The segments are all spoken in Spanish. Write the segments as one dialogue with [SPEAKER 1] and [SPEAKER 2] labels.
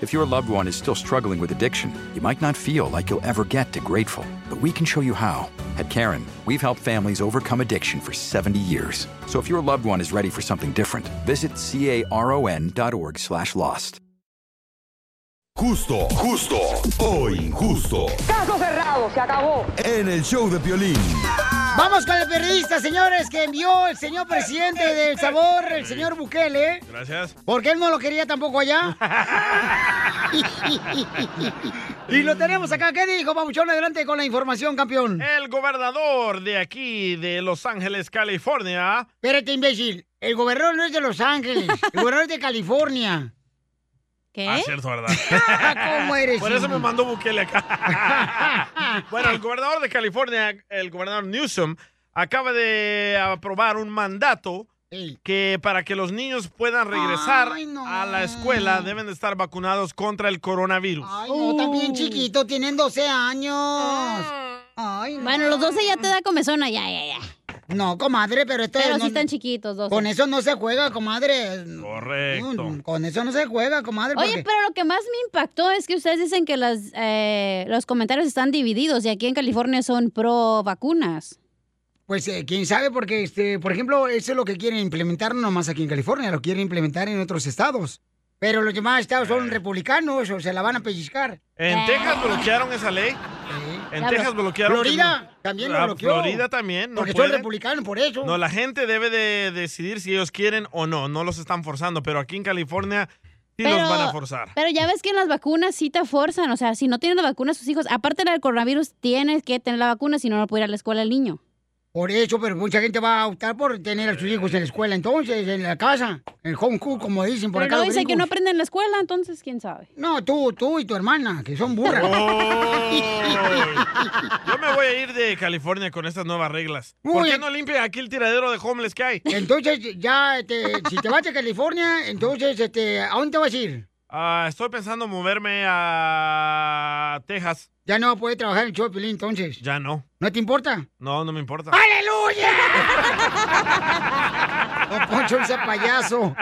[SPEAKER 1] If your loved one is still struggling with addiction, you might not feel like you'll ever get to grateful, but we can show you how. At Karen, we've helped families overcome addiction for 70 years. So if your loved one is ready for something different, visit caron.org slash lost.
[SPEAKER 2] Justo, justo o injusto.
[SPEAKER 3] Caso cerrado, se acabó.
[SPEAKER 2] En el show de Piolín.
[SPEAKER 4] Vamos con el periodista, señores, que envió el señor presidente del sabor, el señor Bukele.
[SPEAKER 5] Gracias.
[SPEAKER 4] Porque él no lo quería tampoco allá. y lo tenemos acá. ¿Qué dijo, Pabuchón? Adelante con la información, campeón.
[SPEAKER 5] El gobernador de aquí, de Los Ángeles, California.
[SPEAKER 4] Espérate, imbécil. El gobernador no es de Los Ángeles. El gobernador es de California.
[SPEAKER 5] ¿Qué? Ah, cierto, ¿verdad?
[SPEAKER 4] ¿Eh? Ah, ¿Cómo eres?
[SPEAKER 5] Por eso me mandó Bukele acá. bueno, el gobernador de California, el gobernador Newsom, acaba de aprobar un mandato que para que los niños puedan regresar
[SPEAKER 4] Ay, no.
[SPEAKER 5] a la escuela deben de estar vacunados contra el coronavirus.
[SPEAKER 4] Ay, no, también chiquito, tienen 12 años. Ay,
[SPEAKER 6] Bueno, los 12 ya te da comezona, ya, ya, ya.
[SPEAKER 4] No, comadre, pero esto
[SPEAKER 6] Pero
[SPEAKER 4] no-
[SPEAKER 6] sí están chiquitos, 12.
[SPEAKER 4] Con eso no se juega, comadre. Mm,
[SPEAKER 5] Correcto.
[SPEAKER 4] Con eso no se juega, comadre.
[SPEAKER 6] Oye,
[SPEAKER 4] porque-
[SPEAKER 6] pero lo que más me impactó es que ustedes dicen que las, eh, los comentarios están divididos y aquí en California son pro vacunas.
[SPEAKER 4] Pues eh, quién sabe, porque, este, por ejemplo, eso es lo que quieren implementar no nomás aquí en California, lo quieren implementar en otros estados. Pero los demás estados son republicanos o se la van a pellizcar.
[SPEAKER 5] Eh. En
[SPEAKER 6] Eh.
[SPEAKER 5] Texas bloquearon esa ley. En
[SPEAKER 4] Ya,
[SPEAKER 5] Texas
[SPEAKER 4] pero-
[SPEAKER 5] bloquearon. que
[SPEAKER 4] Florida
[SPEAKER 5] no-
[SPEAKER 4] también lo
[SPEAKER 5] Ah,
[SPEAKER 4] bloqueó.
[SPEAKER 5] Florida también. No
[SPEAKER 4] porque
[SPEAKER 5] pueden.
[SPEAKER 4] son republicanos, por eso.
[SPEAKER 5] No, la gente debe de decidir si ellos quieren o no. No los están forzando, pero aquí en California sí los van a forzar.
[SPEAKER 6] Pero ya ves que en las vacunas sí te forzan. O sea, si no tienen la vacuna sus hijos, aparte del coronavirus, tienes que tener la vacuna, si no, no puede ir a la escuela el niño.
[SPEAKER 4] Por eso, pero mucha gente va a optar por tener
[SPEAKER 5] Eh.
[SPEAKER 4] a sus hijos en la escuela, entonces, en la casa, en home cook, como dicen por
[SPEAKER 6] Pero
[SPEAKER 4] acá.
[SPEAKER 6] no
[SPEAKER 4] los
[SPEAKER 6] dicen que no
[SPEAKER 4] gringos.
[SPEAKER 6] aprenden en la escuela, entonces quién sabe.
[SPEAKER 4] No, tú, tú y tu hermana, que son burras.
[SPEAKER 5] Oh, Yo me voy a ir de California con estas nuevas reglas. ¿Por
[SPEAKER 4] Uy.
[SPEAKER 5] qué no limpian aquí el tiradero de homeless que hay?
[SPEAKER 4] Entonces, ya, este, si te vas a California, entonces, este, ¿a dónde te vas a ir?
[SPEAKER 5] Ah, estoy pensando moverme a Texas.
[SPEAKER 4] Ya no vas a poder trabajar en el show de Piolín, entonces.
[SPEAKER 5] Ya no.
[SPEAKER 4] ¿No te importa?
[SPEAKER 5] No, no me importa.
[SPEAKER 4] Don Poncho, pues, ese payaso.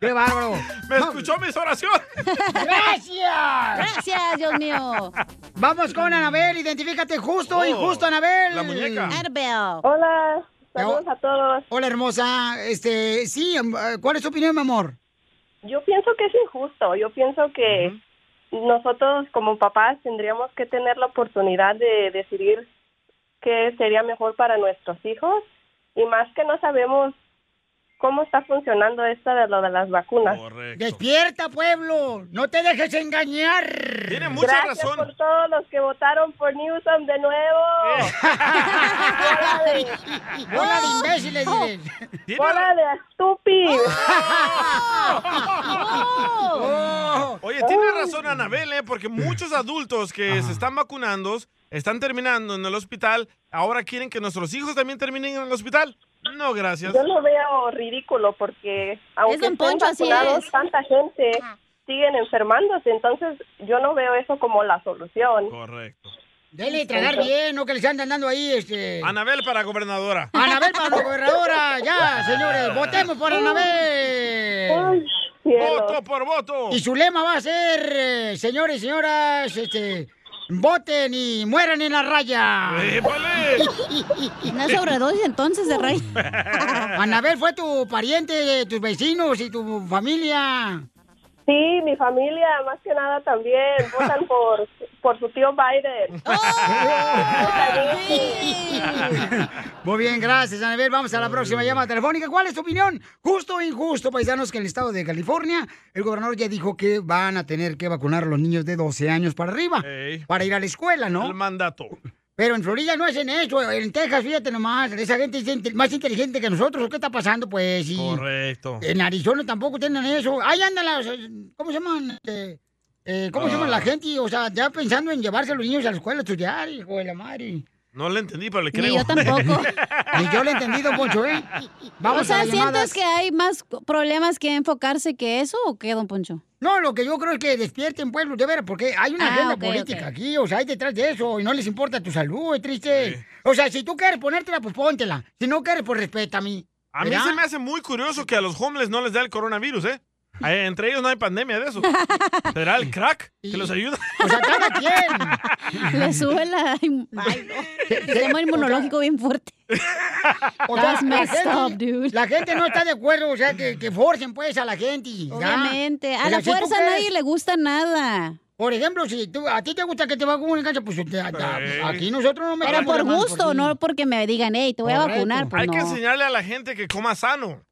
[SPEAKER 4] ¡Qué bárbaro!
[SPEAKER 5] ¡Me escuchó mis oraciones!
[SPEAKER 4] ¡Gracias!
[SPEAKER 6] Gracias, Dios mío.
[SPEAKER 4] Vamos con Anabel, identifícate justo y justo, Anabel.
[SPEAKER 5] Oh, la muñeca.
[SPEAKER 6] Arbel.
[SPEAKER 7] Hola, saludos
[SPEAKER 4] Yo-
[SPEAKER 7] a todos.
[SPEAKER 4] Hola, hermosa. Este, sí, em, eh, ¿cuál es tu opinión, mi amor?
[SPEAKER 7] Yo pienso que es injusto. Yo pienso que nosotros como papás tendríamos que tener la oportunidad de decidir qué sería mejor para nuestros hijos y más que no sabemos cómo está funcionando esta de lo de las vacunas.
[SPEAKER 5] Correcto.
[SPEAKER 4] ¡Despierta, pueblo! ¡No te dejes engañar!
[SPEAKER 5] Tiene mucha
[SPEAKER 7] Gracias
[SPEAKER 5] razón. Eh.
[SPEAKER 7] por todos los que votaron por Newsom de nuevo. bola, de,
[SPEAKER 4] ¡Hola de imbéciles, diles!
[SPEAKER 5] Tiene- Ah.
[SPEAKER 7] bola de estúpido.
[SPEAKER 4] ¡Oh!
[SPEAKER 5] Oye, tiene razón Anabel, ¿eh? porque muchos adultos que se están vacunando están terminando en el hospital. Ahora quieren que nuestros hijos también terminen en el hospital. No, gracias.
[SPEAKER 7] Yo lo veo ridículo porque aunque
[SPEAKER 6] Don
[SPEAKER 7] estén
[SPEAKER 6] Poncho, así
[SPEAKER 7] vacunados,
[SPEAKER 6] es.
[SPEAKER 7] tanta gente siguen enfermándose, entonces yo no veo eso como la solución.
[SPEAKER 5] Correcto.
[SPEAKER 4] Dele tragar bien, no que les andan dando ahí, este...
[SPEAKER 5] Anabel para gobernadora.
[SPEAKER 4] Anabel para la gobernadora, ya, señores, votemos por Anabel.
[SPEAKER 7] Ay, cielo.
[SPEAKER 5] Voto por voto.
[SPEAKER 4] Y su lema va a ser, eh, señores y señoras, este, voten y mueran en la raya.
[SPEAKER 5] ¡Épale!
[SPEAKER 6] Una sobredosis entonces de rey.
[SPEAKER 4] Anabel fue tu pariente, tus vecinos y tu familia.
[SPEAKER 8] Sí, mi familia, más que nada también, votan por, por su tío Biden.
[SPEAKER 6] Oh,
[SPEAKER 4] Muy bien, gracias, Anabel. Vamos a la próxima llamada telefónica. ¿Cuál es tu opinión? Justo o injusto, paisanos, que en el estado de California el gobernador ya dijo que van a tener que vacunar a los niños de 12 años para arriba
[SPEAKER 5] Ey.
[SPEAKER 4] para ir a la escuela, ¿no?
[SPEAKER 5] Eh, El mandato.
[SPEAKER 4] Pero en Florida no hacen eso, en Texas, fíjate nomás, esa gente es inte- más inteligente que nosotros, ¿qué está pasando? Pues, y
[SPEAKER 5] Correcto.
[SPEAKER 4] en Arizona tampoco tienen eso. Ahí andan las, eh, ¿cómo se llaman? Este, eh, ¿Cómo se llaman
[SPEAKER 5] Ah.
[SPEAKER 4] la gente? O sea, ya pensando en llevarse a los niños a la escuela a estudiar, hijo de la madre.
[SPEAKER 5] No le entendí, pero le
[SPEAKER 4] Ni
[SPEAKER 5] creo.
[SPEAKER 4] yo tampoco. Ni yo lo he entendido, Poncho, ¿eh? Vamos
[SPEAKER 6] o sea,
[SPEAKER 4] a las
[SPEAKER 6] ¿sientes
[SPEAKER 4] llamadas.
[SPEAKER 6] que hay más problemas que enfocarse que eso o qué, don Poncho?
[SPEAKER 4] No, lo que yo creo es que despierten pueblos, de veras, porque hay una
[SPEAKER 6] Ah,
[SPEAKER 4] agenda
[SPEAKER 6] ok,
[SPEAKER 4] política
[SPEAKER 6] ok.
[SPEAKER 4] aquí, o sea, hay detrás de eso, y no les importa tu salud, es triste. O sea, si tú quieres ponértela, pues póntela. Si no quieres, pues respeta a mí.
[SPEAKER 5] A mí se me hace muy curioso que a los homeless no les da el coronavirus, ¿eh? Eh, Entre ellos no hay pandemia de eso. ¿Será el crack que los ayuda?
[SPEAKER 4] O sea, cada quien.
[SPEAKER 6] Le sube la... Ay, no. Sistema inmunológico bien fuerte.
[SPEAKER 4] O sea,
[SPEAKER 6] That's
[SPEAKER 4] la
[SPEAKER 6] messed
[SPEAKER 4] gente,
[SPEAKER 6] up, dude.
[SPEAKER 4] la gente no está de acuerdo, o sea, que, que forcen pues a la gente. ¿ya?
[SPEAKER 6] Obviamente. A
[SPEAKER 4] Pero
[SPEAKER 6] la
[SPEAKER 4] si tú
[SPEAKER 6] fuerza a
[SPEAKER 4] crees-
[SPEAKER 6] nadie le gusta nada.
[SPEAKER 4] Por ejemplo, si tú, a ti te gusta que te vacunen, cacha, pues te- a- a- aquí nosotros no me
[SPEAKER 6] Pero por gusto, no porque me digan, hey, te voy a vacunar. Pues
[SPEAKER 5] Hay que
[SPEAKER 6] no.
[SPEAKER 5] enseñarle a la gente que coma sano.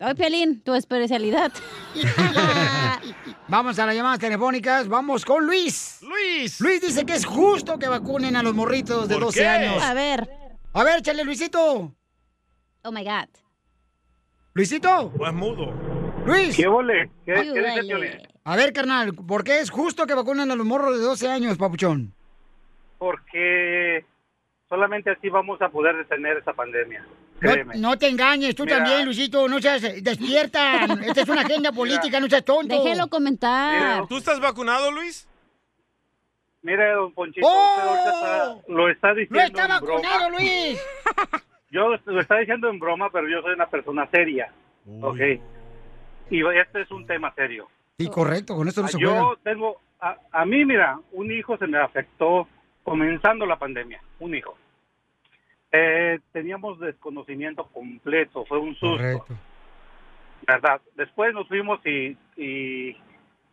[SPEAKER 6] Ay, Piolín, tu especialidad.
[SPEAKER 4] Vamos a las llamadas telefónicas, vamos con Luis.
[SPEAKER 5] Luis.
[SPEAKER 4] Luis dice que es justo que vacunen a los morritos de
[SPEAKER 6] ¿Por
[SPEAKER 4] 12
[SPEAKER 6] qué?
[SPEAKER 4] años.
[SPEAKER 6] A ver.
[SPEAKER 4] A ver, chale, Luisito.
[SPEAKER 6] Oh my God.
[SPEAKER 4] Luisito.
[SPEAKER 5] Pues mudo.
[SPEAKER 4] Luis.
[SPEAKER 9] ¿Qué vole? ¿Qué,
[SPEAKER 6] qué dice el
[SPEAKER 9] Piolín?
[SPEAKER 4] A ver, carnal, ¿por qué es justo que vacunen a los morros de 12 años, papuchón?
[SPEAKER 9] Porque solamente así vamos a poder detener esta pandemia.
[SPEAKER 4] No,
[SPEAKER 9] Créeme.
[SPEAKER 4] no te engañes, tú
[SPEAKER 9] Mira.
[SPEAKER 4] también, Luisito, no seas despierta. Esta es una agenda política, no seas tonto.
[SPEAKER 6] Déjelo comentar.
[SPEAKER 5] ¿Tú estás vacunado, Luis?
[SPEAKER 9] Mire, don Ponchito,
[SPEAKER 4] ¡Oh!
[SPEAKER 9] usted ahorita está- lo está
[SPEAKER 4] No
[SPEAKER 9] diciendo
[SPEAKER 4] está
[SPEAKER 9] en broma.
[SPEAKER 4] vacunado, Luis.
[SPEAKER 9] Yo lo está diciendo en broma, pero yo soy una persona seria. Ok. Y este es un tema serio. Ah,
[SPEAKER 4] Sí, correcto, con esto no se juega.
[SPEAKER 9] Yo tengo, a, a mí, mira, un hijo se me afectó comenzando la pandemia, un hijo. Eh, teníamos desconocimiento completo, fue un susto,
[SPEAKER 4] Correcto.
[SPEAKER 9] ¿verdad? Después nos fuimos y, y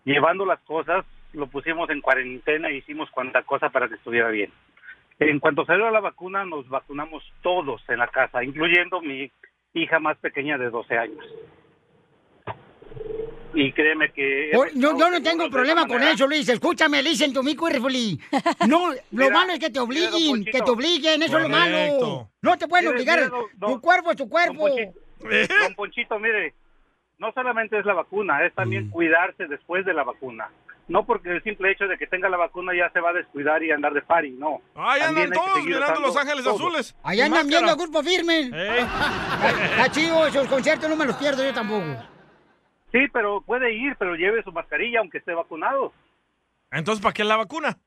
[SPEAKER 9] llevando las cosas, lo pusimos en cuarentena y hicimos cuanta cosa para que estuviera bien. En cuanto salió la vacuna, nos vacunamos todos en la casa, incluyendo mi hija más pequeña de 12 años. Y créeme que...
[SPEAKER 4] Por- Yo, yo Oh, no tengo problema con eso, Luis. Escúchame, listen to me carefully. No, lo
[SPEAKER 9] Mira,
[SPEAKER 4] malo es que te obliguen, que te obliguen, eso es lo malo.
[SPEAKER 9] Correcto.
[SPEAKER 4] No te pueden
[SPEAKER 9] Mira,
[SPEAKER 4] obligar.
[SPEAKER 9] mira, don- don-
[SPEAKER 4] tu cuerpo es tu cuerpo.
[SPEAKER 9] Don Ponchito, mire, no solamente es la vacuna, es
[SPEAKER 4] Mm.
[SPEAKER 9] también cuidarse después de la vacuna. No porque el simple hecho de que tenga la vacuna ya se va a descuidar y andar de party, no.
[SPEAKER 5] Ahí
[SPEAKER 9] También
[SPEAKER 5] andan
[SPEAKER 9] hay que
[SPEAKER 5] todos
[SPEAKER 9] seguir
[SPEAKER 5] mirando
[SPEAKER 9] usando
[SPEAKER 5] Los Ángeles
[SPEAKER 9] todo.
[SPEAKER 5] Azules.
[SPEAKER 4] Allá andan viendo a grupo firme. Está chido, esos conciertos no me los pierdo yo tampoco.
[SPEAKER 9] Sí, pero puede ir, pero lleve su mascarilla aunque esté vacunado.
[SPEAKER 5] Entonces, ¿para qué la vacuna?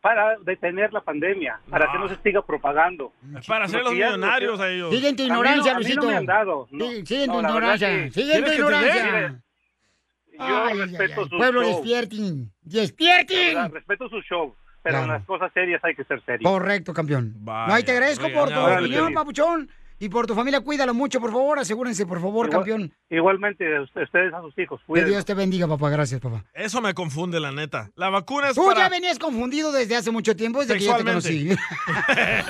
[SPEAKER 9] Para detener la pandemia, para que no se siga propagando.
[SPEAKER 5] Ah. Es para hacer los
[SPEAKER 9] Porque ya los-
[SPEAKER 5] millonarios a ellos.
[SPEAKER 4] Sigue en tu
[SPEAKER 9] A mí no-
[SPEAKER 4] ignorancia,
[SPEAKER 9] a mí no
[SPEAKER 4] Luisito.
[SPEAKER 9] me han dado, no.
[SPEAKER 4] Sí, sigue en tu
[SPEAKER 9] No, la verdad
[SPEAKER 4] ignorancia.
[SPEAKER 9] que-
[SPEAKER 4] Sigue en tu
[SPEAKER 9] ¿Quieres que te dé?
[SPEAKER 4] ignorancia.
[SPEAKER 9] Yo
[SPEAKER 4] Ay, ay, ay,
[SPEAKER 9] respeto
[SPEAKER 4] ay,
[SPEAKER 9] su
[SPEAKER 4] Pueblo,
[SPEAKER 9] show.
[SPEAKER 4] despierten.
[SPEAKER 9] La
[SPEAKER 4] Despierten.
[SPEAKER 9] verdad, respeto su show, pero en
[SPEAKER 4] Claro.
[SPEAKER 9] las cosas serias hay que ser serios.
[SPEAKER 4] Correcto, campeón. No, ahí te agradezco por tu
[SPEAKER 9] regañado.
[SPEAKER 4] opinión,
[SPEAKER 9] Órale.
[SPEAKER 4] papuchón. Y por tu familia, cuídalo mucho, por favor. Asegúrense, por favor,
[SPEAKER 9] Igual-
[SPEAKER 4] campeón.
[SPEAKER 9] Igualmente, a usted- eh, ustedes a sus hijos,
[SPEAKER 4] Que
[SPEAKER 9] cuídense.
[SPEAKER 4] Dios te bendiga, papá. Gracias, papá.
[SPEAKER 5] Eso me confunde, la neta. La vacuna es
[SPEAKER 4] Tú ya
[SPEAKER 5] para...
[SPEAKER 4] venías confundido desde hace mucho tiempo, desde que yo te conocí.
[SPEAKER 5] Sexualmente.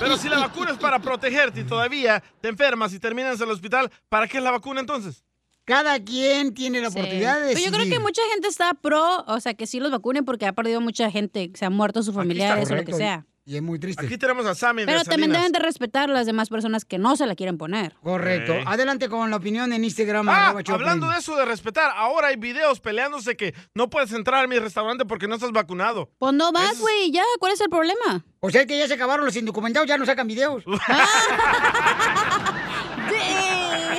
[SPEAKER 5] Pero si la vacuna es para protegerte y todavía te enfermas y terminas en el hospital, ¿para qué es la vacuna entonces?
[SPEAKER 4] Cada quien tiene la oportunidad de
[SPEAKER 6] Pero Pues yo creo
[SPEAKER 4] decidir.
[SPEAKER 6] que mucha gente está pro, o sea, que sí los vacunen porque ha perdido mucha gente, se han muerto sus familiares o lo que
[SPEAKER 4] Correcto,
[SPEAKER 6] sea.
[SPEAKER 4] Y es muy triste.
[SPEAKER 5] Aquí tenemos a Sammy de
[SPEAKER 6] Pero también
[SPEAKER 5] Salinas.
[SPEAKER 6] deben de respetar a las demás personas que no se la quieren poner.
[SPEAKER 4] Correcto.
[SPEAKER 5] Ok.
[SPEAKER 4] Adelante con la opinión en Instagram.
[SPEAKER 5] Ah,
[SPEAKER 4] arroba Choplin.
[SPEAKER 5] hablando de eso de respetar, ahora hay videos peleándose que no puedes entrar a mi restaurante porque no estás vacunado.
[SPEAKER 6] Pues no vas, güey, ya, ¿cuál es el problema? Ah.
[SPEAKER 4] O sea Pues que ya se acabaron los indocumentados, ya no sacan videos.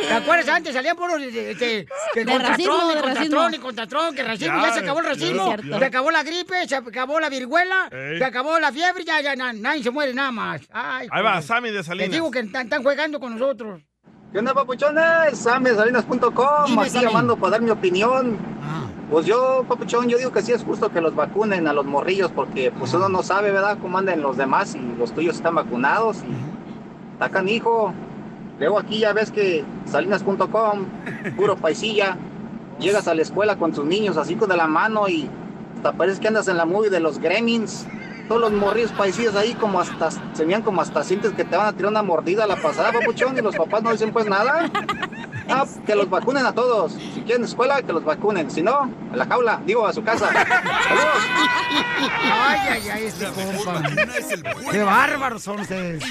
[SPEAKER 4] ¿Te acuerdas? Antes salían por este, que
[SPEAKER 6] De
[SPEAKER 4] contra
[SPEAKER 6] racismo,
[SPEAKER 4] Trump, y
[SPEAKER 6] de
[SPEAKER 4] contra
[SPEAKER 6] racismo.
[SPEAKER 4] Trump y contra Trump, que racismo, ya,
[SPEAKER 6] Ya,
[SPEAKER 4] se acabó el
[SPEAKER 6] ya,
[SPEAKER 4] racismo,
[SPEAKER 6] es cierto.
[SPEAKER 4] se acabó la gripe, se acabó la viruela,
[SPEAKER 5] Ey.
[SPEAKER 4] se acabó la fiebre, ya, ya, na- nadie se muere nada más. Ay,
[SPEAKER 5] Ahí va,
[SPEAKER 4] joder.
[SPEAKER 5] Sammy de
[SPEAKER 4] Te
[SPEAKER 5] Salinas.
[SPEAKER 4] digo que están, están jugando con nosotros.
[SPEAKER 10] ¿Qué onda, papuchones? SamySalinas.com,
[SPEAKER 4] Dime,
[SPEAKER 10] aquí
[SPEAKER 4] Sammy.
[SPEAKER 10] llamando para dar mi opinión. Pues yo, papuchón, yo digo que sí es justo que los vacunen a los morrillos porque pues uno no sabe, ¿verdad?, cómo andan los demás y los tuyos están vacunados y tacan hijo. Luego aquí ya ves que salinas.com, puro paisilla.
[SPEAKER 11] llegas a la escuela con tus niños así con de la mano y hasta parece que andas en la movie de los gremlins. Todos los morrillos parecidos ahí como hasta, se veían como hasta sientes que te van a tirar una mordida a la pasada, papuchón, y los papás no dicen pues nada. Ah, que los vacunen a todos. Si quieren escuela, que los vacunen. Si no, a la jaula, digo, a su casa.
[SPEAKER 4] Ay, ay, ay, este compa. Qué bárbaros son ustedes.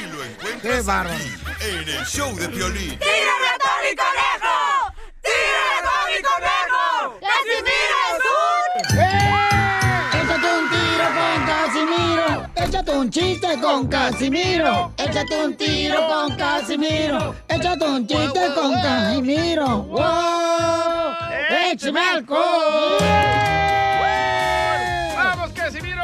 [SPEAKER 4] Qué bárbaros.
[SPEAKER 2] En el show de Piolín.
[SPEAKER 12] ratón y conejo! ¡Tira ratón y conejo! ¡Casimiro es un...
[SPEAKER 4] Échate un tiro con Casimiro. Échate un chiste con Casimiro. Échate un tiro con Casimiro. Échate un chiste con Casimiro. ¡Wow! ¡Échame alcohol!
[SPEAKER 5] ¡Vamos, Casimiro!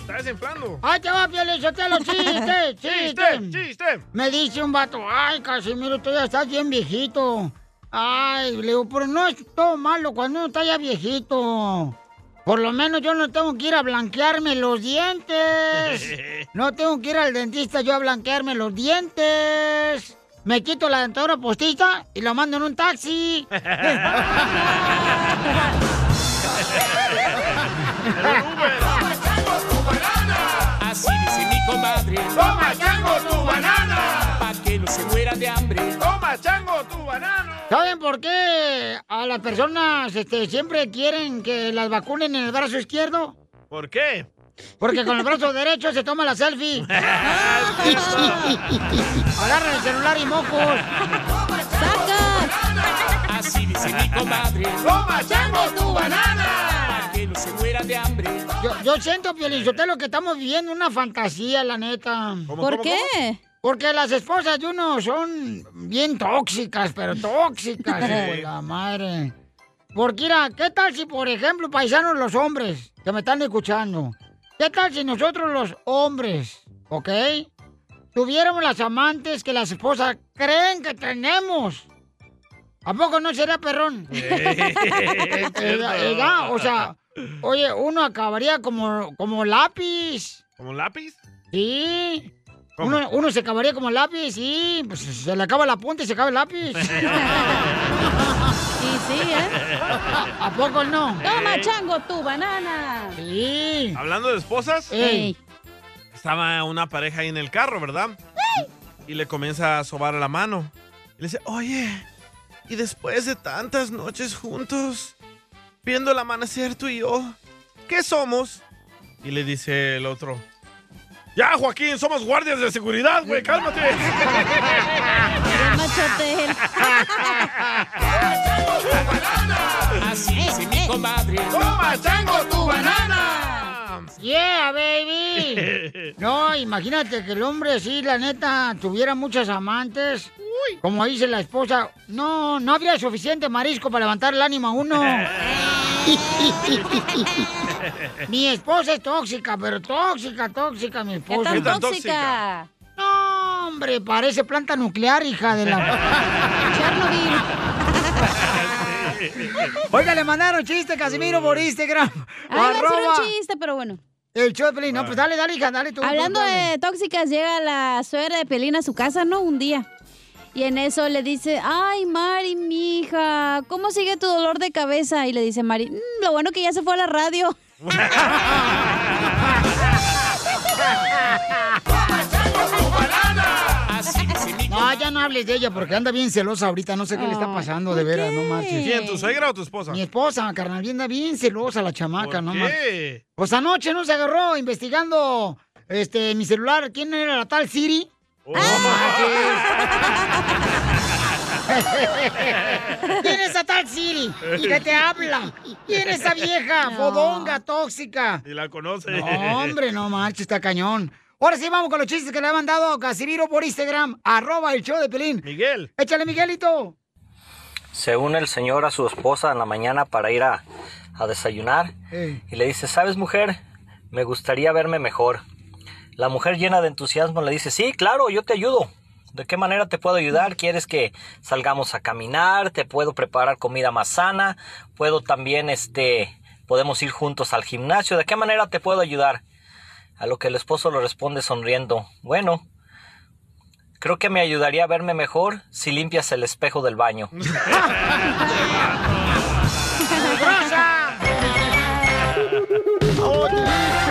[SPEAKER 5] ¡Está desinflando!
[SPEAKER 4] ¡Ahí te va, Piolín, yo te lo chiste, chiste!
[SPEAKER 5] ¡Chiste, chiste!
[SPEAKER 4] Me dice un vato, ay, Casimiro, tú ya estás bien viejito. Ay, le digo, pero no es todo malo cuando uno está ya viejito. Por lo menos yo no tengo que ir a blanquearme los dientes. No tengo que ir al dentista yo a blanquearme los dientes. Me quito la dentadura postiza y la mando en un taxi.
[SPEAKER 12] Así dice mi comadre. Toma chango tu banana. Pa' que no se muera de hambre. Toma chango tu banana.
[SPEAKER 4] ¿Saben por qué a las personas este, siempre quieren que las vacunen en el brazo izquierdo?
[SPEAKER 5] ¿Por qué?
[SPEAKER 4] Porque con el brazo derecho se toma la selfie. Agarran el celular y mocos.
[SPEAKER 12] Así dice mi comadre. Toma chango tu banana. Pa' que no se muera de hambre.
[SPEAKER 4] Yo, yo siento, lo que estamos viviendo una fantasía, la neta.
[SPEAKER 6] ¿Cómo, ¿Por cómo, qué? cómo?
[SPEAKER 4] Porque las esposas de uno son bien tóxicas, pero tóxicas, hijo de la madre. Porque mira, ¿qué tal si, por ejemplo, paisanos los hombres que me están escuchando? ¿Qué tal si nosotros los hombres, ok? Tuviéramos las amantes que las esposas creen que tenemos. ¿A poco no sería perrón? Eh, eh, ya, o sea, oye, uno acabaría como, como lápiz.
[SPEAKER 5] ¿Como un lápiz?
[SPEAKER 4] Sí. Uno, uno se acabaría como lápiz, sí. Pues se le acaba la punta y se acaba el lápiz.
[SPEAKER 6] Y sí, ¿eh?
[SPEAKER 4] ¿A poco no?
[SPEAKER 5] Eh.
[SPEAKER 6] Toma chango tu banana.
[SPEAKER 4] Sí.
[SPEAKER 5] Hablando de esposas,
[SPEAKER 6] Ey.
[SPEAKER 5] estaba una pareja ahí en el carro, ¿verdad? Y le comienza a sobar la mano. Y le dice, oye, y después de tantas noches juntos, viendo el amanecer tú y yo, ¿qué somos? Y le dice el otro, ya, Joaquín, somos guardias de seguridad, güey, cálmate.
[SPEAKER 6] Machote.
[SPEAKER 12] Así dice mi comadre. Toma chango tu banana.
[SPEAKER 4] Yeah, baby. No, imagínate que el hombre, sí, la neta, tuviera muchas amantes. Como dice la esposa, no, no habría suficiente marisco para levantar el ánimo a uno. mi esposa es tóxica, pero tóxica, tóxica, mi
[SPEAKER 6] ¿Qué
[SPEAKER 4] esposa.
[SPEAKER 6] tan tóxica?
[SPEAKER 4] No, hombre, parece planta nuclear, hija de la.
[SPEAKER 6] Chernobyl.
[SPEAKER 4] Oiga, le mandaron chiste, Casimiro, por Instagram.
[SPEAKER 6] Ay, iba a hacer
[SPEAKER 4] Arroba
[SPEAKER 6] un chiste, pero bueno.
[SPEAKER 4] El show de Pelín. No, pues dale, dale, hija, dale tú. tú,
[SPEAKER 6] Hablando
[SPEAKER 4] dale.
[SPEAKER 6] de tóxicas, llega la suegra de Pelín a su casa, ¿no? Un día. Y en eso le dice, ay, Mari, mija, ¿cómo sigue tu dolor de cabeza? Y le dice Mari, "Mm, lo bueno que ya se fue a la radio.
[SPEAKER 12] Así dice mi
[SPEAKER 4] No, ya no hables de ella porque anda bien celosa ahorita. No sé qué le está pasando, de veras, no marches.
[SPEAKER 5] ¿Quién, tu suegra o tu esposa?
[SPEAKER 4] Mi esposa, carnal, bien- anda bien celosa la chamaca, no marches.
[SPEAKER 5] ¿Qué?
[SPEAKER 4] Pues anoche no se agarró investigando este mi celular. ¿Quién era la tal Siri? Ah. ¿Quién es esa tal Siri? ¿Qué te habla? ¿Quién es esa vieja? Fodonga, tóxica.
[SPEAKER 5] Oh, Y la conoce.
[SPEAKER 4] No, hombre, no manches, está cañón. Ahora sí, vamos con los chistes que le han mandado Casimiro por Instagram, arroba el show de Pelín.
[SPEAKER 5] Miguel.
[SPEAKER 4] Échale, Miguelito.
[SPEAKER 13] Se une el señor a su esposa en la mañana para ir a, a desayunar y le dice, ¿sabes mujer? Me gustaría verme mejor. La mujer llena de entusiasmo le dice, sí, claro, yo te ayudo. ¿De qué manera te puedo ayudar? ¿Quieres que salgamos a caminar? ¿Te puedo preparar comida más sana? ¿Puedo también, este, podemos ir juntos al gimnasio? ¿De qué manera te puedo ayudar? A lo que el esposo le responde sonriendo, bueno,
[SPEAKER 14] Creo que me ayudaría a verme mejor si limpias el espejo del baño.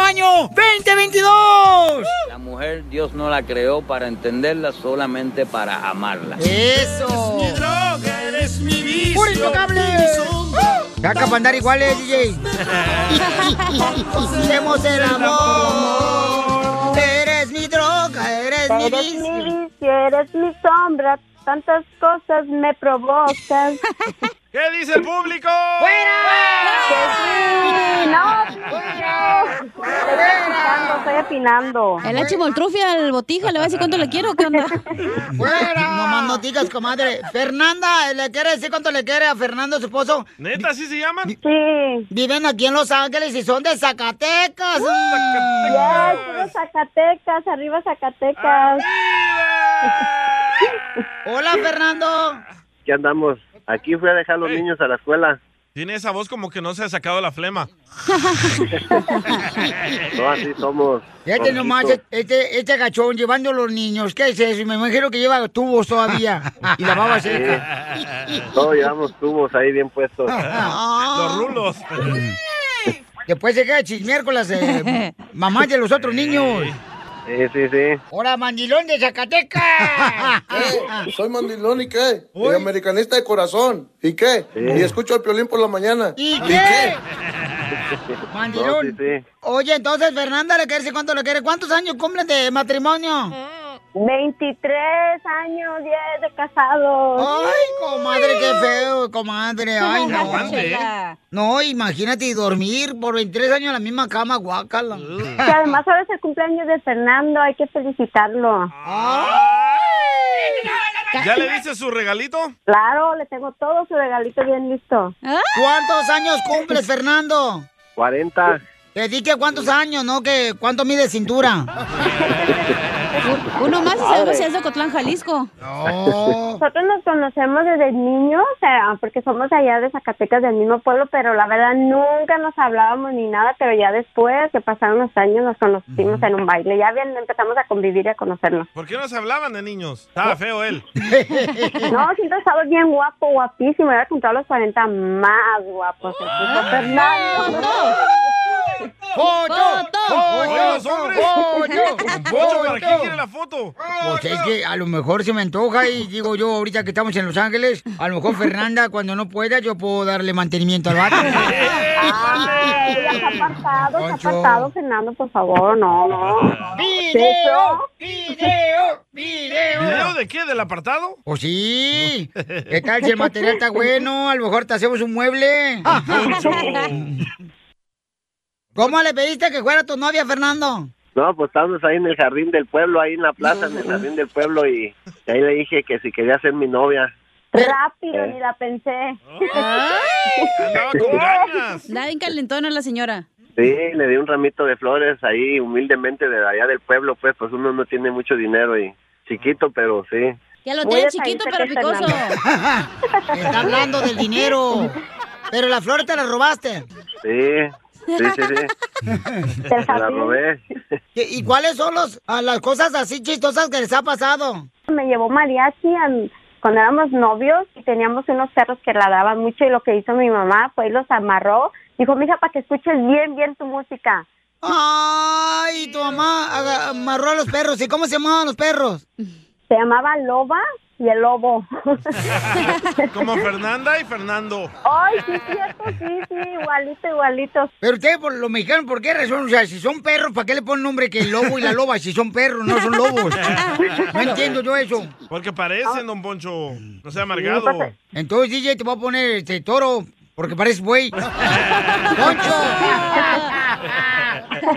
[SPEAKER 4] año 2022!
[SPEAKER 15] La mujer Dios no la creó para entenderla, solamente para amarla.
[SPEAKER 4] ¡Eso!
[SPEAKER 12] Mi droga, eres mi vicio.
[SPEAKER 4] ¡Puro intocable! Caca para andar iguales, DJ. Hacemos el amor. Eres mi droga, eres mi
[SPEAKER 12] Eres
[SPEAKER 4] vicio.
[SPEAKER 12] mi
[SPEAKER 8] vicio, eres mi sombra, tantas cosas me provocas.
[SPEAKER 5] ¿Qué dice el público?
[SPEAKER 8] ¡Fuera! ¡No! Estoy opinando.
[SPEAKER 6] El la chimoltrufia al botija, le va a decir cuánto le quiero, ¿qué onda?
[SPEAKER 4] ¡Fuera! No más no digas, comadre. Fernanda, ¿le quiere decir cuánto le quiere a Fernando, su esposo?
[SPEAKER 5] ¿Neta, así se llaman?
[SPEAKER 4] Sí. Viven aquí en Los Ángeles y son de Zacatecas. pues.
[SPEAKER 8] Ya, puro Zacatecas, arriba Zacatecas.
[SPEAKER 4] Hola, Fernando.
[SPEAKER 11] ¿Qué andamos? Aquí fui a dejar a los niños a la escuela.
[SPEAKER 5] Tiene esa voz como que no se ha sacado la flema.
[SPEAKER 11] No, así somos.
[SPEAKER 4] Fíjate nomás, este, este gachón llevando a los niños. ¿Qué es eso? Me imagino que lleva tubos todavía. Y la baba seca.
[SPEAKER 11] Sí. Todos llevamos tubos ahí bien puestos.
[SPEAKER 4] Los
[SPEAKER 5] rulos.
[SPEAKER 4] Después pues se queda chismear con las eh, mamás de los otros niños.
[SPEAKER 11] Sí, sí, sí.
[SPEAKER 4] ¡Hola, mandilón de Zacatecas!
[SPEAKER 16] Ah.
[SPEAKER 17] Soy mandilón y qué? Y americanista de corazón. ¿Y qué?
[SPEAKER 4] Sí.
[SPEAKER 17] Y escucho el piolín por la mañana.
[SPEAKER 4] ¿Y qué? Mandilón. Oye, entonces, Fernanda, ¿le quiere decir cuánto le quiere? ¿Cuántos años cumplen de matrimonio?
[SPEAKER 8] 23 años, 10 de casados.
[SPEAKER 4] Ay, comadre, qué feo, comadre. Ay, no.
[SPEAKER 8] Aguante, ¿eh?
[SPEAKER 4] No, imagínate dormir por 23 años en la misma cama, guácala.
[SPEAKER 8] Que además ahora es el cumpleaños de Fernando, hay que felicitarlo.
[SPEAKER 4] Ah.
[SPEAKER 5] ¿Ya le dice su regalito?
[SPEAKER 8] Claro, le tengo todo su regalito bien listo.
[SPEAKER 4] ¿Cuántos años cumples, Fernando?
[SPEAKER 11] 40.
[SPEAKER 4] Te dije cuántos años, ¿no? Que cuánto mide cintura.
[SPEAKER 6] Uno más y sabemos si es de Cotlán, Jalisco.
[SPEAKER 8] Nosotros nos conocemos desde niños, o sea, porque somos allá de Zacatecas, del mismo pueblo, pero la verdad nunca nos hablábamos ni nada, pero ya después que pasaron los años nos conocimos en un baile, ya bien empezamos a convivir y a conocernos.
[SPEAKER 5] ¿Por qué no se hablaban de niños? Estaba feo él.
[SPEAKER 8] No, siempre ha estado bien guapo, guapísimo, era con todos los 40 más guapos. el puto Fernando.
[SPEAKER 4] ¡Foto!
[SPEAKER 5] Oh, Oye, los hombres. Poncho, ¿para qué quiere la foto?
[SPEAKER 4] Pues es que a lo mejor se me antoja y digo yo, ahorita que estamos en Los Ángeles, a lo mejor Fernanda, cuando no pueda, yo puedo darle mantenimiento al vato.
[SPEAKER 8] Ay, ya está apartado, está apartado, Fernando, por favor, no, no. no.
[SPEAKER 4] ¡Video! ¡Video! ¡Video!
[SPEAKER 5] ¿Video de qué? ¿Del apartado?
[SPEAKER 4] ¡O Pues sí! ¿Qué tal si el material está bueno? A lo mejor te hacemos un mueble. ¿Cómo le pediste que fuera tu novia, Fernando?
[SPEAKER 11] No, pues estábamos ahí en el jardín del pueblo, ahí en la plaza, en el jardín del pueblo, y, y ahí le dije que si quería ser mi novia.
[SPEAKER 8] Rápido, ni la pensé.
[SPEAKER 6] Da bien calentona la señora.
[SPEAKER 11] Sí, le di un ramito de flores ahí humildemente de allá del pueblo, pues, pues uno no tiene mucho dinero y chiquito, pero sí.
[SPEAKER 6] Ya lo
[SPEAKER 4] Muy
[SPEAKER 6] tiene chiquito,
[SPEAKER 4] desadita que
[SPEAKER 6] pero
[SPEAKER 4] es
[SPEAKER 6] picoso.
[SPEAKER 4] Está hablando del dinero. Pero la flor te la robaste.
[SPEAKER 11] Sí, sí, sí, sí. Se la robé.
[SPEAKER 4] ¿Y y cuáles son los, a las cosas así chistosas que les ha pasado?
[SPEAKER 8] Me llevó mariachi al- cuando éramos novios y teníamos unos perros que ladraban mucho y lo que hizo mi mamá fue y los amarró. Dijo, mija, para que escuches bien, bien tu música.
[SPEAKER 4] Ah, Ay, tu mamá aga- amarró a los perros. ¿Y cómo se llamaban los perros?
[SPEAKER 8] Se llamaba Loba y el Lobo.
[SPEAKER 5] Como Fernanda y Fernando.
[SPEAKER 8] Ay, sí, cierto, sí, sí, igualito, igualito.
[SPEAKER 4] Pero ustedes, por los mexicanos, ¿por qué razón? O sea, si son perros, ¿para qué le ponen nombre que el lobo y la loba si son perros, no son lobos? No entiendo yo eso.
[SPEAKER 5] Porque parecen, don Poncho. No sea amargado.
[SPEAKER 4] Entonces, DJ, te voy a poner este toro, porque pareces güey. ¡Poncho!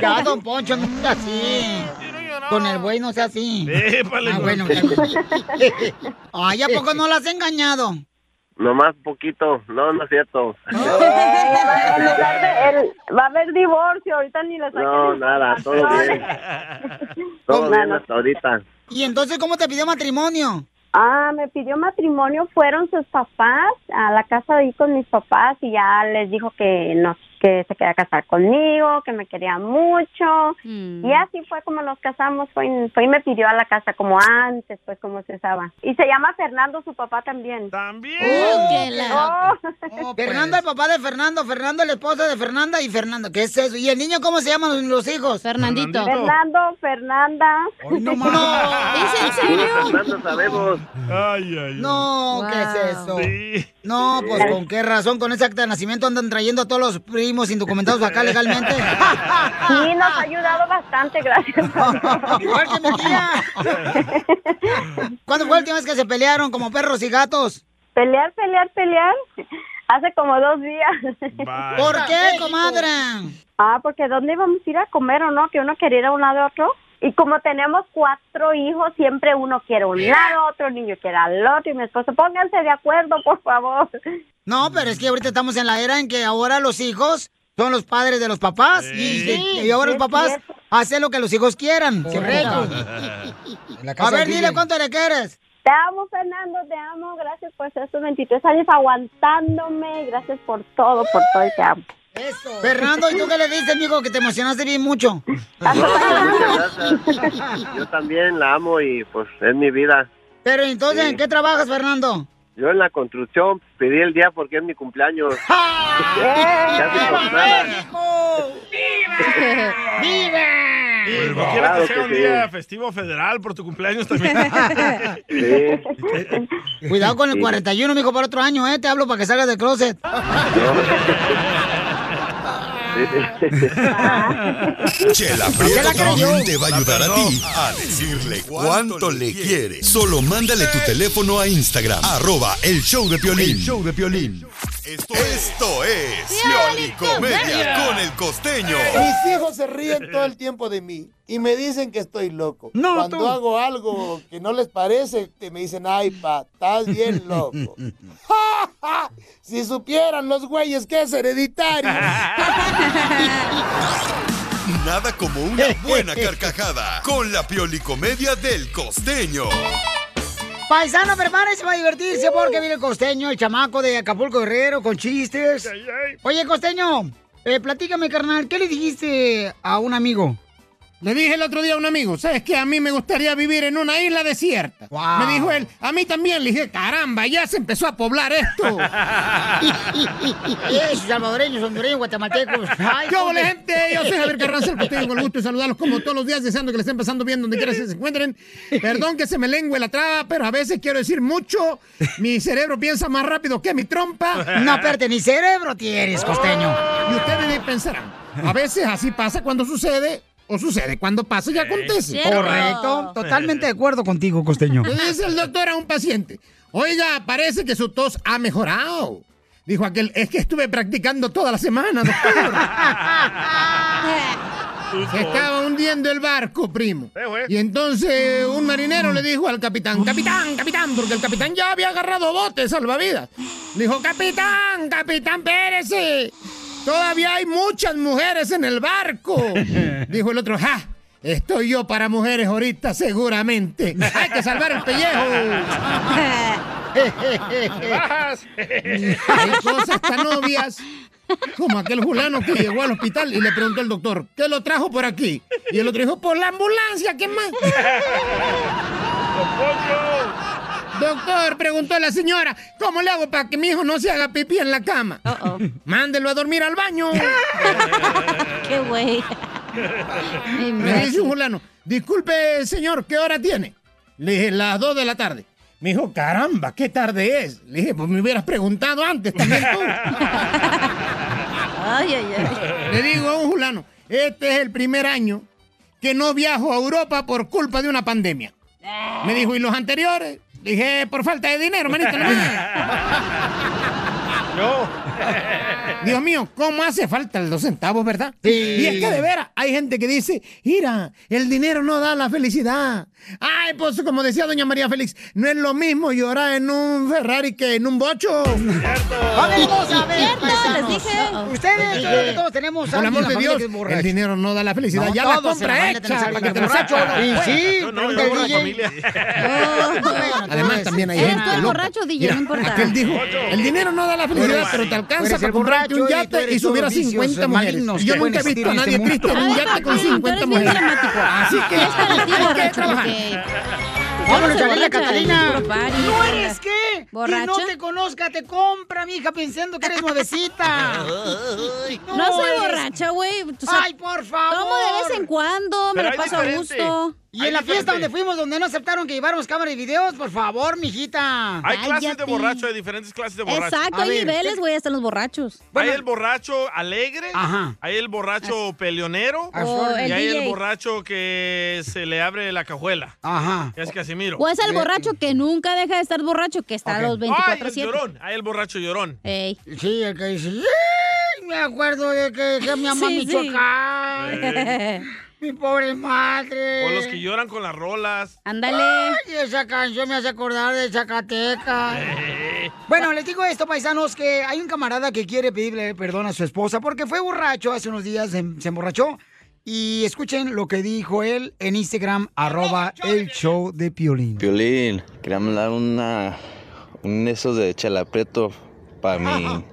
[SPEAKER 4] Ya, don Poncho, no es así. con el güey, no sea así.
[SPEAKER 5] Épale,
[SPEAKER 4] ah, bueno.
[SPEAKER 5] güey.
[SPEAKER 4] ya. Ay, ¿a poco no la has engañado?
[SPEAKER 11] Nomás poquito, no, no es cierto.
[SPEAKER 8] Eh, En lugar de- el- va a haber divorcio, ahorita ni la saqué.
[SPEAKER 11] No, nada, todo bien. Todo bien hasta ahorita.
[SPEAKER 4] ¿Y entonces cómo te pidió matrimonio?
[SPEAKER 8] Ah, me pidió matrimonio, fueron sus papás a la casa de ahí con mis papás y ya les dijo que no, que se quería casar conmigo, que me quería mucho. Y así fue como nos casamos, fue, en- fue y me pidió a la casa como antes, pues como se usaba. Y se llama Fernando, su papá también.
[SPEAKER 5] También.
[SPEAKER 4] Oh,
[SPEAKER 8] Oh,
[SPEAKER 4] Fernando, el papá de Fernando, Fernando, el esposo de Fernanda y Fernando. ¿Qué es eso? ¿Y el niño cómo se llaman los hijos?
[SPEAKER 6] Fernandito.
[SPEAKER 8] Fernando, Fernanda.
[SPEAKER 4] no más.
[SPEAKER 8] ¿Es en serio?
[SPEAKER 11] Fernando sabemos.
[SPEAKER 5] Ay, ay,
[SPEAKER 4] No, ¿qué es eso? No,
[SPEAKER 11] Sí.
[SPEAKER 4] pues con qué razón, con ese acta de nacimiento andan trayendo a todos los primos indocumentados acá legalmente.
[SPEAKER 8] Sí, nos ha ayudado bastante, gracias.
[SPEAKER 4] Igual que mi tía. ¿Cuándo fue la última vez que se pelearon como perros y gatos?
[SPEAKER 8] Pelear, pelear, pelear. Hace como dos días.
[SPEAKER 4] ¿Por qué, comadre?
[SPEAKER 8] Ah, porque ¿dónde íbamos a ir a comer o no? Que uno quiere ir a un lado a otro. Y como tenemos cuatro hijos, siempre uno quiere a un lado, otro niño quiere al otro. Y mi esposo, pónganse de acuerdo, por favor.
[SPEAKER 4] No, pero es que ahorita estamos en la era en que ahora los hijos son los padres de los papás y, y ahora
[SPEAKER 8] es
[SPEAKER 4] los papás
[SPEAKER 8] cierto.
[SPEAKER 4] hacen lo que los hijos quieran. se regan. A ver, dile cuánto le quieres.
[SPEAKER 8] Te amo, Fernando, te amo. Gracias por estos 23 años aguantándome. Gracias por todo, por todo. y Te amo.
[SPEAKER 4] Fernando, ¿y tú qué le dices, amigo? Que te emocionaste bien mucho.
[SPEAKER 11] Yo también la amo y pues es mi vida.
[SPEAKER 4] Pero entonces, ¿en qué trabajas, Fernando?
[SPEAKER 11] Yo en la construcción pedí el día porque es mi cumpleaños. Casi por nada.
[SPEAKER 4] ¡Viva!
[SPEAKER 5] Pues, quiero
[SPEAKER 11] Claro
[SPEAKER 5] que sea
[SPEAKER 11] que
[SPEAKER 5] un
[SPEAKER 11] sí.
[SPEAKER 5] día festivo federal por tu cumpleaños también.
[SPEAKER 4] Cuidado con el
[SPEAKER 5] Sí.
[SPEAKER 4] 41, mijo, para otro año, ¿eh? Te hablo para que salgas del closet.
[SPEAKER 2] Chela
[SPEAKER 4] Se
[SPEAKER 2] Prieto
[SPEAKER 4] la creyó.
[SPEAKER 2] también te va a ayudar a
[SPEAKER 1] La perdó.
[SPEAKER 2] ti a decirle cuánto le quiere. Solo mándale tu teléfono a Instagram, arroba el show de Piolín.
[SPEAKER 1] El
[SPEAKER 2] show de Piolín. Esto, esto es
[SPEAKER 1] Piolín
[SPEAKER 2] Comedia
[SPEAKER 1] Comedia.
[SPEAKER 2] con el Costeño.
[SPEAKER 17] Mis hijos se ríen todo el tiempo de mí y me dicen que estoy loco.
[SPEAKER 2] No,
[SPEAKER 17] Cuando
[SPEAKER 2] tú.
[SPEAKER 17] hago algo que no les parece, te- me dicen, ay, pa, estás bien loco. si supieran los güeyes que es hereditario.
[SPEAKER 2] Nada como una buena carcajada con la piolicomedia del Costeño.
[SPEAKER 4] Paisano, prepárense para divertirse porque viene el costeño, el chamaco de Acapulco Guerrero con chistes. Oye, costeño, eh, platícame, carnal, ¿qué le dijiste a un amigo?
[SPEAKER 16] Le dije el otro día a un amigo, ¿sabes qué? A mí me gustaría vivir en una isla desierta.
[SPEAKER 17] Ah.
[SPEAKER 16] Me dijo él, a mí también. Le dije, caramba, ya se empezó a poblar esto.
[SPEAKER 4] Esos salvadoreños, hondureños, guatemaltecos. Ay,
[SPEAKER 16] ¿Qué hola,
[SPEAKER 4] hombre.
[SPEAKER 16] gente? Yo soy Javier Carranza, el costeño, con el gusto de saludarlos como todos los días, deseando que les estén pasando bien donde quiera que se encuentren. Perdón que se me lengüe la traba, pero a veces quiero decir mucho. Mi cerebro piensa más rápido que mi trompa.
[SPEAKER 4] No, espérate, ni cerebro tienes, costeño.
[SPEAKER 16] Y ustedes pensarán, a veces así pasa cuando sucede, o sucede cuando pasa y acontece.
[SPEAKER 4] Correcto, totalmente de acuerdo contigo, costeño.
[SPEAKER 16] Le dice el doctor a un paciente, oiga, parece que su tos ha mejorado. Dijo aquel, es que estuve practicando toda la semana, doctor. Se estaba hundiendo el barco, primo. Y entonces un marinero le dijo al capitán, capitán, capitán, porque el capitán ya había agarrado bote salvavidas. Le dijo, capitán, capitán, espérese. Todavía hay muchas mujeres en el barco. Dijo el otro, ja, estoy yo para mujeres ahorita seguramente. Hay que salvar el pellejo. Hay cosas tan obvias. Como aquel fulano que llegó al hospital y le preguntó al doctor, ¿qué lo trajo por aquí? Y el otro dijo, por la ambulancia, ¿qué más? Doctor, preguntó la señora, ¿cómo le hago para que mi hijo no se haga pipí en la cama? Mándelo a dormir al baño. Qué güey. Me dice un fulano, disculpe, señor, ¿qué hora tiene? Le dije, las 2 de la tarde. Me dijo, caramba, qué tarde es. Le dije, pues me hubieras preguntado antes también tú. Le digo a un fulano, este es el primer año que no viajo a Europa por culpa de una pandemia. Me "Eh, dijo, ¿y los anteriores? Le dije, por falta de dinero, manito. nomás".
[SPEAKER 5] Yo.
[SPEAKER 16] Dios mío, ¿cómo hace falta los centavos, verdad? Y es que de veras, hay gente que dice, mira, el dinero no da la felicidad. Ay, pues como decía doña María Félix, no es lo mismo llorar en un Ferrari que en un bocho.
[SPEAKER 4] A ver, vamos a ver,
[SPEAKER 16] Cierto,
[SPEAKER 4] paisanos.
[SPEAKER 16] les dije.
[SPEAKER 4] Ustedes, yo creo que todos tenemos
[SPEAKER 16] Por Ah. el
[SPEAKER 4] alguien en
[SPEAKER 16] amor
[SPEAKER 4] la
[SPEAKER 16] de
[SPEAKER 4] familia
[SPEAKER 16] Dios,
[SPEAKER 4] que es borracho.
[SPEAKER 16] el dinero no da la felicidad.
[SPEAKER 4] No,
[SPEAKER 16] ya la
[SPEAKER 4] todos en la
[SPEAKER 16] compra
[SPEAKER 4] familia tenemos
[SPEAKER 16] hecha.
[SPEAKER 4] alguien
[SPEAKER 16] para que
[SPEAKER 4] que
[SPEAKER 16] te lo
[SPEAKER 4] es borracho,
[SPEAKER 16] saque.
[SPEAKER 4] ¿no?
[SPEAKER 16] Sí,
[SPEAKER 4] Yo no, yo borro
[SPEAKER 16] DJ.
[SPEAKER 4] familia.
[SPEAKER 16] Además, también hay
[SPEAKER 4] Eres
[SPEAKER 16] gente
[SPEAKER 4] tú el
[SPEAKER 16] loca.
[SPEAKER 4] borracho, DJ, no
[SPEAKER 16] Mira,
[SPEAKER 4] importa.
[SPEAKER 16] aquel dijo,
[SPEAKER 4] Ocho.
[SPEAKER 16] el dinero no da la felicidad,
[SPEAKER 4] Eres-
[SPEAKER 16] pero te alcanza
[SPEAKER 4] eres
[SPEAKER 16] para
[SPEAKER 4] el
[SPEAKER 16] comprarte un
[SPEAKER 4] borracho y tú
[SPEAKER 16] yate
[SPEAKER 4] eres
[SPEAKER 16] y subir a
[SPEAKER 4] todos los
[SPEAKER 16] 50
[SPEAKER 4] vicios
[SPEAKER 16] mujeres.
[SPEAKER 4] malignos
[SPEAKER 16] Yo
[SPEAKER 4] que
[SPEAKER 16] nunca he
[SPEAKER 4] pueden
[SPEAKER 16] visto a nadie
[SPEAKER 4] existir en este
[SPEAKER 16] triste en un
[SPEAKER 4] mundo.
[SPEAKER 16] yate con
[SPEAKER 4] Ay, tú eres
[SPEAKER 16] 50
[SPEAKER 4] bien
[SPEAKER 16] mujeres.
[SPEAKER 4] dramático.
[SPEAKER 16] Así que
[SPEAKER 4] Es para ti,
[SPEAKER 16] hay que
[SPEAKER 4] borracho,
[SPEAKER 16] trabajar.
[SPEAKER 4] Vámonos,
[SPEAKER 16] Eres
[SPEAKER 4] chavalita
[SPEAKER 16] borracha,
[SPEAKER 4] Catalina.
[SPEAKER 16] puro party.
[SPEAKER 4] ¿No eres qué?
[SPEAKER 6] ¿Borracha?
[SPEAKER 4] Que no te conozca, te compra, mija, pensando que eres nuevecita.
[SPEAKER 6] No, soy borracha, güey. O sea,
[SPEAKER 4] Ay, por favor.
[SPEAKER 6] Tomo de vez en cuando, me
[SPEAKER 4] Pero
[SPEAKER 6] la
[SPEAKER 4] hay
[SPEAKER 6] paso a
[SPEAKER 4] diferente.
[SPEAKER 6] gusto.
[SPEAKER 4] Y en la fiesta donde fuimos, donde no aceptaron que lleváramos cámara y videos, por favor, mijita.
[SPEAKER 5] Hay clases de borracho, hay diferentes clases de borracho.
[SPEAKER 6] Exacto, hay niveles, güey, hasta los borrachos.
[SPEAKER 5] hay el borracho alegre, hay el borracho peleonero
[SPEAKER 6] O
[SPEAKER 5] y
[SPEAKER 6] el
[SPEAKER 5] hay el
[SPEAKER 6] DJ.
[SPEAKER 5] borracho que se le abre la cajuela.
[SPEAKER 4] Ajá.
[SPEAKER 5] Es Casimiro.
[SPEAKER 6] O es el borracho que nunca deja de estar borracho, que está a los
[SPEAKER 5] Ay, el
[SPEAKER 6] 24-7.
[SPEAKER 5] llorón. Hay el borracho llorón.
[SPEAKER 6] Ey.
[SPEAKER 4] Sí, el que dice, "Ay, me acuerdo de que dejé a mi mamá en
[SPEAKER 5] Sí, sí.
[SPEAKER 4] Michoacán.
[SPEAKER 5] Eh.
[SPEAKER 4] Mi pobre madre.
[SPEAKER 5] O los que lloran con las rolas.
[SPEAKER 4] Ay, esa canción me hace acordar de Zacatecas.
[SPEAKER 5] Eh.
[SPEAKER 4] Bueno, les digo esto, paisanos, que hay un camarada que quiere pedirle perdón a su esposa porque fue borracho hace unos días, se, se emborrachó. Y escuchen lo que dijo él en Instagram, arroba el show de Piolín.
[SPEAKER 18] Piolín, quería mandar una. Un de esos de chalapreto para mi.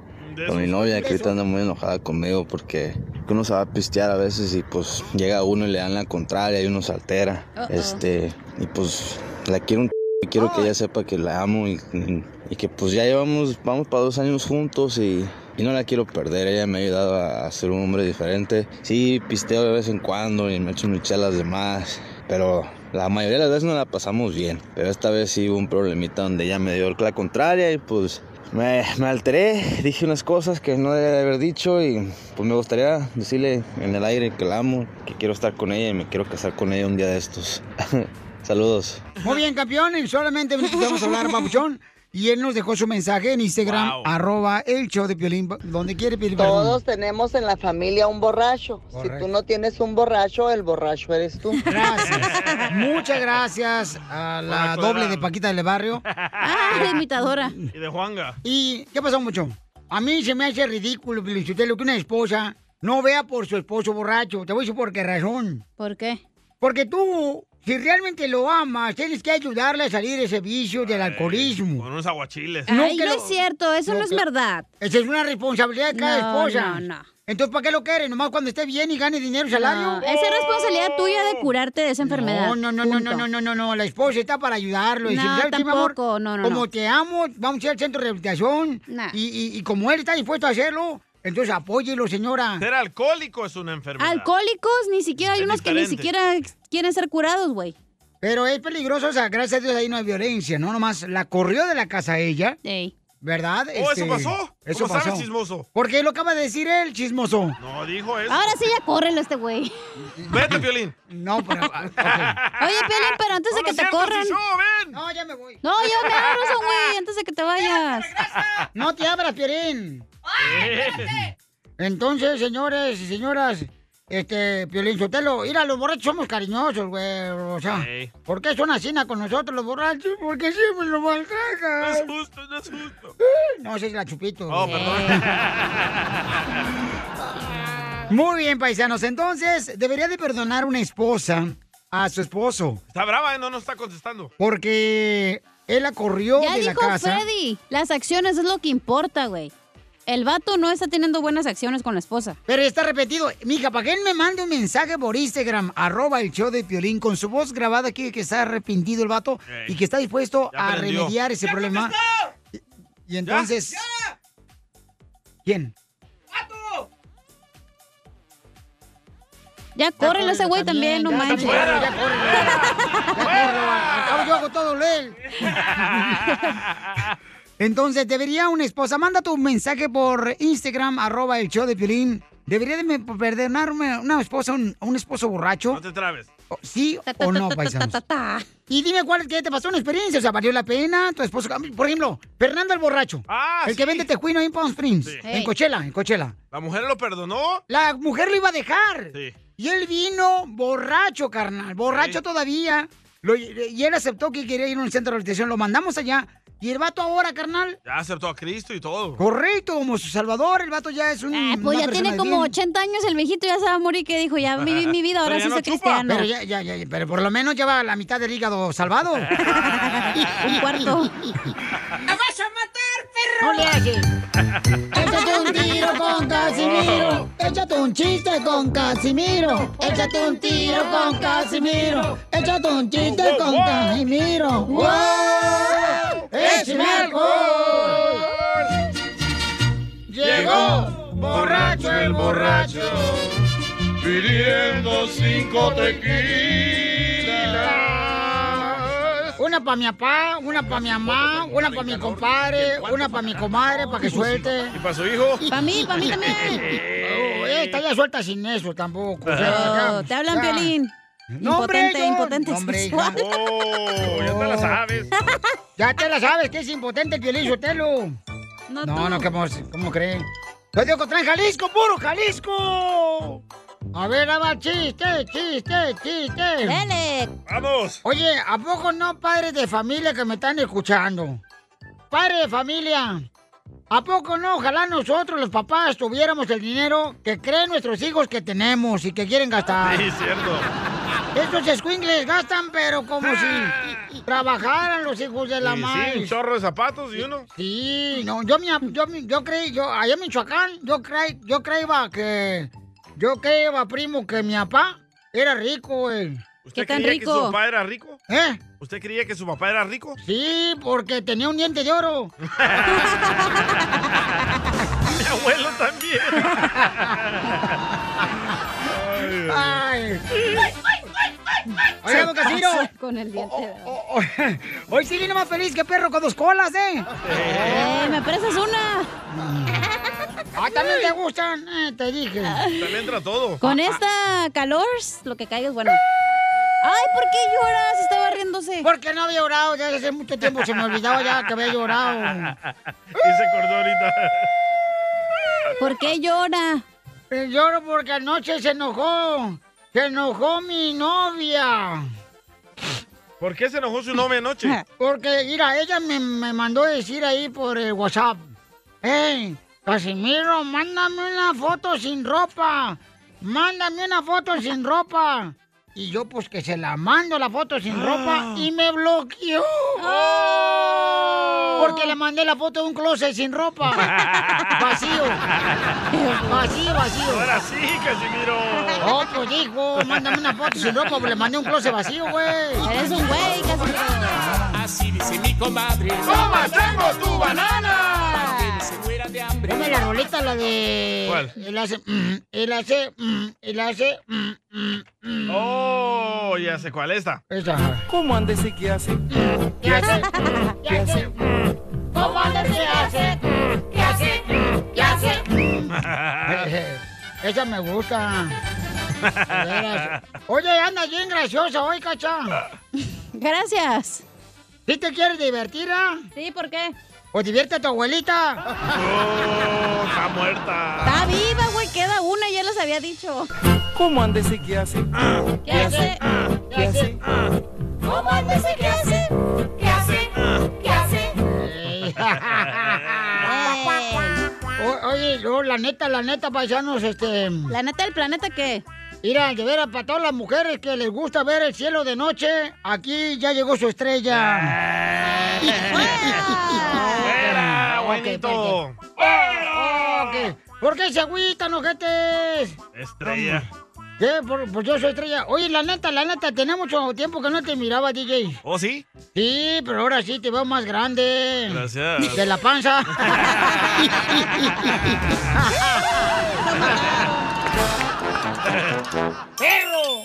[SPEAKER 18] Para mi novia, que ahorita anda muy enojada conmigo porque uno se va a pistear a veces y pues llega uno y le dan la contraria y uno se altera.
[SPEAKER 19] Uh-oh.
[SPEAKER 18] Este, y pues la quiero un ch- y quiero que ella sepa que la amo y, y- y que pues ya llevamos, vamos para dos años juntos y, y no la quiero perder. Ella me ha ayudado a, a ser un hombre diferente. Sí, pisteo de vez en cuando y me echo mis chelas de más, pero la mayoría de las veces no la pasamos bien. Pero esta vez sí hubo un problemita donde ella me dio la contraria y pues me, me alteré, dije unas cosas que no debía de haber dicho y pues me gustaría decirle en el aire que la amo, que quiero estar con ella y me quiero casar con ella un día de estos. Saludos.
[SPEAKER 4] Muy bien, campeón. En solamente minutos vamos a hablar, papuchón. Y él nos dejó su mensaje en Instagram, arroba el show de Piolín, donde quiere pedir perdón.
[SPEAKER 20] Todos tenemos en la familia un borracho.
[SPEAKER 4] Correcto.
[SPEAKER 20] Si tú no tienes un borracho, el borracho eres tú.
[SPEAKER 4] Gracias. Muchas gracias a la
[SPEAKER 5] Por
[SPEAKER 4] doble
[SPEAKER 5] aclararnos.
[SPEAKER 4] de Paquita del Barrio. Ah,
[SPEAKER 6] la imitadora.
[SPEAKER 5] Y de Juanga.
[SPEAKER 4] ¿Y qué pasó, mucho? A mí se me hace ridículo, lo que una esposa no vea por su esposo borracho. Te voy a decir por qué razón.
[SPEAKER 6] ¿Por qué?
[SPEAKER 4] Porque tú, si realmente lo amas, tienes que ayudarle a salir de ese vicio del alcoholismo.
[SPEAKER 5] Eh, Con unos aguachiles.
[SPEAKER 6] Ay, no es cierto, eso no es verdad.
[SPEAKER 4] Esa es una responsabilidad de cada
[SPEAKER 6] No, no,
[SPEAKER 4] esposa.
[SPEAKER 6] no.
[SPEAKER 4] Entonces, ¿para qué lo quieres? Nomás cuando esté bien y gane dinero y salario.
[SPEAKER 6] No, esa es responsabilidad tuya de curarte de esa enfermedad.
[SPEAKER 4] No, no, no, no, no, no, no, no, no, la esposa está para ayudarlo. y
[SPEAKER 6] No,
[SPEAKER 4] decirle, "¿Sabes qué, mi amor?
[SPEAKER 6] tampoco, no, no,
[SPEAKER 4] Como
[SPEAKER 6] no.
[SPEAKER 4] te amo, vamos a ir al centro de rehabilitación.
[SPEAKER 6] Nah.
[SPEAKER 4] Y, y- y como él está dispuesto a hacerlo, entonces apóyelo, señora.
[SPEAKER 5] Ser alcohólico es una enfermedad.
[SPEAKER 6] Alcohólicos, ni siquiera hay
[SPEAKER 5] Es
[SPEAKER 6] unos que ni
[SPEAKER 5] diferente.
[SPEAKER 6] siquiera quieren ser curados, güey.
[SPEAKER 4] Pero es peligroso, o sea, gracias a Dios ahí no hay violencia, ¿no? Nomás la corrió de la casa ella. ¿Verdad?
[SPEAKER 5] Oh, ¿eso pasó?
[SPEAKER 4] Este, Eso
[SPEAKER 5] ¿Cómo
[SPEAKER 4] pasó.
[SPEAKER 5] sabes, chismoso?
[SPEAKER 4] Porque lo acaba de decir él, chismoso.
[SPEAKER 5] No dijo eso.
[SPEAKER 6] Ahora sí ya córrelo este güey.
[SPEAKER 5] Vete, Piolín.
[SPEAKER 4] No, pero.
[SPEAKER 6] Oye, Piolín, pero antes de que te corran.
[SPEAKER 4] No, ya me voy.
[SPEAKER 6] No, yo me abro eso, güey, antes de que te vayas.
[SPEAKER 4] No te abras, Piolín. Entonces, señores y señoras, este, Piolín Sotelo, mira, los borrachos somos cariñosos, güey, o sea,
[SPEAKER 5] Ey.
[SPEAKER 4] ¿por qué son así na, con nosotros los borrachos? ¿Por qué siempre los maltratan?
[SPEAKER 5] No es justo, no es justo.
[SPEAKER 4] No, ese es la chupito.
[SPEAKER 5] Oh, perdón.
[SPEAKER 4] Muy bien, paisanos, entonces, debería de perdonar una esposa a su esposo,
[SPEAKER 5] Está brava, ¿eh? no nos está contestando.
[SPEAKER 4] porque él la corrió
[SPEAKER 6] Ya
[SPEAKER 4] de la
[SPEAKER 6] dijo
[SPEAKER 4] casa.
[SPEAKER 6] Freddy, las acciones es lo que importa, güey. El vato no está teniendo buenas acciones con la esposa.
[SPEAKER 4] Pero está repetido. Mija, para que él me mande un mensaje por Instagram, arroba el show de Piolín, con su voz grabada aquí, que está arrepentido el vato
[SPEAKER 5] Ey.
[SPEAKER 4] y que está dispuesto
[SPEAKER 5] Ya
[SPEAKER 4] a
[SPEAKER 5] aprendió.
[SPEAKER 4] remediar ese problema. Y, y entonces... ¿Quién?
[SPEAKER 6] Ya córrelo ese güey también, no manches.
[SPEAKER 4] Ya córrelo, ya córrelo. Al cabo yo hago todo él. Entonces, debería una esposa, manda tu mensaje por Instagram, arroba el show de Piolín. ¿Debería de me- perdonar una, una esposa, un, un esposo borracho?
[SPEAKER 5] No te trabes.
[SPEAKER 4] ¿Sí o no, paisanos? Y dime cuál es que te pasó una experiencia. O sea, ¿valió la pena? Tu esposo. Por ejemplo, Fernando el borracho. el que vende tejuino ahí en Palm Springs.
[SPEAKER 5] Ah, Sí.
[SPEAKER 4] En Cochela, en Cochela.
[SPEAKER 5] ¿La mujer lo perdonó?
[SPEAKER 4] La mujer lo iba a dejar.
[SPEAKER 5] Sí.
[SPEAKER 4] Y él vino borracho, carnal. Borracho todavía. Lo- y él aceptó que quería ir a un centro de rehabilitación. Lo mandamos allá. Y el vato ahora, carnal,
[SPEAKER 5] Ya aceptó a Cristo y todo.
[SPEAKER 4] Correcto, como su salvador, el vato ya es un. Ah,
[SPEAKER 6] Pues ya tiene como 80 años el viejito, ya se va a morir, que dijo, ya viví mi vida, ahora sí soy cristiano.
[SPEAKER 4] Pero, ya, ya, ya, pero por lo menos ya va la mitad del hígado salvado. un
[SPEAKER 6] cuarto.
[SPEAKER 4] ¡La vas a matar, perro! ¡No le haces! Échate un tiro con
[SPEAKER 6] Oh.
[SPEAKER 4] Casimiro. Échate un chiste con Casimiro. Échate un tiro con Casimiro. Échate un chiste con Casimiro. ¡Wow! ¡Échame alcohol!
[SPEAKER 12] Llegó borracho el borracho pidiendo cinco tequilas.
[SPEAKER 4] Una para mi papá, una para mi mamá, una para mi compadre, una para mi comadre, para que suelte.
[SPEAKER 5] ¿Y para su hijo?
[SPEAKER 4] Para mí, para mí también. Oh, esta ya suelta sin eso tampoco.
[SPEAKER 6] Oh, te hablan, Piolín. Impotente, impotente sexual.
[SPEAKER 4] Oh, ya te la sabes. Ya te la sabes que es impotente el Piolín Sotelo.
[SPEAKER 6] No,
[SPEAKER 4] No,
[SPEAKER 6] tú.
[SPEAKER 4] no, ¿cómo, cómo creen? ¡Soy de Ocotlán, Jalisco, puro Jalisco! A ver, ahí va, chiste, chiste, chiste.
[SPEAKER 6] Dele.
[SPEAKER 4] ¡Vamos! Oye, ¿a poco no padres de familia que me están escuchando? Padres de familia, ¿a poco no? Ojalá nosotros, los papás, tuviéramos el dinero que creen nuestros hijos que tenemos y que quieren gastar.
[SPEAKER 5] Sí, cierto.
[SPEAKER 4] Estos escuingles gastan, pero como si trabajaran los hijos de la
[SPEAKER 5] Ah. Y
[SPEAKER 4] madre.
[SPEAKER 5] sí, un chorro de zapatos y uno.
[SPEAKER 4] Sí, no, yo, mi, yo, mi- yo creí, yo, allá en Michoacán, yo creí, yo creí, va, que, yo creí, va, primo, que mi papá era rico, güey.
[SPEAKER 5] ¿Usted creía que su papá era rico?
[SPEAKER 4] ¿Eh?
[SPEAKER 5] ¿Usted creía que su papá era rico?
[SPEAKER 4] Sí, porque tenía un diente de oro.
[SPEAKER 5] Mi abuelo también.
[SPEAKER 4] Ay.
[SPEAKER 12] Se
[SPEAKER 4] Oiga, don Casimiro. Oh,
[SPEAKER 12] pasa
[SPEAKER 6] Con el diente.
[SPEAKER 4] Hoy sí viene más feliz que perro con dos colas, ¿eh?
[SPEAKER 6] Eh, me prestas una.
[SPEAKER 4] Ah, también te gustan, eh, te dije. Ah,
[SPEAKER 5] También entra todo. Ah,
[SPEAKER 6] Con esta calor, lo que caiga es bueno. Ay, ¿por qué lloras? Estaba riéndose.
[SPEAKER 4] Porque no había llorado, ya hace mucho tiempo se me olvidaba ya que había llorado.
[SPEAKER 5] y se acordó ahorita.
[SPEAKER 6] ¿Por qué llora?
[SPEAKER 4] Pues lloro porque anoche se enojó. Se enojó mi novia.
[SPEAKER 5] ¿Por qué se enojó su novia anoche?
[SPEAKER 4] Porque, mira, ella me, me mandó decir ahí por el WhatsApp. ¡Ey, Casimiro, mándame una foto sin ropa! ¡Mándame una foto sin ropa! Y yo, pues, que se la mando la foto sin
[SPEAKER 12] Ah.
[SPEAKER 4] ropa y me bloqueó.
[SPEAKER 12] Ah.
[SPEAKER 4] Porque le mandé la foto de un closet sin ropa. Vacío. Vacío, vacío.
[SPEAKER 12] Ahora sí, Casimiro.
[SPEAKER 4] Oh, pues dijo, mándame una foto sin ropa, pues le mandé un closet vacío, güey.
[SPEAKER 6] Eres un güey,
[SPEAKER 12] Así dice mi comadre.
[SPEAKER 4] Toma, chango, tu
[SPEAKER 12] banana. Que no se muera de hambre.
[SPEAKER 4] Dame la rolita, la de.
[SPEAKER 12] ¿Cuál?
[SPEAKER 4] Él hace. mm, él hace. mm, él hace. mm.
[SPEAKER 5] Oh, ya sé cuál esta.
[SPEAKER 4] Esa.
[SPEAKER 12] ¿Cómo anda ese que hace?
[SPEAKER 4] ¿Qué hace?
[SPEAKER 12] ¿Qué hace?
[SPEAKER 4] ¿Cómo anda ese que hace?
[SPEAKER 12] ¿Qué hace? ¿Qué hace?
[SPEAKER 4] Esa me gusta. De veras. Oye, anda bien graciosa hoy, cacha.
[SPEAKER 6] Gracias.
[SPEAKER 4] ¿Sí te quieres divertir, ah?
[SPEAKER 6] Sí, ¿por qué?
[SPEAKER 4] O Pues divierte a tu abuelita.
[SPEAKER 5] Oh, está muerta.
[SPEAKER 6] Está viva, güey. Queda una, ya les había dicho.
[SPEAKER 12] ¿Cómo anda ese que hace?
[SPEAKER 6] ¿Qué hace?
[SPEAKER 12] ¿Qué hace?
[SPEAKER 6] ¿Cómo anda ese que hace?
[SPEAKER 12] ¿Qué hace?
[SPEAKER 6] ¿Qué hace? Eh.
[SPEAKER 4] O- oye, no, la neta, la neta, paisanos, este.
[SPEAKER 6] ¿La neta del planeta qué?
[SPEAKER 4] Mira, de veras, para todas las mujeres que les gusta ver el cielo de noche, aquí ya llegó su estrella.
[SPEAKER 6] Eh.
[SPEAKER 4] ¡Fuera,
[SPEAKER 5] buenito!
[SPEAKER 4] ¿Por qué se agüitan, ojetes?
[SPEAKER 5] Estrella.
[SPEAKER 4] ¿Qué? Por, por yo soy estrella. Oye, la neta, la neta, tenía mucho tiempo que no te miraba, DJ.
[SPEAKER 5] ¿Oh, sí?
[SPEAKER 4] Sí, pero ahora sí te veo más grande.
[SPEAKER 5] Gracias.
[SPEAKER 4] De la panza. ¡Perro!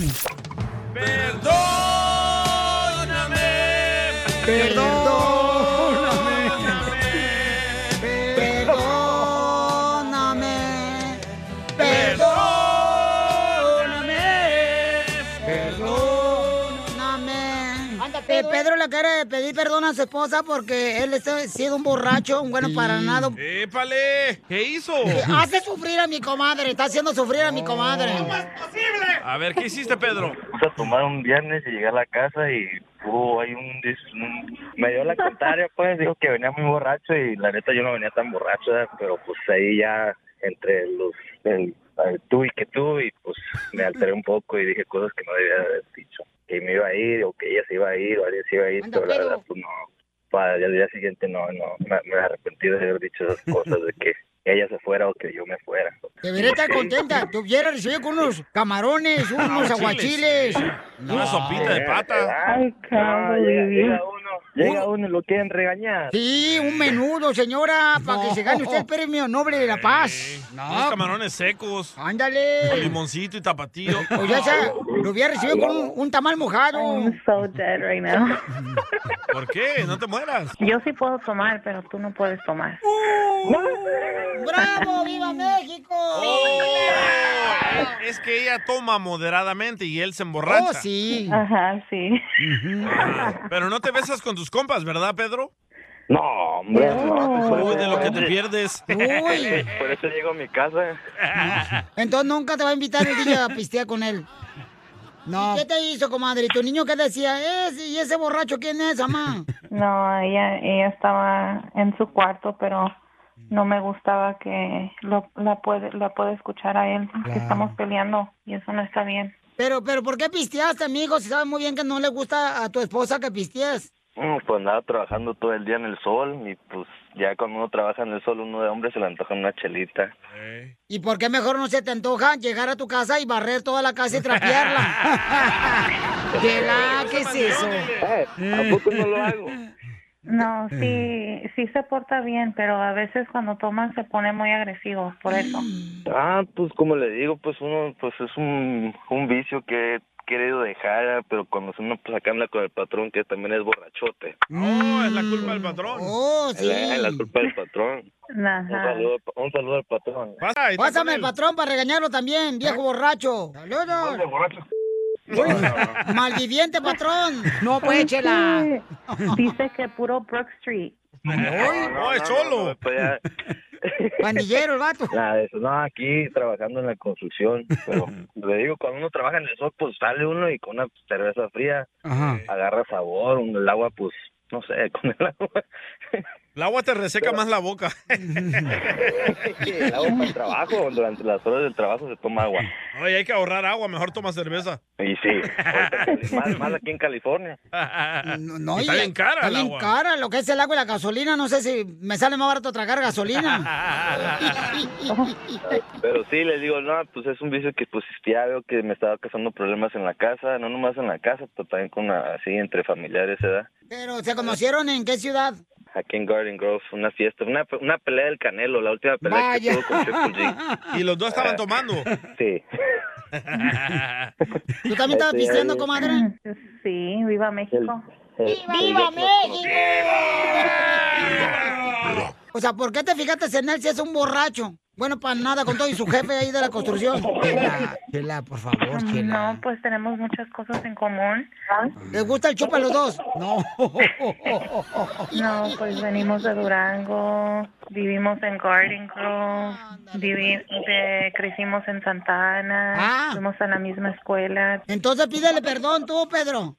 [SPEAKER 12] Perdóname.
[SPEAKER 4] Perdóname.
[SPEAKER 12] Perdóname.
[SPEAKER 4] Perdóname. Pe- Eh, Pedro le quiere pedir perdón a su esposa porque él ha sido un borracho, un bueno para nada.
[SPEAKER 5] ¡Épale! ¿Qué hizo?
[SPEAKER 4] Hace sufrir a mi comadre, está haciendo sufrir a mi comadre.
[SPEAKER 5] A ver, ¿qué hiciste, Pedro?
[SPEAKER 19] Vamos a tomar un viernes y llegué a la casa y hubo ahí un, dis- un- Me dio la contraria, pues, dijo que venía muy borracho y la neta yo no venía tan borracho, ¿verdad? pero pues ahí ya entre los... el- el tú y que tú y pues me alteré un poco y dije cosas que no debía haber dicho. Que me iba a ir o que ella se iba a ir o alguien se iba a ir, pero la verdad pues no. Para el día siguiente no, no, me, me arrepentí de haber dicho esas cosas, de que ella se fuera o que yo me fuera.
[SPEAKER 4] Debería estar contenta, te hubiera recibido con unos camarones, unos aguachiles.
[SPEAKER 5] Una sopita
[SPEAKER 19] Ah,
[SPEAKER 5] de pata.
[SPEAKER 19] Ay, cabrón. Llega, llega uno, llega uno y lo quieren regañar.
[SPEAKER 4] Sí, un menudo, señora, para que se gane usted el premio Noble de la Paz.
[SPEAKER 5] Unos camarones secos. Con
[SPEAKER 4] Ándale.
[SPEAKER 5] limoncito y tapatío.
[SPEAKER 4] O ya sea, lo hubiera recibido con un, un tamal mojado.
[SPEAKER 21] so dead right now.
[SPEAKER 5] ¿Por qué? No te mueras.
[SPEAKER 21] Yo sí puedo tomar, pero tú no puedes tomar.
[SPEAKER 4] ¡Bravo! ¡Viva México!
[SPEAKER 5] Oh, Es que ella toma moderadamente y él se emborracha.
[SPEAKER 20] Oh,
[SPEAKER 4] Oh,
[SPEAKER 21] Ajá, sí.
[SPEAKER 5] Ah, Pero no te besas con tus compas, ¿verdad, Pedro?
[SPEAKER 19] No, hombre, no. pues,
[SPEAKER 5] Uy, de lo que te pierdes.
[SPEAKER 4] Uy.
[SPEAKER 19] Por eso llego a mi casa.
[SPEAKER 4] Entonces nunca te va a invitar el día a pistear con él. No. ¿Qué te hizo, comadre? ¿Y tu niño qué decía? ¿Ese, ¿Y ese borracho quién es, mamá?
[SPEAKER 21] No, ella, ella estaba en su cuarto, pero no me gustaba que lo, la puede, la pueda escuchar a él, que estamos peleando y eso no está bien.
[SPEAKER 4] Pero, pero, ¿por qué pisteaste, amigo? Si sabes muy bien que no le gusta a tu esposa que pistees.
[SPEAKER 19] Mm, Pues andaba trabajando todo el día en el sol y pues ya cuando uno trabaja en el sol, uno de hombre se le antoja una chelita.
[SPEAKER 4] ¿Y por qué mejor no se te antoja llegar a tu casa y barrer toda la casa y trapearla? ¿Qué, la, ¿Qué es eso?
[SPEAKER 12] Eh,
[SPEAKER 19] no lo hago?
[SPEAKER 21] No, sí, sí se porta bien, pero a veces cuando toman se pone muy agresivo, por eso.
[SPEAKER 19] Ah, pues como le digo, pues uno, pues es un, un vicio que he querido dejar, pero cuando uno pues acá anda con el patrón que también es borrachote.
[SPEAKER 5] No, es la culpa del patrón.
[SPEAKER 4] Mm. Oh,
[SPEAKER 19] Es la, es la culpa del patrón. Un saludo, un saludo al patrón.
[SPEAKER 4] Pásame el patrón para regañarlo también,
[SPEAKER 19] ¿Eh?
[SPEAKER 4] viejo borracho. Saludos. Malviviente patrón. No, pues, chela.
[SPEAKER 21] Dice que puro Brook Street.
[SPEAKER 5] No, es solo.
[SPEAKER 19] pues, ya-
[SPEAKER 4] Pandillero el vato.
[SPEAKER 19] Nada de eso. No, aquí trabajando en la construcción. Pero le digo, cuando uno trabaja en el sol, pues sale uno y con una cerveza fría
[SPEAKER 5] Ajá.
[SPEAKER 19] agarra sabor. un- El agua, pues, no sé, con el agua.
[SPEAKER 5] El agua te reseca más la boca.
[SPEAKER 19] El agua para el trabajo. Durante las horas del trabajo se toma agua.
[SPEAKER 5] Oye, hay que ahorrar agua, mejor toma cerveza.
[SPEAKER 19] Y sí, pues. ahorita, más, más aquí en California.
[SPEAKER 4] No,
[SPEAKER 19] Está
[SPEAKER 4] y-
[SPEAKER 19] bien cara
[SPEAKER 4] Está
[SPEAKER 19] el
[SPEAKER 4] bien
[SPEAKER 19] agua.
[SPEAKER 4] cara lo que es el agua y la gasolina. No sé si me sale más barato tragar gasolina.
[SPEAKER 19] Pero sí, les digo, no, pues es un vicio que pues ya veo que me estaba causando problemas en la casa, no nomás en la casa, pero también con la- así entre familiares, ¿verdad?
[SPEAKER 4] Pero, ¿se conocieron en qué ciudad?
[SPEAKER 19] Aquí en Garden Grove, una fiesta, una, una pelea del Canelo, la última pelea
[SPEAKER 4] Vaya.
[SPEAKER 19] que tuvo con Triple G.
[SPEAKER 5] Y los dos estaban tomando.
[SPEAKER 19] Sí.
[SPEAKER 4] ¿Tú también estabas pisteando, comadre?
[SPEAKER 21] Sí, viva México.
[SPEAKER 4] ¡Viva México! O sea, ¿por qué te fijaste en él si es un borracho? Bueno, para nada, con todo y su jefe ahí de la construcción. Chela, chela, por favor, chela.
[SPEAKER 21] No, pues tenemos muchas cosas en común.
[SPEAKER 4] ¿Les gusta el chupa a los dos? No.
[SPEAKER 21] No, pues venimos de Durango, vivimos en Garden Grove, vivi-
[SPEAKER 4] pues.
[SPEAKER 21] de- crecimos en Santana, fuimos a la misma escuela.
[SPEAKER 4] Ah. Entonces pídele perdón tú, Pedro.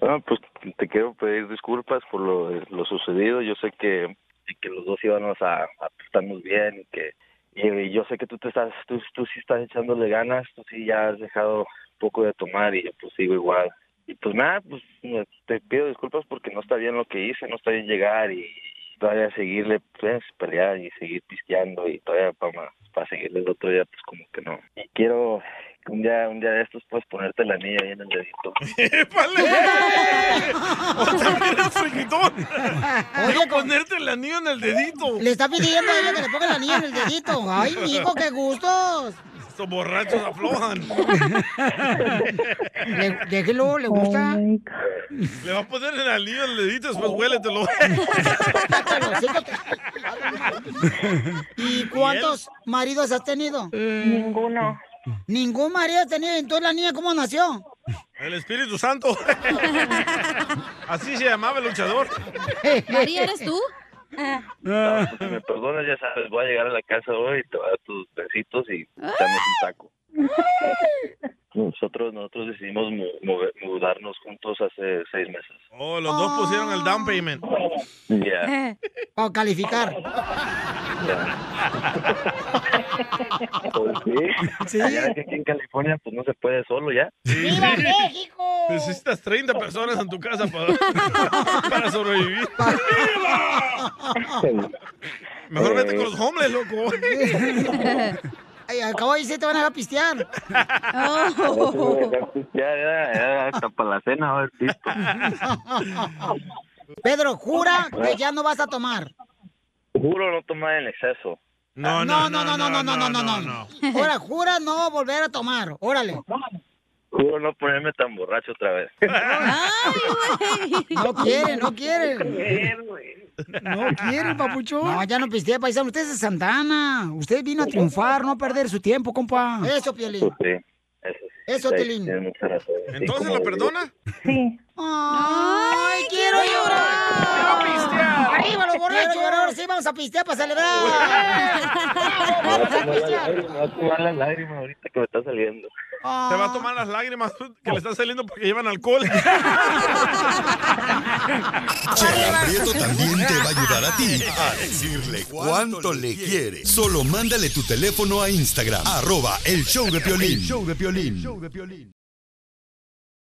[SPEAKER 19] No, pues te quiero pedir disculpas por lo, lo sucedido. Yo sé que, que los dos íbamos a, a estarnos bien y que y yo sé que tú te estás, tú, tú sí estás echándole ganas, tú sí ya has dejado un poco de tomar y yo pues sigo igual. Y pues nada, pues me- te pido disculpas porque no está bien lo que hice, no está bien llegar y todavía seguirle, pues pelear y seguir pisteando y todavía para, para seguirle el otro día, pues como que no. Y quiero un día, un día de estos puedes ponerte la anilla ahí en el dedito.
[SPEAKER 5] Oye, ponerte el anillo en el dedito.
[SPEAKER 4] Le está pidiendo a ella que le ponga el anillo en el dedito. Ay, mijo, qué gustos.
[SPEAKER 5] Estos borrachos aflojan.
[SPEAKER 4] Le- déjelo, le gusta.
[SPEAKER 5] Le va a poner el anillo en el dedito, después huéletelo.
[SPEAKER 4] ¿Y cuántos maridos has tenido? Ninguno. ¿Ningún marido has tenido? Entonces la niña, ¿cómo nació?
[SPEAKER 5] El Espíritu Santo. Así se llamaba el luchador.
[SPEAKER 6] María, ¿eres tú?
[SPEAKER 19] No, pues, si me perdonas, ya sabes, voy a llegar a la casa hoy y te voy a dar tus besitos y echamos un taco. Nosotros, nosotros decidimos mu- mover- mudarnos juntos hace seis meses.
[SPEAKER 5] Oh, los dos pusieron el down payment.
[SPEAKER 19] Ya.
[SPEAKER 4] Para calificar.
[SPEAKER 19] Pues sí. Ya que aquí en California pues no se puede solo ya.
[SPEAKER 5] ¡Viva México! Necesitas 30 personas en tu casa para, para sobrevivir. Mejor vete con los homeless, loco.
[SPEAKER 4] Ay, al cabo ahí se te van a dejar pistear.
[SPEAKER 6] Oh.
[SPEAKER 19] Ya, ya, ya, hasta para la cena, a ver, listo.
[SPEAKER 4] Pedro, jura que ya no vas a tomar.
[SPEAKER 19] Juro no tomar en exceso.
[SPEAKER 5] No,
[SPEAKER 4] No, no, no, no, no, no, no, no. Ahora, jura no volver a tomar. Órale.
[SPEAKER 19] Juro no ponerme tan borracho otra vez.
[SPEAKER 4] No quiere, no quiere. No quiere, papuchón. No, ya no pistea, paisano. Usted es de Santana. Usted vino a triunfar, no a perder su tiempo, compa. Eso, Piolín.
[SPEAKER 19] Pues sí, eso sí.
[SPEAKER 4] Eso,
[SPEAKER 19] Sí,
[SPEAKER 4] Tilín.
[SPEAKER 19] tienes mucha razón. Sí,
[SPEAKER 5] ¿Entonces la
[SPEAKER 19] como digo.
[SPEAKER 5] perdona?
[SPEAKER 4] ¡Ay, quiero llorar! ¡Quiero pistear! ¡Arriba los borrachos! Ahora sí vamos a pistear para celebrar.
[SPEAKER 19] Me va a tomar las lágrimas, me va a tomar las lágrimas ahorita que me está saliendo.
[SPEAKER 5] Te va a tomar las lágrimas que le están saliendo porque llevan alcohol.
[SPEAKER 2] Chela Prieto también te va a ayudar a ti a decirle cuánto le quiere. Solo mándale tu teléfono a Instagram, arroba el show de Piolín.
[SPEAKER 22] El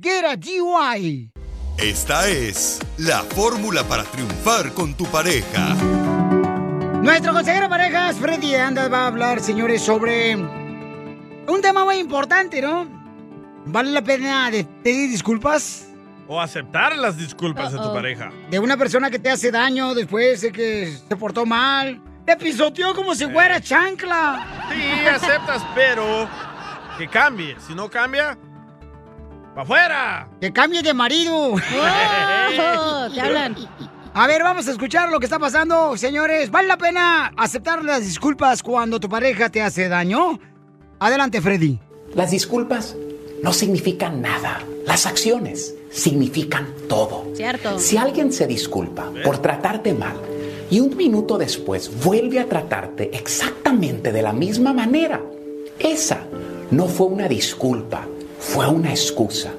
[SPEAKER 4] get a GY.
[SPEAKER 2] Esta es la fórmula para triunfar con tu pareja.
[SPEAKER 4] Nuestro consejero de parejas, Freddy Andas, va a hablar, señores, sobre un tema muy importante, ¿no? ¿Vale la pena de pedir disculpas
[SPEAKER 5] O aceptar las disculpas de
[SPEAKER 4] Uh-oh.
[SPEAKER 5] tu pareja.
[SPEAKER 4] de una persona que te hace daño después de que se portó mal? Te pisoteó como
[SPEAKER 5] Eh.
[SPEAKER 4] si fuera chancla.
[SPEAKER 5] Sí, aceptas, pero que cambie. Si no cambia, ¡pa' afuera!
[SPEAKER 4] Que cambie de marido.
[SPEAKER 5] ¡Oh! Te hablan.
[SPEAKER 4] A ver, vamos a escuchar lo que está pasando, señores. ¿Vale la pena aceptar las disculpas cuando tu pareja te hace daño? Adelante, Freddy.
[SPEAKER 23] Las disculpas no significan nada. Las acciones significan todo.
[SPEAKER 6] Cierto.
[SPEAKER 23] Si alguien se disculpa por tratarte mal y un minuto después vuelve a tratarte exactamente de la misma manera, esa no fue una disculpa, fue una excusa.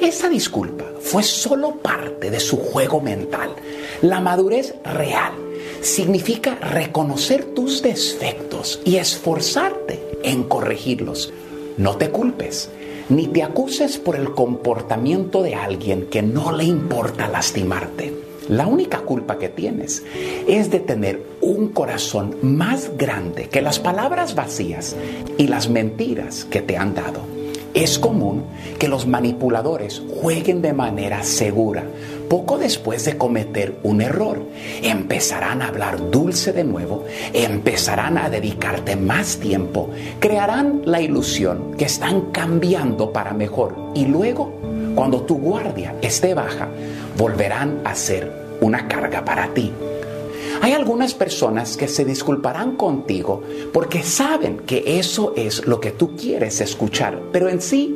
[SPEAKER 23] Esa disculpa fue solo parte de su juego mental. La madurez real significa reconocer tus defectos y esforzarte en corregirlos. No te culpes, ni te acuses por el comportamiento de alguien que no le importa lastimarte. La única culpa que tienes es de tener un corazón más grande que las palabras vacías y las mentiras que te han dado. Es común que los manipuladores jueguen de manera segura. Poco después de cometer un error, empezarán a hablar dulce de nuevo, empezarán a dedicarte más tiempo, crearán la ilusión que están cambiando para mejor y luego, cuando tu guardia esté baja, volverán a ser una carga para ti. Hay algunas personas que se disculparán contigo porque saben que eso es lo que tú quieres escuchar, pero en sí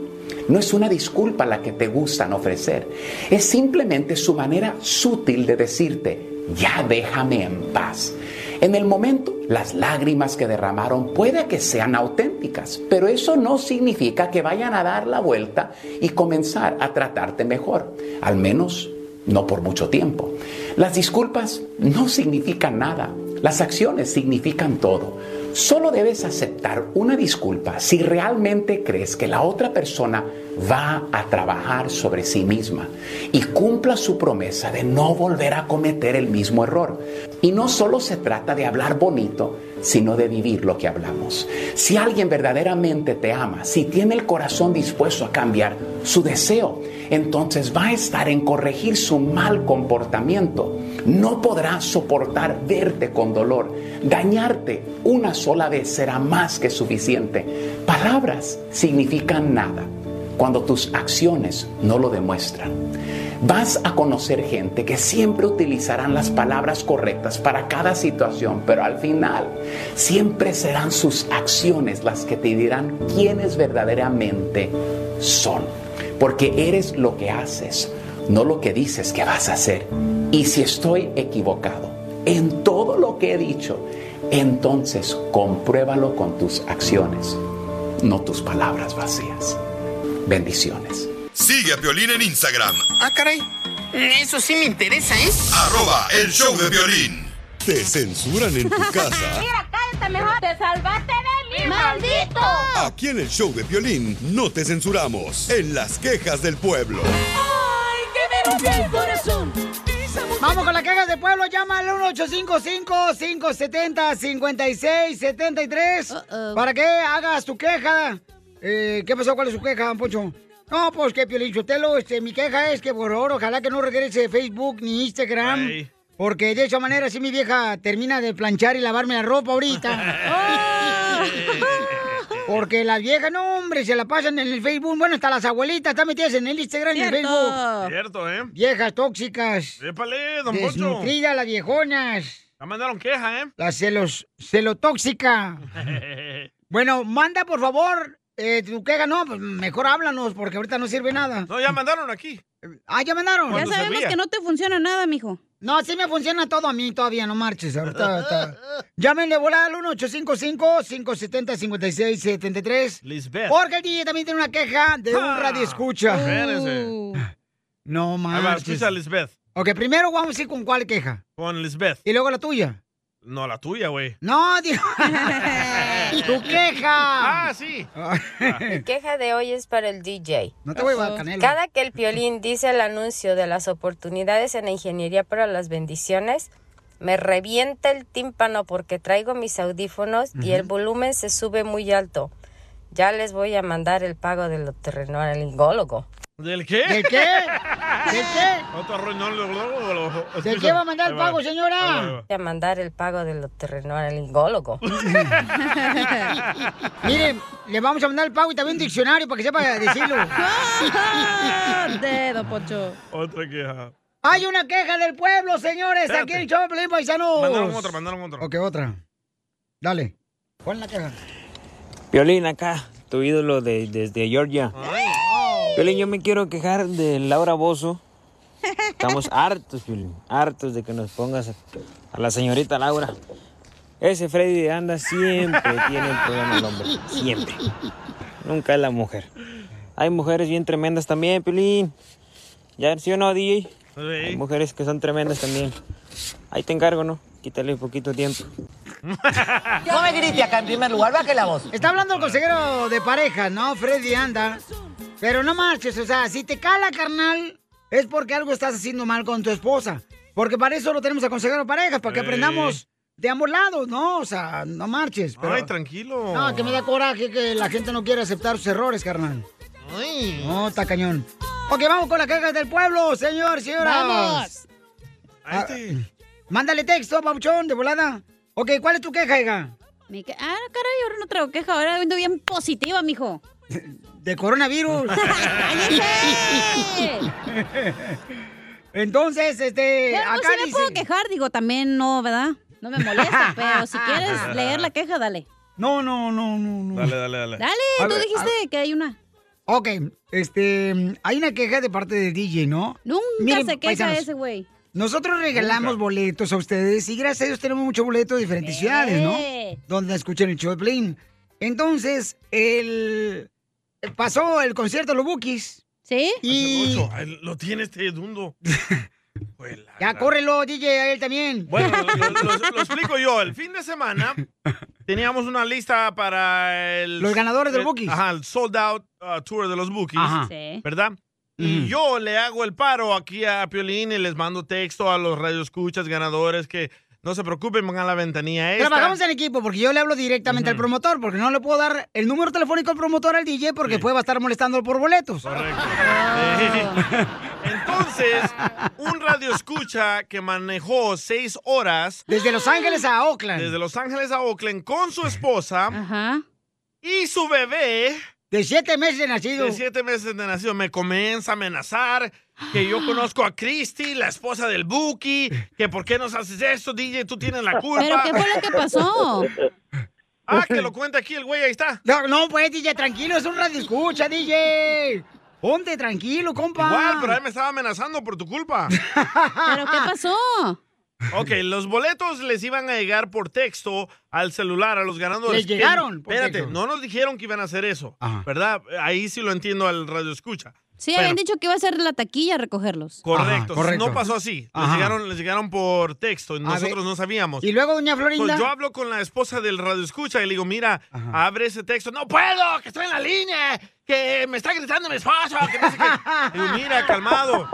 [SPEAKER 23] no es una disculpa la que te gustan ofrecer. Es simplemente su manera sutil de decirte, ya déjame en paz. En el momento, las lágrimas que derramaron puede que sean auténticas, pero eso no significa que vayan a dar la vuelta y comenzar a tratarte mejor, al menos no por mucho tiempo. Las disculpas no significan nada, las acciones significan todo. Solo debes aceptar una disculpa si realmente crees que la otra persona va a trabajar sobre sí misma y cumpla su promesa de no volver a cometer el mismo error. Y no solo se trata de hablar bonito, sino de vivir lo que hablamos. Si alguien verdaderamente te ama, si tiene el corazón dispuesto a cambiar su deseo, entonces va a estar en corregir su mal comportamiento. No podrá soportar verte con dolor. Dañarte una sola vez será más que suficiente. Palabras significan nada cuando tus acciones no lo demuestran. Vas a conocer gente que siempre utilizarán las palabras correctas para cada situación, pero al final siempre serán sus acciones las que te dirán quiénes verdaderamente son. Porque eres lo que haces, no lo que dices que vas a hacer. Y si estoy equivocado en todo lo que he dicho, entonces compruébalo con tus acciones, no tus palabras vacías. Bendiciones.
[SPEAKER 2] Sigue a Violín en Instagram.
[SPEAKER 22] Ah, caray. Eso sí me interesa, ¿eh?
[SPEAKER 2] Arroba el show de violín. ¿Te censuran en tu casa?
[SPEAKER 24] cállate mejor. Te salvaste de mí, maldito.
[SPEAKER 2] Aquí en el show de violín no te censuramos. En las quejas del pueblo.
[SPEAKER 24] Ay, que me rompió el corazón.
[SPEAKER 4] Vamos con las quejas de pueblo, llama al 1855-570-5673 para que hagas tu queja. Eh, ¿Qué pasó? ¿Cuál es su queja, don Poncho? No, pues que Piolín Sotelo, este, mi queja es que por favor, ojalá que no regrese Facebook ni Instagram.
[SPEAKER 24] Ey.
[SPEAKER 4] Porque de esa manera sí mi vieja termina de planchar y lavarme la ropa ahorita. Oh. Porque las viejas, no, hombre, se la pasan en el Facebook. Bueno, hasta las abuelitas están metidas en el Instagram y el Facebook.
[SPEAKER 5] Cierto, ¿eh?
[SPEAKER 4] Viejas tóxicas.
[SPEAKER 5] Épale, don Poncho.
[SPEAKER 4] Desnutridas las viejonas.
[SPEAKER 5] La mandaron queja, ¿eh?
[SPEAKER 4] La celos, celotóxica. Bueno, manda por favor eh, tu queja. No, pues mejor háblanos porque ahorita no sirve nada.
[SPEAKER 5] No, ya mandaron aquí.
[SPEAKER 4] Ah, ya mandaron.
[SPEAKER 5] Ya Cuando sabemos servía. que no
[SPEAKER 4] te funciona nada, mijo. No, sí me funciona todo a mí todavía, no marches. Ahorita, ahorita. Llámenle volar al 1-855-570-5673.
[SPEAKER 5] Lisbeth. Ah,
[SPEAKER 4] Porque el DJ también tiene una queja de un radio escucha. Uh.
[SPEAKER 5] Espérese.
[SPEAKER 4] No
[SPEAKER 5] Ahí va,
[SPEAKER 4] marches.
[SPEAKER 5] escucha a Lisbeth.
[SPEAKER 4] Ok, primero vamos a ir con cuál queja.
[SPEAKER 5] Con Lisbeth.
[SPEAKER 4] Y luego la tuya.
[SPEAKER 5] No, la tuya, güey.
[SPEAKER 4] No, Dios. tu queja.
[SPEAKER 5] Ah, sí.
[SPEAKER 25] Mi queja de hoy es para el DJ.
[SPEAKER 4] No te voy a llevar, Canelo.
[SPEAKER 25] Cada que el piolín dice el anuncio de las oportunidades en la ingeniería para las bendiciones, me revienta el tímpano porque traigo mis audífonos y el
[SPEAKER 26] Ujú.
[SPEAKER 25] volumen se sube muy alto. Ya les voy a mandar el pago del otorrinolaringólogo.
[SPEAKER 5] ¿Del
[SPEAKER 25] ¿Del
[SPEAKER 5] qué?
[SPEAKER 25] qué?
[SPEAKER 4] ¿Del qué?
[SPEAKER 5] Otro arruinó el globo. Ahí Ahí va, ahí va.
[SPEAKER 25] Voy a mandar el pago del otorrinolaringólogo.
[SPEAKER 4] Miren, le vamos a mandar el pago y también un diccionario para que sepa decirlo.
[SPEAKER 6] Dedo, Pocho.
[SPEAKER 5] Otra queja.
[SPEAKER 4] Hay una queja del pueblo, señores. Aquí en el show, de Pelín Paisanos.
[SPEAKER 5] Mandaron otra, mandaron otra.
[SPEAKER 4] Ok, otra. Dale. ¿Cuál es la queja?
[SPEAKER 27] Violín acá, tu ídolo de- desde Georgia. Violín, yo me quiero quejar de Laura Bozo. Estamos hartos, Violín, hartos de que nos pongas a, a la señorita Laura. Ese Freddy de Anda siempre tiene el problema el hombre, siempre. Nunca es la mujer. Hay mujeres bien tremendas también, Violín. ¿Ya sí o no, DJ? Hay mujeres que son tremendas también. Ahí te encargo, ¿no? Quítale poquito tiempo.
[SPEAKER 4] No me grite acá en primer lugar, baje la voz. Está hablando el consejero de pareja, ¿no? Freddy anda. Pero no marches, o sea, si te cala, carnal, es porque algo estás haciendo mal con tu esposa. Porque para eso lo tenemos a consejero de pareja, para que
[SPEAKER 5] Sí.
[SPEAKER 4] aprendamos de ambos lados, ¿no? O sea, no marches. Pero...
[SPEAKER 5] Ay, tranquilo.
[SPEAKER 4] No, que me da coraje que la gente no quiere aceptar sus errores, carnal. No, está cañón. Ok, vamos con las quejas del pueblo, señor, señora.
[SPEAKER 24] Vamos.
[SPEAKER 4] Ah, mándale texto, Pauchón, de volada. Ok, ¿cuál es tu queja, hija?
[SPEAKER 6] Mi que- Ah, caray, ahora no traigo queja, ahora ando bien positiva, mijo.
[SPEAKER 4] De coronavirus. Entonces, este,
[SPEAKER 6] Pero
[SPEAKER 4] acá
[SPEAKER 6] no sí me
[SPEAKER 4] dice...
[SPEAKER 6] puedo quejar, digo, también no, ¿verdad? No me molesta, pero si quieres leer la queja, dale.
[SPEAKER 4] No, no, no, no, no.
[SPEAKER 5] Dale, dale, dale.
[SPEAKER 6] Dale,
[SPEAKER 4] A
[SPEAKER 6] tú
[SPEAKER 4] ver,
[SPEAKER 6] dijiste que hay una.
[SPEAKER 4] Ok, este, hay una queja de parte de DJ, ¿no?
[SPEAKER 6] Nunca
[SPEAKER 4] Miren,
[SPEAKER 6] se queja
[SPEAKER 4] paisanos,
[SPEAKER 6] ese güey.
[SPEAKER 4] Nosotros regalamos boletos a ustedes y gracias a Dios tenemos muchos boletos de diferentes ciudades, ¿no? Donde escuchan el show de Plin. Entonces, el... pasó el concierto de los Bookies.
[SPEAKER 6] ¿Sí?
[SPEAKER 4] Y...
[SPEAKER 5] Ocho, ay, lo tiene este dundo.
[SPEAKER 4] Ya córrelo, DJ, a él también.
[SPEAKER 5] Bueno, lo, lo- lo- lo explico yo. El fin de semana teníamos una lista para el...
[SPEAKER 4] Los ganadores del
[SPEAKER 5] el-
[SPEAKER 4] Bookies.
[SPEAKER 5] Ajá, el sold out uh, tour de los Bookies.
[SPEAKER 4] Ajá. Sí.
[SPEAKER 5] ¿Verdad? Y yo le hago el paro aquí a Piolín y les mando texto a los radioescuchas ganadores que no se preocupen, van a la ventanilla esta.
[SPEAKER 4] Trabajamos en equipo porque yo le hablo directamente al promotor porque no le puedo dar el número telefónico al promotor al DJ porque después va a estar molestándolo por boletos. Ah.
[SPEAKER 5] Correcto. Entonces, un radio escucha que manejó seis horas.
[SPEAKER 4] Desde Los Ángeles a Oakland.
[SPEAKER 5] Desde Los Ángeles a Oakland con su esposa. Y su bebé.
[SPEAKER 4] De siete meses de nacido.
[SPEAKER 5] De siete meses de nacido. Me comienza a amenazar. Que yo conozco a Christy, la esposa del Buki. Que por qué nos haces esto, DJ, tú tienes la culpa.
[SPEAKER 6] ¿Pero qué fue lo que pasó?
[SPEAKER 5] Ah, que lo cuenta aquí el güey, ahí está.
[SPEAKER 4] No, no, pues, DJ, tranquilo, es un radio escucha, DJ. Ponte tranquilo, compa.
[SPEAKER 5] Igual, pero él me estaba amenazando por tu culpa.
[SPEAKER 6] ¿Pero qué pasó?
[SPEAKER 5] Ok, los boletos les iban a llegar por texto al celular a los ganadores.
[SPEAKER 4] Les
[SPEAKER 5] Que-
[SPEAKER 4] llegaron por
[SPEAKER 5] Espérate,
[SPEAKER 4] texto.
[SPEAKER 5] no nos dijeron que iban a hacer eso, ¿verdad? Ahí sí lo entiendo al radio escucha.
[SPEAKER 6] Sí, habían dicho que iba a ser la taquilla a recogerlos.
[SPEAKER 5] Correcto,
[SPEAKER 4] Ajá, correcto.
[SPEAKER 5] no pasó así. Les
[SPEAKER 4] Ajá.
[SPEAKER 5] llegaron, les llegaron por texto y nosotros
[SPEAKER 4] ver.
[SPEAKER 5] no sabíamos.
[SPEAKER 4] Y luego, doña Florinda.
[SPEAKER 5] Pues yo hablo con la esposa del radio escucha y le digo, mira, abre ese texto. No puedo, que estoy en la línea, que me está gritando mi esposo, que no sé qué. Le digo, mira, calmado.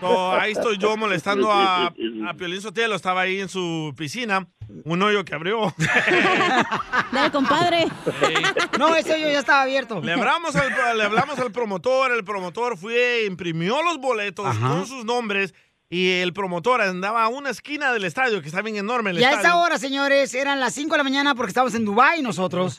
[SPEAKER 5] No, ahí estoy yo molestando a, a Piolín Sotelo. Estaba ahí en su piscina, un hoyo que abrió.
[SPEAKER 6] Dale, compadre.
[SPEAKER 4] No, ese hoyo ya estaba abierto.
[SPEAKER 5] Le hablamos al, le hablamos al promotor, el promotor fue, imprimió los boletos con sus nombres y el promotor andaba a una esquina del estadio, que está bien enorme el
[SPEAKER 4] Y a
[SPEAKER 5] estadio.
[SPEAKER 4] esa hora, señores, eran las 5 de la mañana porque estábamos en Dubái nosotros.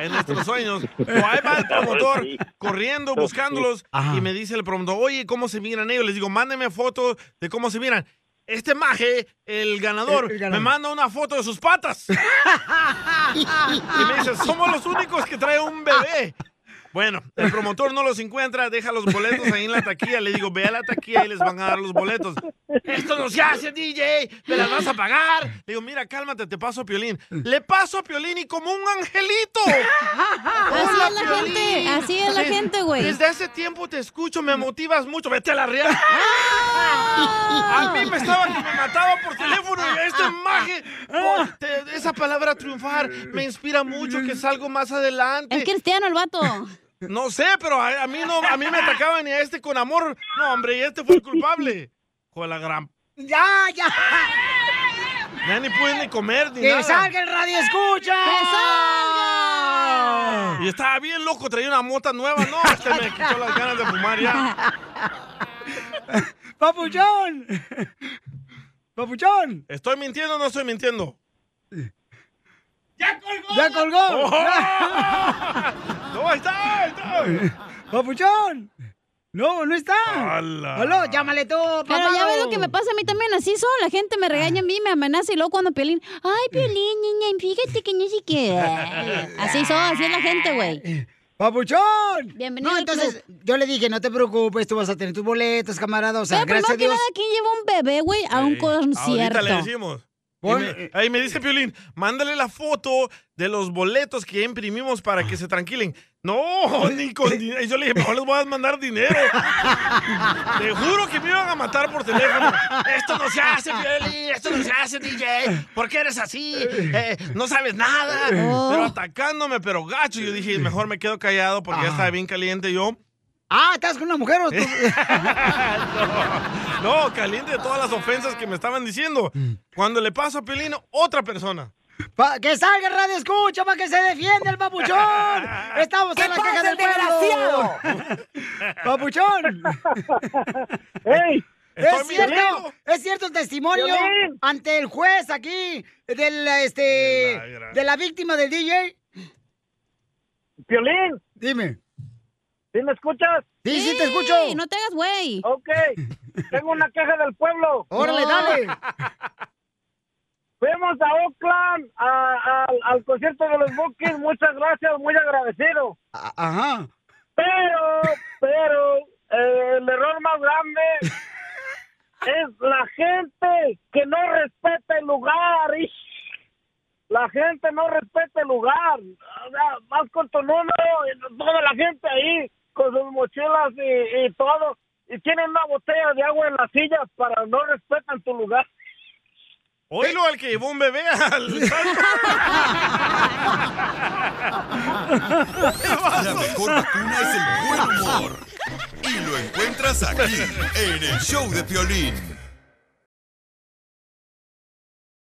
[SPEAKER 5] en nuestros sueños. O ahí va el promotor corriendo, buscándolos. Y me dice el promotor, oye, ¿cómo se miran ellos? Les digo, mándenme fotos de cómo se miran. Este maje, el ganador,
[SPEAKER 4] El- el ganador.
[SPEAKER 5] me manda una foto de sus patas. y me dice, somos los únicos que trae un bebé. Bueno, el promotor no los encuentra, deja los boletos ahí en la taquilla. Le digo, ve a la taquilla y les van a dar los boletos. Esto no se hace, DJ, me las vas a pagar. Le digo, mira, cálmate, te paso a Piolín. Le paso a Piolín y como un angelito.
[SPEAKER 6] Así es la gente, así es la
[SPEAKER 5] Des-
[SPEAKER 6] gente, güey.
[SPEAKER 5] Desde hace tiempo te escucho, me motivas mucho. Vete a la real.
[SPEAKER 6] Ah.
[SPEAKER 5] A mí me estaba que me mataba por teléfono y este maje, oh, te- esa palabra triunfar me inspira mucho que salgo más adelante.
[SPEAKER 6] Es cristiano el vato.
[SPEAKER 5] No sé, pero a, a mí no, a mí me atacaban y a este con amor. No, hombre, y este fue el culpable. Con la gran.
[SPEAKER 4] ¡Ya, ya!
[SPEAKER 5] Ya ni pude ni comer ni
[SPEAKER 4] ¡Que
[SPEAKER 5] nada.
[SPEAKER 4] salga el radio escucha! ¡Que salga!
[SPEAKER 5] Y estaba bien loco, traía una mota nueva. No, este me quitó las ganas de fumar ya.
[SPEAKER 4] ¡Papuchón! ¡Papuchón!
[SPEAKER 5] ¿Estoy mintiendo o no estoy mintiendo?
[SPEAKER 4] ¡Ya colgó!
[SPEAKER 5] ¡Oh! ¡No está!
[SPEAKER 4] ¡Papuchón! No, no está.
[SPEAKER 5] ¡Hala!
[SPEAKER 4] Aló, llámale tú,
[SPEAKER 6] Pero
[SPEAKER 4] papá.
[SPEAKER 6] ya ves lo que me pasa a mí también, así son, la gente me regaña a mí, me amenaza y luego cuando Piolín, ay, Piolín, niña, fíjate que ni siquiera... eh, Así son, así es la gente, güey.
[SPEAKER 4] ¡Papuchón!
[SPEAKER 6] Bienvenido
[SPEAKER 4] No,
[SPEAKER 6] al
[SPEAKER 4] entonces,
[SPEAKER 6] club.
[SPEAKER 4] yo le dije, no te preocupes, tú vas a tener tus boletos, camarada. O sea,
[SPEAKER 6] Pero
[SPEAKER 4] gracias a
[SPEAKER 6] primero que
[SPEAKER 4] Dios.
[SPEAKER 6] nada, ¿quién lleva un bebé, güey, a un concierto?
[SPEAKER 5] Ahorita le decimos. Y
[SPEAKER 4] Pon-
[SPEAKER 5] me- ahí me dice Piolín, mándale la foto de los boletos que imprimimos para que se tranquilen. No, ni con dinero. Y yo le dije, mejor les voy a mandar dinero. Te juro que me iban a matar por teléfono. Esto no se hace, Piolín. Esto no se hace, DJ. ¿Por qué eres así? Eh, no sabes nada.
[SPEAKER 4] Oh.
[SPEAKER 5] Pero atacándome, pero gacho. Yo dije, mejor me quedo callado porque ya estaba bien caliente yo.
[SPEAKER 4] Ah, ¿estás con una mujer o tú?
[SPEAKER 5] No, caliente de todas las ofensas que me estaban diciendo.
[SPEAKER 4] Mm.
[SPEAKER 5] Cuando le paso a Piolín, otra persona.
[SPEAKER 4] Pa- ¡Que salga el radio escucha para que se defienda el papuchón! ¡Estamos en la caja del pueblo! ¡Papuchón!
[SPEAKER 9] ¡Ey!
[SPEAKER 4] Es
[SPEAKER 9] Estoy
[SPEAKER 4] cierto,
[SPEAKER 9] mintiendo.
[SPEAKER 4] es cierto el testimonio
[SPEAKER 9] Violín.
[SPEAKER 4] ante el juez aquí del este de la víctima del DJ.
[SPEAKER 9] Violín.
[SPEAKER 4] Dime.
[SPEAKER 9] ¿Sí me escuchas?
[SPEAKER 4] Sí, sí, te escucho.
[SPEAKER 6] No te hagas, güey.
[SPEAKER 9] Ok. Tengo una queja del pueblo.
[SPEAKER 4] Órale, dale.
[SPEAKER 9] Fuimos a Oakland a- a- al concierto de los Bookies. Muchas gracias, muy agradecido.
[SPEAKER 4] Ajá.
[SPEAKER 9] Pero, pero, eh, el error más grande
[SPEAKER 15] es la gente que no respeta el lugar. ish. La gente no respeta el lugar. O sea, Vas con tu número, y toda la gente ahí, con sus mochilas y, y todo. Y tienen una botella de agua en las sillas para no respetan tu lugar.
[SPEAKER 5] Oílo al que llevó un bebé al
[SPEAKER 2] La mejor vacuna es el buen humor. Y lo encuentras aquí, en el show de Piolín.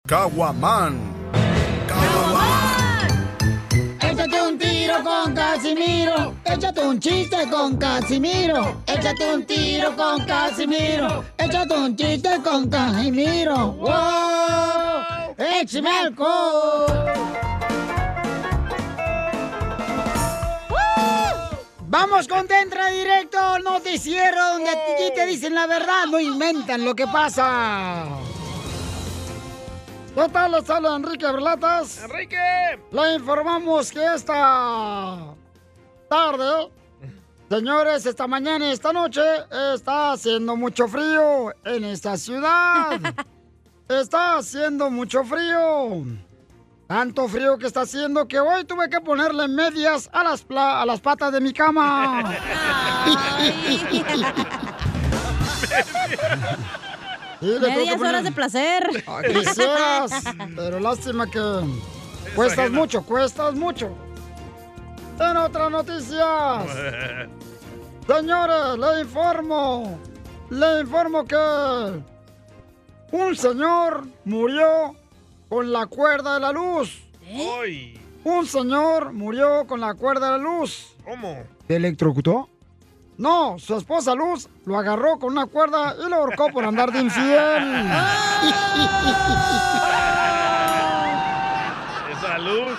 [SPEAKER 28] Caguaman.
[SPEAKER 29] Échate un tiro con Casimiro. Échate un chiste con Casimiro. Échate un tiro con Casimiro. Échate un chiste con Casimiro. ¡Wow! ¡Échame alcohol! Vamos con Tentra Directo, noticiero, donde a ti te dicen la verdad, no inventan lo que pasa. ¿Qué tal? Les habla Enrique Berlatas.
[SPEAKER 5] ¡Enrique!
[SPEAKER 29] Le informamos que esta tarde, señores, esta mañana y esta noche está haciendo mucho frío en esta ciudad. Está haciendo mucho frío. Tanto frío que está haciendo que hoy tuve que ponerle medias a las, pla- a las patas de mi cama.
[SPEAKER 6] Medias horas de placer.
[SPEAKER 29] Ah, Quisieras, pero lástima que cuestas
[SPEAKER 6] ajena.
[SPEAKER 29] mucho, cuestas mucho. En otras noticias, señores, le informo, le informo que un señor murió con la cuerda de la luz.
[SPEAKER 5] ¡Ay!
[SPEAKER 29] Un señor murió con la cuerda de la luz.
[SPEAKER 5] ¿Cómo?
[SPEAKER 29] ¿Te electrocutó? No, su esposa Luz lo agarró con una cuerda y lo ahorcó por andar de infiel.
[SPEAKER 5] Esa luz.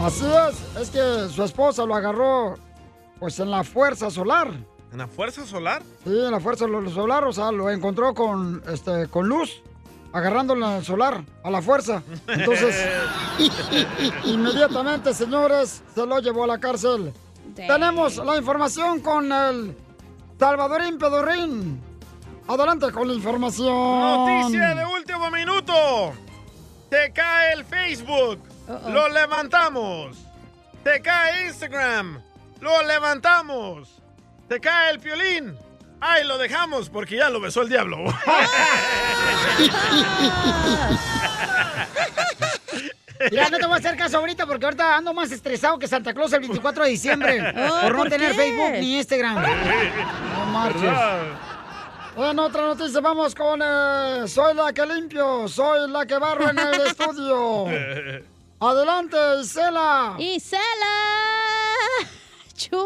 [SPEAKER 29] Así es, es que su esposa lo agarró pues en la fuerza solar.
[SPEAKER 5] ¿En la fuerza solar?
[SPEAKER 29] Sí, en la fuerza lo- solar, o sea, lo encontró con este con luz, agarrándolo en el solar, a la fuerza. Entonces, inmediatamente, señores, se lo llevó a la cárcel.
[SPEAKER 6] Dang.
[SPEAKER 29] Tenemos la información con el Salvadorín Pedorrín. Adelante con la información.
[SPEAKER 5] Noticia de último minuto. Te cae el Facebook. Lo levantamos. Te cae Instagram. Lo levantamos. Te cae el piolín. Ahí lo dejamos porque ya lo besó el diablo.
[SPEAKER 29] Mira, no te voy a hacer caso ahorita porque ahorita ando más estresado que Santa Claus el 24 de diciembre
[SPEAKER 4] Ah,
[SPEAKER 12] Oh,
[SPEAKER 29] por no
[SPEAKER 12] ¿por
[SPEAKER 29] tener
[SPEAKER 12] qué?
[SPEAKER 29] Facebook ni Instagram. No marches.
[SPEAKER 12] ¿Verdad?
[SPEAKER 29] En otra noticia vamos con eh, Soy la que limpio, soy la que barro en el estudio. Adelante, Isela.
[SPEAKER 6] Isela. Chu.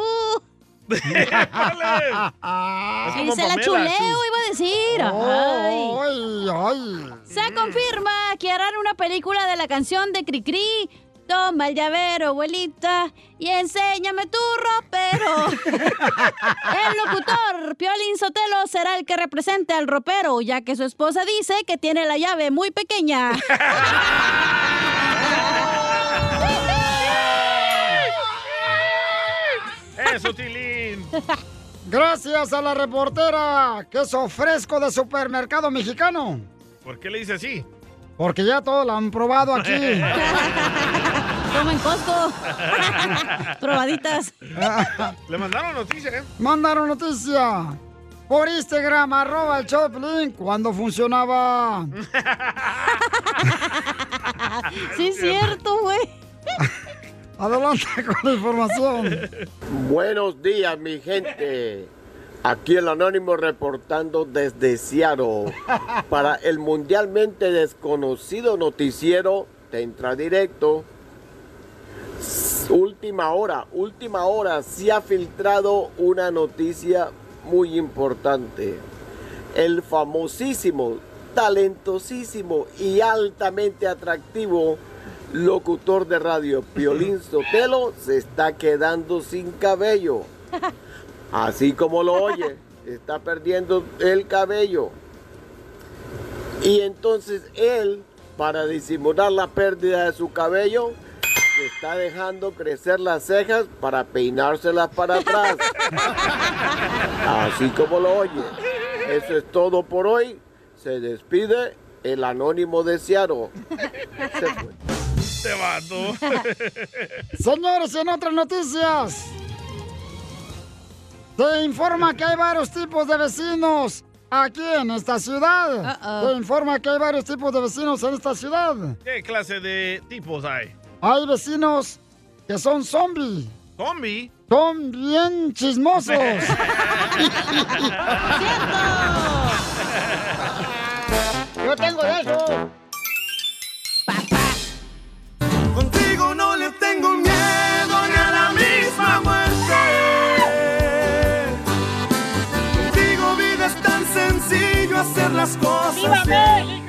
[SPEAKER 29] Es como
[SPEAKER 6] Isela
[SPEAKER 29] Pamela,
[SPEAKER 6] Chuleo
[SPEAKER 29] Chu.
[SPEAKER 6] iba a decir.
[SPEAKER 29] Oh,
[SPEAKER 6] Ay.
[SPEAKER 29] ay.
[SPEAKER 6] Se
[SPEAKER 4] Mm.
[SPEAKER 6] confirma que harán una película de la canción de Cricri. Toma el llavero, abuelita, y enséñame tu ropero. El locutor Piolín Sotelo será el que represente al ropero, ya que su esposa dice que tiene la llave muy pequeña.
[SPEAKER 5] Eso, Tilín.
[SPEAKER 29] Gracias a la reportera que es ofrezco de supermercado mexicano.
[SPEAKER 5] ¿Por qué le dice así?
[SPEAKER 29] Porque ya todo lo han probado aquí.
[SPEAKER 6] Como en Costco.
[SPEAKER 29] Probaditas.
[SPEAKER 5] Le mandaron noticia, ¿eh?
[SPEAKER 29] Mandaron noticia por Instagram, arroba el Choplin, cuando funcionaba.
[SPEAKER 6] sí, es cierto, güey.
[SPEAKER 29] Adelante con la información.
[SPEAKER 30] Buenos días, mi gente. Aquí el Anónimo reportando desde Seattle para el mundialmente desconocido noticiero Te entra Directo. S- Última hora, última hora, se ha filtrado una noticia muy importante. El famosísimo, talentosísimo y altamente atractivo locutor de radio Piolín Sotelo se está quedando sin cabello. Así como lo oye, está perdiendo el cabello. Y entonces él, para disimular la pérdida de su cabello, se está dejando crecer las cejas para peinárselas para atrás. Así como lo oye. Eso es todo por hoy. Se despide el anónimo de Seattle.
[SPEAKER 5] Te mato.
[SPEAKER 4] Señores, en otras noticias. Te informa que hay varios tipos de vecinos aquí en esta ciudad. Te informa que hay varios tipos de vecinos en esta ciudad.
[SPEAKER 5] ¿Qué clase de tipos hay?
[SPEAKER 4] Hay vecinos que son zombies.
[SPEAKER 5] ¿Zombie?
[SPEAKER 4] Son bien chismosos. Yo tengo de eso.
[SPEAKER 12] Contigo no le tengo miedo ni a la misma muerte. Contigo vida es tan sencillo hacer las cosas.
[SPEAKER 31] ¡Viva
[SPEAKER 12] bien.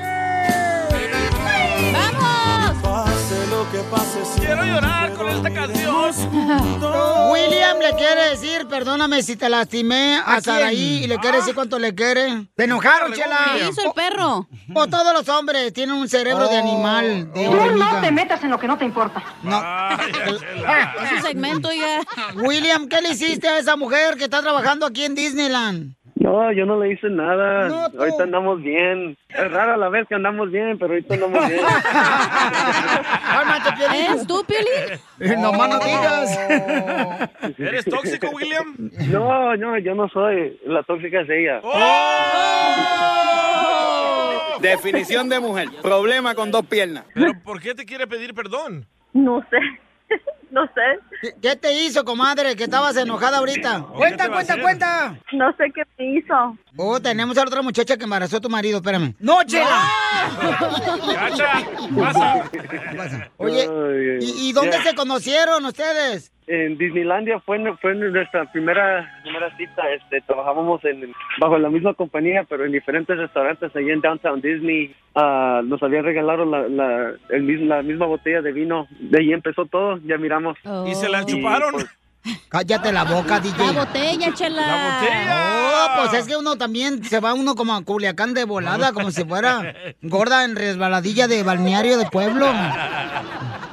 [SPEAKER 12] Pase lo que pase,
[SPEAKER 5] Quiero llorar con esta canción.
[SPEAKER 4] William le quiere decir, perdóname si te lastimé a
[SPEAKER 5] quién?
[SPEAKER 4] Saraí y le quiere decir cuánto le quiere. Te enojaron, chela.
[SPEAKER 6] ¿Qué hizo el perro?
[SPEAKER 4] O, o todos los hombres tienen un cerebro de animal.
[SPEAKER 6] Tú no te
[SPEAKER 4] metas en lo que no te importa. No.
[SPEAKER 6] Es un segmento ya.
[SPEAKER 4] William, ¿qué le hiciste a esa mujer que está trabajando aquí en Disneyland?
[SPEAKER 10] No, yo no le hice nada.
[SPEAKER 4] No, tú.
[SPEAKER 10] ahorita andamos bien. Es rara la vez que andamos bien, pero ahorita andamos bien.
[SPEAKER 4] Cálmate,
[SPEAKER 6] ¿Es ¿Eh? tú,
[SPEAKER 4] Eh,
[SPEAKER 6] Piolín?
[SPEAKER 10] No más
[SPEAKER 6] no
[SPEAKER 10] digas.
[SPEAKER 5] ¿Eres tóxico, William? ¡Oh!
[SPEAKER 10] No, no, yo no soy. La tóxica es ella.
[SPEAKER 4] ¡Oh!
[SPEAKER 6] Oh.
[SPEAKER 32] Definición de mujer. Problema con dos piernas.
[SPEAKER 5] ¿Por qué te quiere pedir perdón?
[SPEAKER 4] No sé. No sé. ¿Qué, qué te hizo, comadre? Que estabas enojada ahorita. Cuenta, cuenta, cuenta. No sé qué te hizo. Oh, tenemos a la otra muchacha que embarazó a tu marido, espérame. ¡No, chela!
[SPEAKER 12] Cacha, pasa.
[SPEAKER 4] Oye,
[SPEAKER 10] Ay,
[SPEAKER 4] ¿Y, y dónde
[SPEAKER 10] ya.
[SPEAKER 4] se conocieron ustedes?
[SPEAKER 10] En Disneylandia fue, fue nuestra primera primera cita. Este, trabajábamos en, bajo la misma compañía, pero en diferentes restaurantes allí en Downtown Disney. Ah, nos habían regalado la, la, el mis- la misma botella de vino. De ahí empezó todo, ya miramos.
[SPEAKER 5] ¿Y se la chuparon?
[SPEAKER 10] pues,
[SPEAKER 4] Cállate la boca, DJ.
[SPEAKER 6] La botella, chela. La
[SPEAKER 4] Oh, pues es que uno también se va uno como a Culiacán de volada, como si fuera gorda en resbaladilla de balneario de pueblo.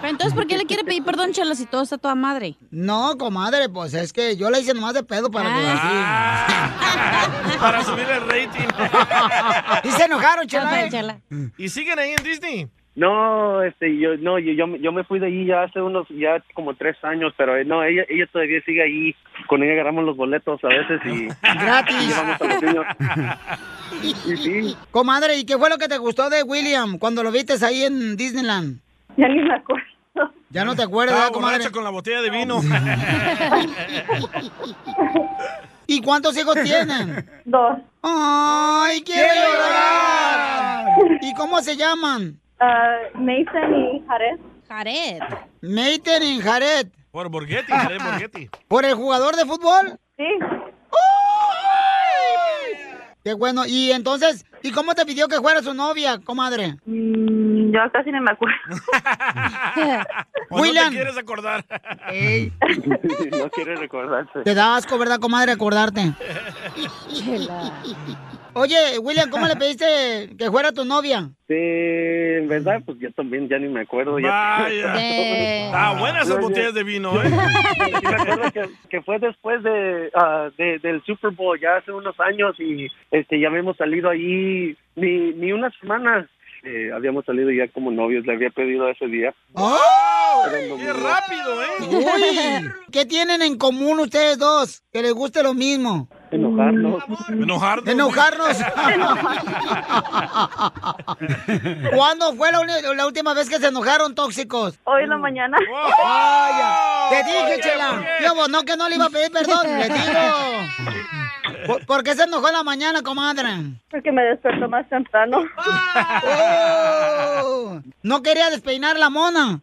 [SPEAKER 6] Entonces, ¿por qué le quiere pedir perdón, chela, si todo está toda madre?
[SPEAKER 4] No, comadre, pues es que yo la hice nomás de pedo para que
[SPEAKER 5] Para subir el rating.
[SPEAKER 4] Y se enojaron,
[SPEAKER 6] chela.
[SPEAKER 5] ¿Y siguen ahí en Disney?
[SPEAKER 10] No, este, yo, no, yo, yo, me- yo me fui de allí ya hace unos, ya como tres años, pero eh, no, ella, ella todavía sigue ahí. Con ella agarramos los boletos a veces y
[SPEAKER 4] Gratis.
[SPEAKER 10] llevamos a los niños. Y sí,
[SPEAKER 4] Comadre, ¿y qué fue lo que te gustó de William cuando lo viste ahí en Disneyland? Ya ni me acuerdo. Ya no te acuerdas,
[SPEAKER 5] Estaba
[SPEAKER 4] comadre.
[SPEAKER 5] borracha con la botella de vino.
[SPEAKER 4] ¿Y cuántos hijos tienen? Dos. ¡Ay, quiero llorar! ¿Y cómo se llaman? Nathan y Jared.
[SPEAKER 6] Jared.
[SPEAKER 4] Nathan y Jared.
[SPEAKER 5] Por Borghetti, Jared Borghetti.
[SPEAKER 4] ¿Por el jugador de fútbol? Sí. Qué bueno. Y entonces, ¿y cómo te pidió que fuera su novia, comadre? Mm, yo casi no me acuerdo.
[SPEAKER 5] ¿O no
[SPEAKER 4] William.
[SPEAKER 5] te quieres acordar?
[SPEAKER 10] no quiere recordarse.
[SPEAKER 4] Te da asco, ¿verdad, comadre, acordarte? Oye, William, ¿cómo le pediste que fuera tu novia?
[SPEAKER 10] Sí, en verdad, pues yo también ya ni me acuerdo. Ya.
[SPEAKER 5] Vaya. Ah, buenas esas
[SPEAKER 10] No, yo-
[SPEAKER 5] botellas de vino, ¿eh?
[SPEAKER 10] Sí me acuerdo que, que fue después de, ah, de- del Super Bowl, ya hace unos años, y este ya habíamos salido ahí ni, ni unas semanas. Eh, habíamos salido ya como novios, le había pedido ese día. Pero no
[SPEAKER 5] ¡Qué
[SPEAKER 10] me dio.
[SPEAKER 5] rápido, eh!
[SPEAKER 4] Uy, ¿qué tienen en común ustedes dos? Que les guste lo mismo.
[SPEAKER 10] Enojarnos.
[SPEAKER 5] Enojarnos.
[SPEAKER 4] Enojarnos. ¿Cuándo fue la, uni- la última vez que se enojaron tóxicos? Hoy en la mañana. Vaya. Te dije, Chela. Yo, vos, no, que no le iba a pedir perdón. Le digo. ¿Por, por qué se enojó en la mañana, comadre? Porque me despertó más temprano.
[SPEAKER 2] Oh.
[SPEAKER 4] ¿No quería despeinar la mona?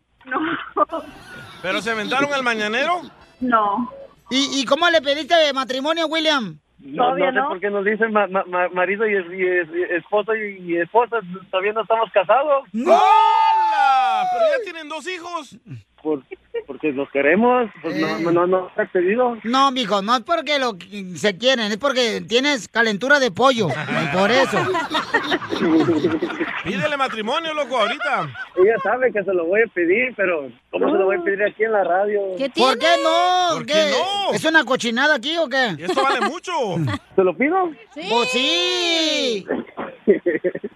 [SPEAKER 5] ¿Pero se aventaron al mañanero?
[SPEAKER 4] No. ¿Y, y cómo le pediste matrimonio, William?
[SPEAKER 10] No, no sé por qué nos dicen ma- ma- ma- marido y, es- y es- y esposo y, y esposa, todavía no estamos casados.
[SPEAKER 5] ¡Hola! Pero ya tienen dos hijos.
[SPEAKER 10] Por, por
[SPEAKER 8] pues nos queremos, pues no, no, no, te he pedido.
[SPEAKER 4] Eh. No, mijo, no es porque lo que se quieren, es porque tienes calentura de pollo. y por eso.
[SPEAKER 5] Pídele matrimonio, loco, ahorita.
[SPEAKER 8] Ella sabe que se lo voy a pedir, pero ¿cómo se lo voy a pedir aquí en la radio?
[SPEAKER 4] ¿Por qué no?
[SPEAKER 8] ¿Por
[SPEAKER 4] ¿Qué?
[SPEAKER 8] qué no?
[SPEAKER 4] ¿Es una cochinada aquí o qué?
[SPEAKER 8] Esto vale
[SPEAKER 5] mucho.
[SPEAKER 8] ¿Se lo pido?
[SPEAKER 4] Sí. Pues sí.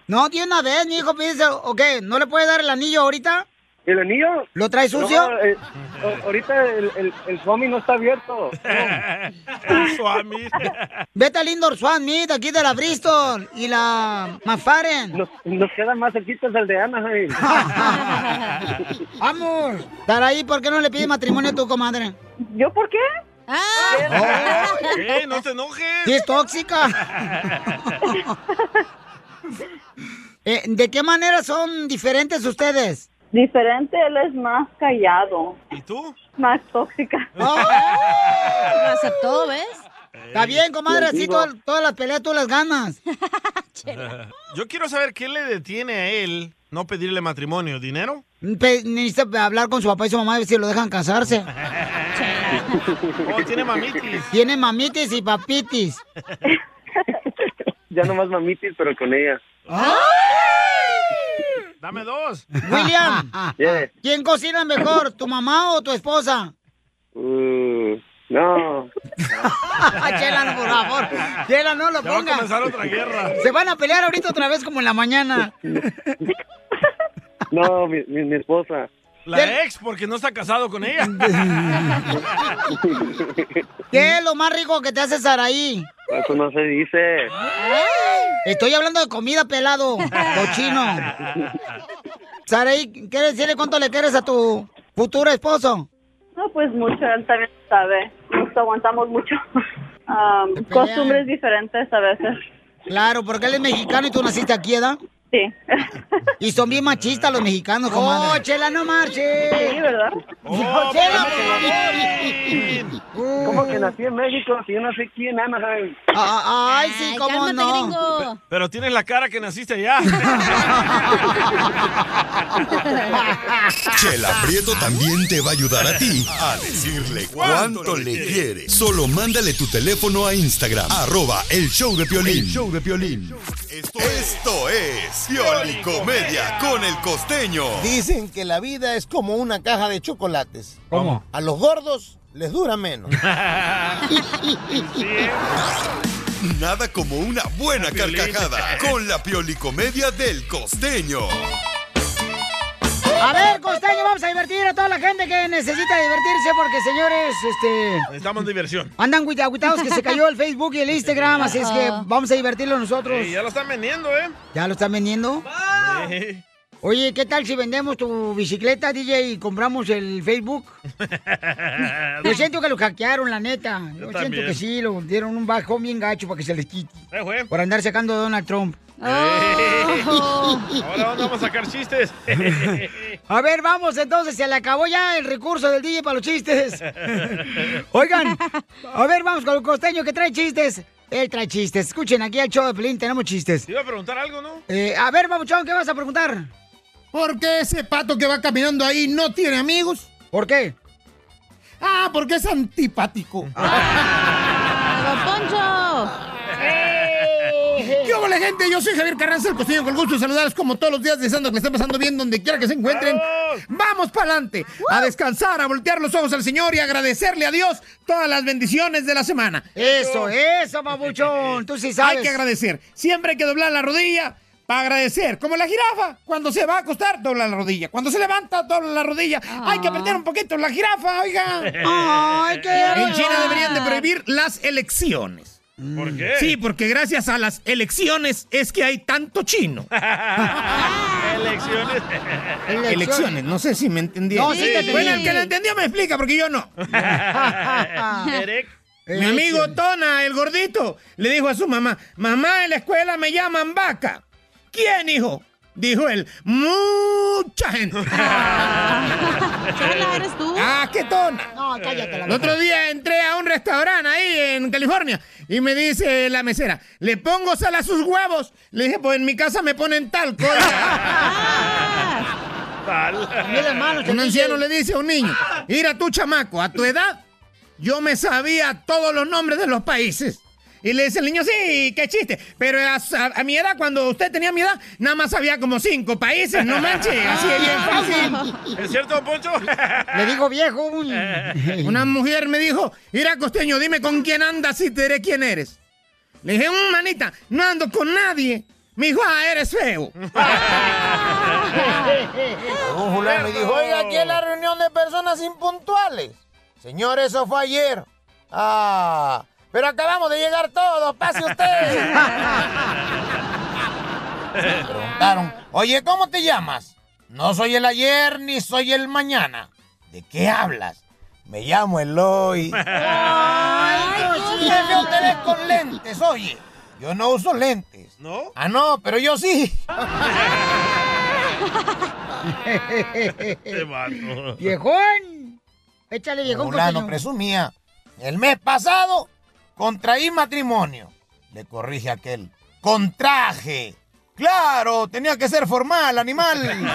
[SPEAKER 4] No, tiene una vez, mijo, pídese, ¿o qué? ¿No le puede dar el anillo ahorita?
[SPEAKER 8] ¿El anillo?
[SPEAKER 4] ¿Lo trae sucio?
[SPEAKER 8] No, eh, a- ahorita el, el, el Swami no está abierto.
[SPEAKER 5] Swami.
[SPEAKER 4] Vete al Indoor Swan Meet aquí de la Bristol y la McFarren.
[SPEAKER 8] Nos, quedan más cerquitas del de Anaheim.
[SPEAKER 4] Vamos. Taraí, ¿por qué no le pides matrimonio a tu comadre? ¿Yo por qué? ¡Ah!
[SPEAKER 5] Oh. ¿Qué? No te enojes.
[SPEAKER 4] Sí, es tóxica. Eh, ¿De qué manera son diferentes ustedes?
[SPEAKER 1] Diferente, él es más callado.
[SPEAKER 5] ¿Y tú?
[SPEAKER 1] Más tóxica.
[SPEAKER 4] Lo aceptó, ¿ves? Está bien, comadre, así
[SPEAKER 5] Contigo.
[SPEAKER 4] todas, todas las peleas tú las ganas.
[SPEAKER 5] Yo quiero saber qué le detiene a él no pedirle matrimonio. ¿Dinero?
[SPEAKER 4] Pe- Necesita hablar con su papá y su mamá a ver si lo dejan casarse.
[SPEAKER 5] Oh, tiene mamitis.
[SPEAKER 4] Tiene mamitis y papitis.
[SPEAKER 8] ya nomás mamitis, pero con ella.
[SPEAKER 5] Dame dos.
[SPEAKER 4] William,
[SPEAKER 8] Yeah.
[SPEAKER 4] ¿quién cocina mejor, tu mamá o tu esposa?
[SPEAKER 8] Uh, no.
[SPEAKER 4] Chela, no, por favor. Chela, no lo
[SPEAKER 5] Ya va a
[SPEAKER 4] ponga.
[SPEAKER 5] comenzar otra guerra.
[SPEAKER 4] Se van a pelear ahorita otra vez como en la mañana.
[SPEAKER 8] No, mi, mi, mi esposa.
[SPEAKER 5] La E. ex, porque no está casado con ella.
[SPEAKER 4] ¿Qué es lo más rico que te hace Saraí?
[SPEAKER 8] Eso no se dice.
[SPEAKER 4] Ah. Estoy hablando de comida pelado, cochino. Saraí, ¿quieres decirle cuánto le quieres a tu futuro esposo?
[SPEAKER 1] No, pues mucho, él también sabe. Nos aguantamos mucho. Am, costumbres diferentes a veces.
[SPEAKER 4] Claro, porque él es mexicano y tú naciste aquí, ¿verdad?
[SPEAKER 1] Sí.
[SPEAKER 4] Y son bien machistas los mexicanos, comadre. ¡Oh, Chela, no marches! Sí,
[SPEAKER 1] ¿verdad? Oh,
[SPEAKER 4] ¡No, Chela,
[SPEAKER 8] ¿Cómo que nací en México? Si yo nací aquí en Anaheim.
[SPEAKER 4] Ah, Ay, sí, cómo
[SPEAKER 5] cálmate,
[SPEAKER 4] no.
[SPEAKER 5] gringo. Pero tienes la cara que naciste allá.
[SPEAKER 2] Chela Prieto también te va a ayudar a ti a decirle cuánto le quiere. Solo mándale tu teléfono a Instagram, arroba el show de Piolín.
[SPEAKER 15] El
[SPEAKER 2] show de Piolín. Esto, esto es Pioli Comedia con el costeño.
[SPEAKER 17] Dicen que la vida es como una caja de chocolates.
[SPEAKER 2] ¿Cómo?
[SPEAKER 17] A los gordos les dura menos.
[SPEAKER 2] Nada como una buena carcajada con la Pioli Comedia del costeño.
[SPEAKER 4] A ver, Costeño, vamos a divertir a toda la gente que necesita divertirse porque, señores, este...
[SPEAKER 5] Necesitamos diversión.
[SPEAKER 4] Andan agüita- agüitados que se cayó el Facebook y el Instagram, así es que
[SPEAKER 5] Ajá.
[SPEAKER 4] vamos a divertirlo nosotros.
[SPEAKER 5] Eh, ya lo están vendiendo, ¿eh?
[SPEAKER 4] ¿Ya lo están vendiendo?
[SPEAKER 5] Eh,
[SPEAKER 4] Oye, ¿qué tal si vendemos tu bicicleta, DJ, y compramos el Facebook? Yo siento que lo hackearon, la neta. Yo, siento
[SPEAKER 5] también.
[SPEAKER 4] que sí, lo dieron un bajón bien gacho para que se les quite.
[SPEAKER 5] güey.
[SPEAKER 4] Por andar sacando a Donald Trump.
[SPEAKER 5] Ahora ¿dónde vamos a sacar chistes.
[SPEAKER 4] A ver, vamos entonces, se le acabó ya el recurso del DJ para los chistes. Oigan, a ver, vamos con el costeño que trae chistes. Él trae chistes. Escuchen, aquí al show de Pelín tenemos chistes.
[SPEAKER 5] Te iba a preguntar algo, ¿no?
[SPEAKER 4] Eh, a ver, Babuchón, ¿qué vas a preguntar?
[SPEAKER 16] ¿Por qué ese pato que va caminando ahí no tiene amigos?
[SPEAKER 4] ¿Por qué?
[SPEAKER 16] Ah, porque es antipático.
[SPEAKER 4] Ah,
[SPEAKER 16] ¿Qué hola gente? Yo soy Javier Carranza, el costeño, con el gusto de saludarles como todos los días, deseando que le estén pasando bien donde quiera que se encuentren. ¡Vamos para adelante! A descansar, a voltear los ojos al Señor y agradecerle a Dios todas las bendiciones de la semana.
[SPEAKER 4] Eso, eso, babuchón, tú sí sabes.
[SPEAKER 16] Hay que agradecer. Siempre hay que doblar la rodilla para agradecer. Como la jirafa, cuando se va a acostar, dobla la rodilla. Cuando se levanta, dobla la rodilla. Hay que apretar un poquito la jirafa, oiga.
[SPEAKER 12] Ay, qué
[SPEAKER 16] En China
[SPEAKER 12] barbaridad.
[SPEAKER 16] deberían de prohibir las elecciones.
[SPEAKER 5] ¿Por qué?
[SPEAKER 16] Sí, porque gracias a las elecciones es que hay tanto chino.
[SPEAKER 5] Elecciones.
[SPEAKER 16] Ah, Elecciones, no sé si me entendieron.
[SPEAKER 5] No, sí, te entendí.
[SPEAKER 16] bueno, el que lo entendió me explica, porque yo no.
[SPEAKER 5] Derek.
[SPEAKER 16] Mi amigo Tona, el gordito, le dijo a su mamá, mamá, en la escuela me llaman vaca. ¿Quién, hijo? Dijo él, mucha gente.
[SPEAKER 12] Chela,
[SPEAKER 16] eres tú? Ah, qué Tona.
[SPEAKER 4] No, cállate la
[SPEAKER 16] El otro
[SPEAKER 4] boca.
[SPEAKER 16] día entré a un restaurante ahí en California y me dice la mesera, ¿le pongo sal a sus huevos? Le dije, pues en mi casa me ponen tal cosa.
[SPEAKER 5] fatal.
[SPEAKER 4] las manos,
[SPEAKER 33] Un
[SPEAKER 4] te
[SPEAKER 33] anciano
[SPEAKER 4] dice.
[SPEAKER 33] le dice a un niño, mira tú chamaco, a tu edad yo me sabía todos los nombres de los países. Y le dice el niño, sí, qué chiste. Pero a, a- a mi edad, cuando usted tenía mi edad, nada más había como cinco países, no manches. Así es bien
[SPEAKER 4] Ah.
[SPEAKER 33] fácil.
[SPEAKER 5] ¿Es cierto, Poncho?
[SPEAKER 33] Le digo viejo. un- Una mujer me dijo, mira costeño, dime con quién andas y te diré quién eres. Le dije, "Mm, manita, no ando con nadie. Me dijo, ah, eres feo.
[SPEAKER 16] Un fulano me dijo, oiga, aquí es la reunión de personas impuntuales. Señor, eso fue ayer. Ah, pero acabamos de llegar todos, pase usted. Me preguntaron, oye, ¿cómo te llamas? No soy el ayer ni soy el mañana. ¿De qué hablas? Me llamo Eloy.
[SPEAKER 12] no,
[SPEAKER 16] Y me veo te ves con lentes, oye. Yo no uso lentes.
[SPEAKER 5] ¿No?
[SPEAKER 16] Ah, no, pero yo sí.
[SPEAKER 5] Este vato.
[SPEAKER 16] ¡Viejón! Échale viejón. Fulano presumía. El mes pasado contraí matrimonio. Le corrige aquel. ¡Contraje! ¡Claro! Tenía que ser formal, animal.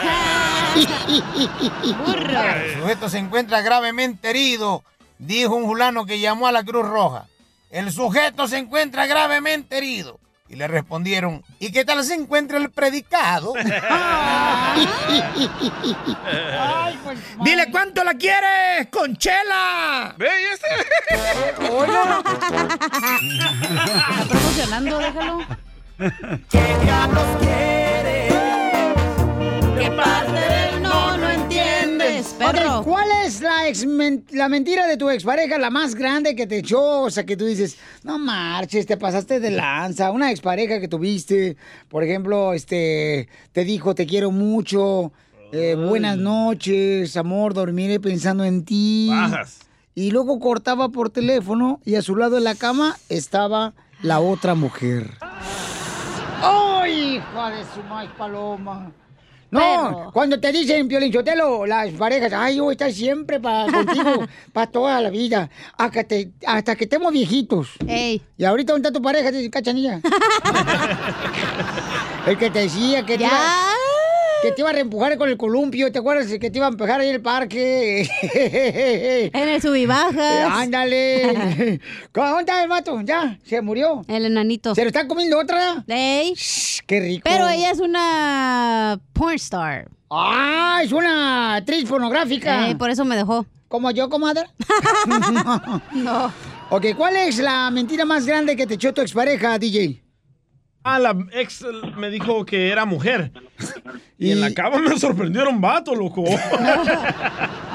[SPEAKER 16] El sujeto se encuentra gravemente herido, dijo un fulano que llamó a la Cruz Roja. El sujeto se encuentra gravemente herido. Y le respondieron, ¿y qué tal se encuentra el predicado?
[SPEAKER 12] Pues,
[SPEAKER 33] Dile cuánto la quieres, Conchela.
[SPEAKER 5] Ve, ¿y este?
[SPEAKER 6] Ah, Está promocionando, déjalo.
[SPEAKER 4] ¿Qué parte del no no entiendes,
[SPEAKER 6] perro?
[SPEAKER 4] ¿Cuál es la, ex men- la mentira de tu expareja, la más grande que te echó? O sea, que tú dices, no marches, te pasaste de lanza. Una expareja que tuviste, por ejemplo, este, te dijo, te quiero mucho, eh, buenas noches, amor, dormiré pensando en ti.
[SPEAKER 5] Bajas.
[SPEAKER 4] Y luego cortaba por teléfono y a su lado en la cama estaba la otra mujer. ¡Ay, hija de su maíz paloma! No, cuando te dicen, Piolinchotelo, las parejas, ay, yo voy a estar siempre para contigo, para toda la vida, hasta, te- hasta que estemos viejitos. Y ahorita, ¿dónde está tu pareja? Dice, Cachanilla. el que te decía que te, iba, que te iba a reempujar con el columpio, ¿te acuerdas? Que te iba a empujar ahí en el parque. en
[SPEAKER 6] el subibajas.
[SPEAKER 4] Ándale. ¿Dónde está el vato? Ya, se murió.
[SPEAKER 6] El enanito.
[SPEAKER 4] ¿Se lo está comiendo otra?
[SPEAKER 6] ¡Ey!
[SPEAKER 4] ¡Qué rico!
[SPEAKER 6] Pero ella es una pornstar.
[SPEAKER 4] ¡Ah! Es una actriz pornográfica.
[SPEAKER 6] Eh, por eso me dejó.
[SPEAKER 4] ¿Como yo, comadre? no. Ok, ¿cuál es la mentira más grande que te echó tu expareja, DJ?
[SPEAKER 5] Ah, la ex me dijo que era mujer. Y, en la cama me sorprendieron vato, loco.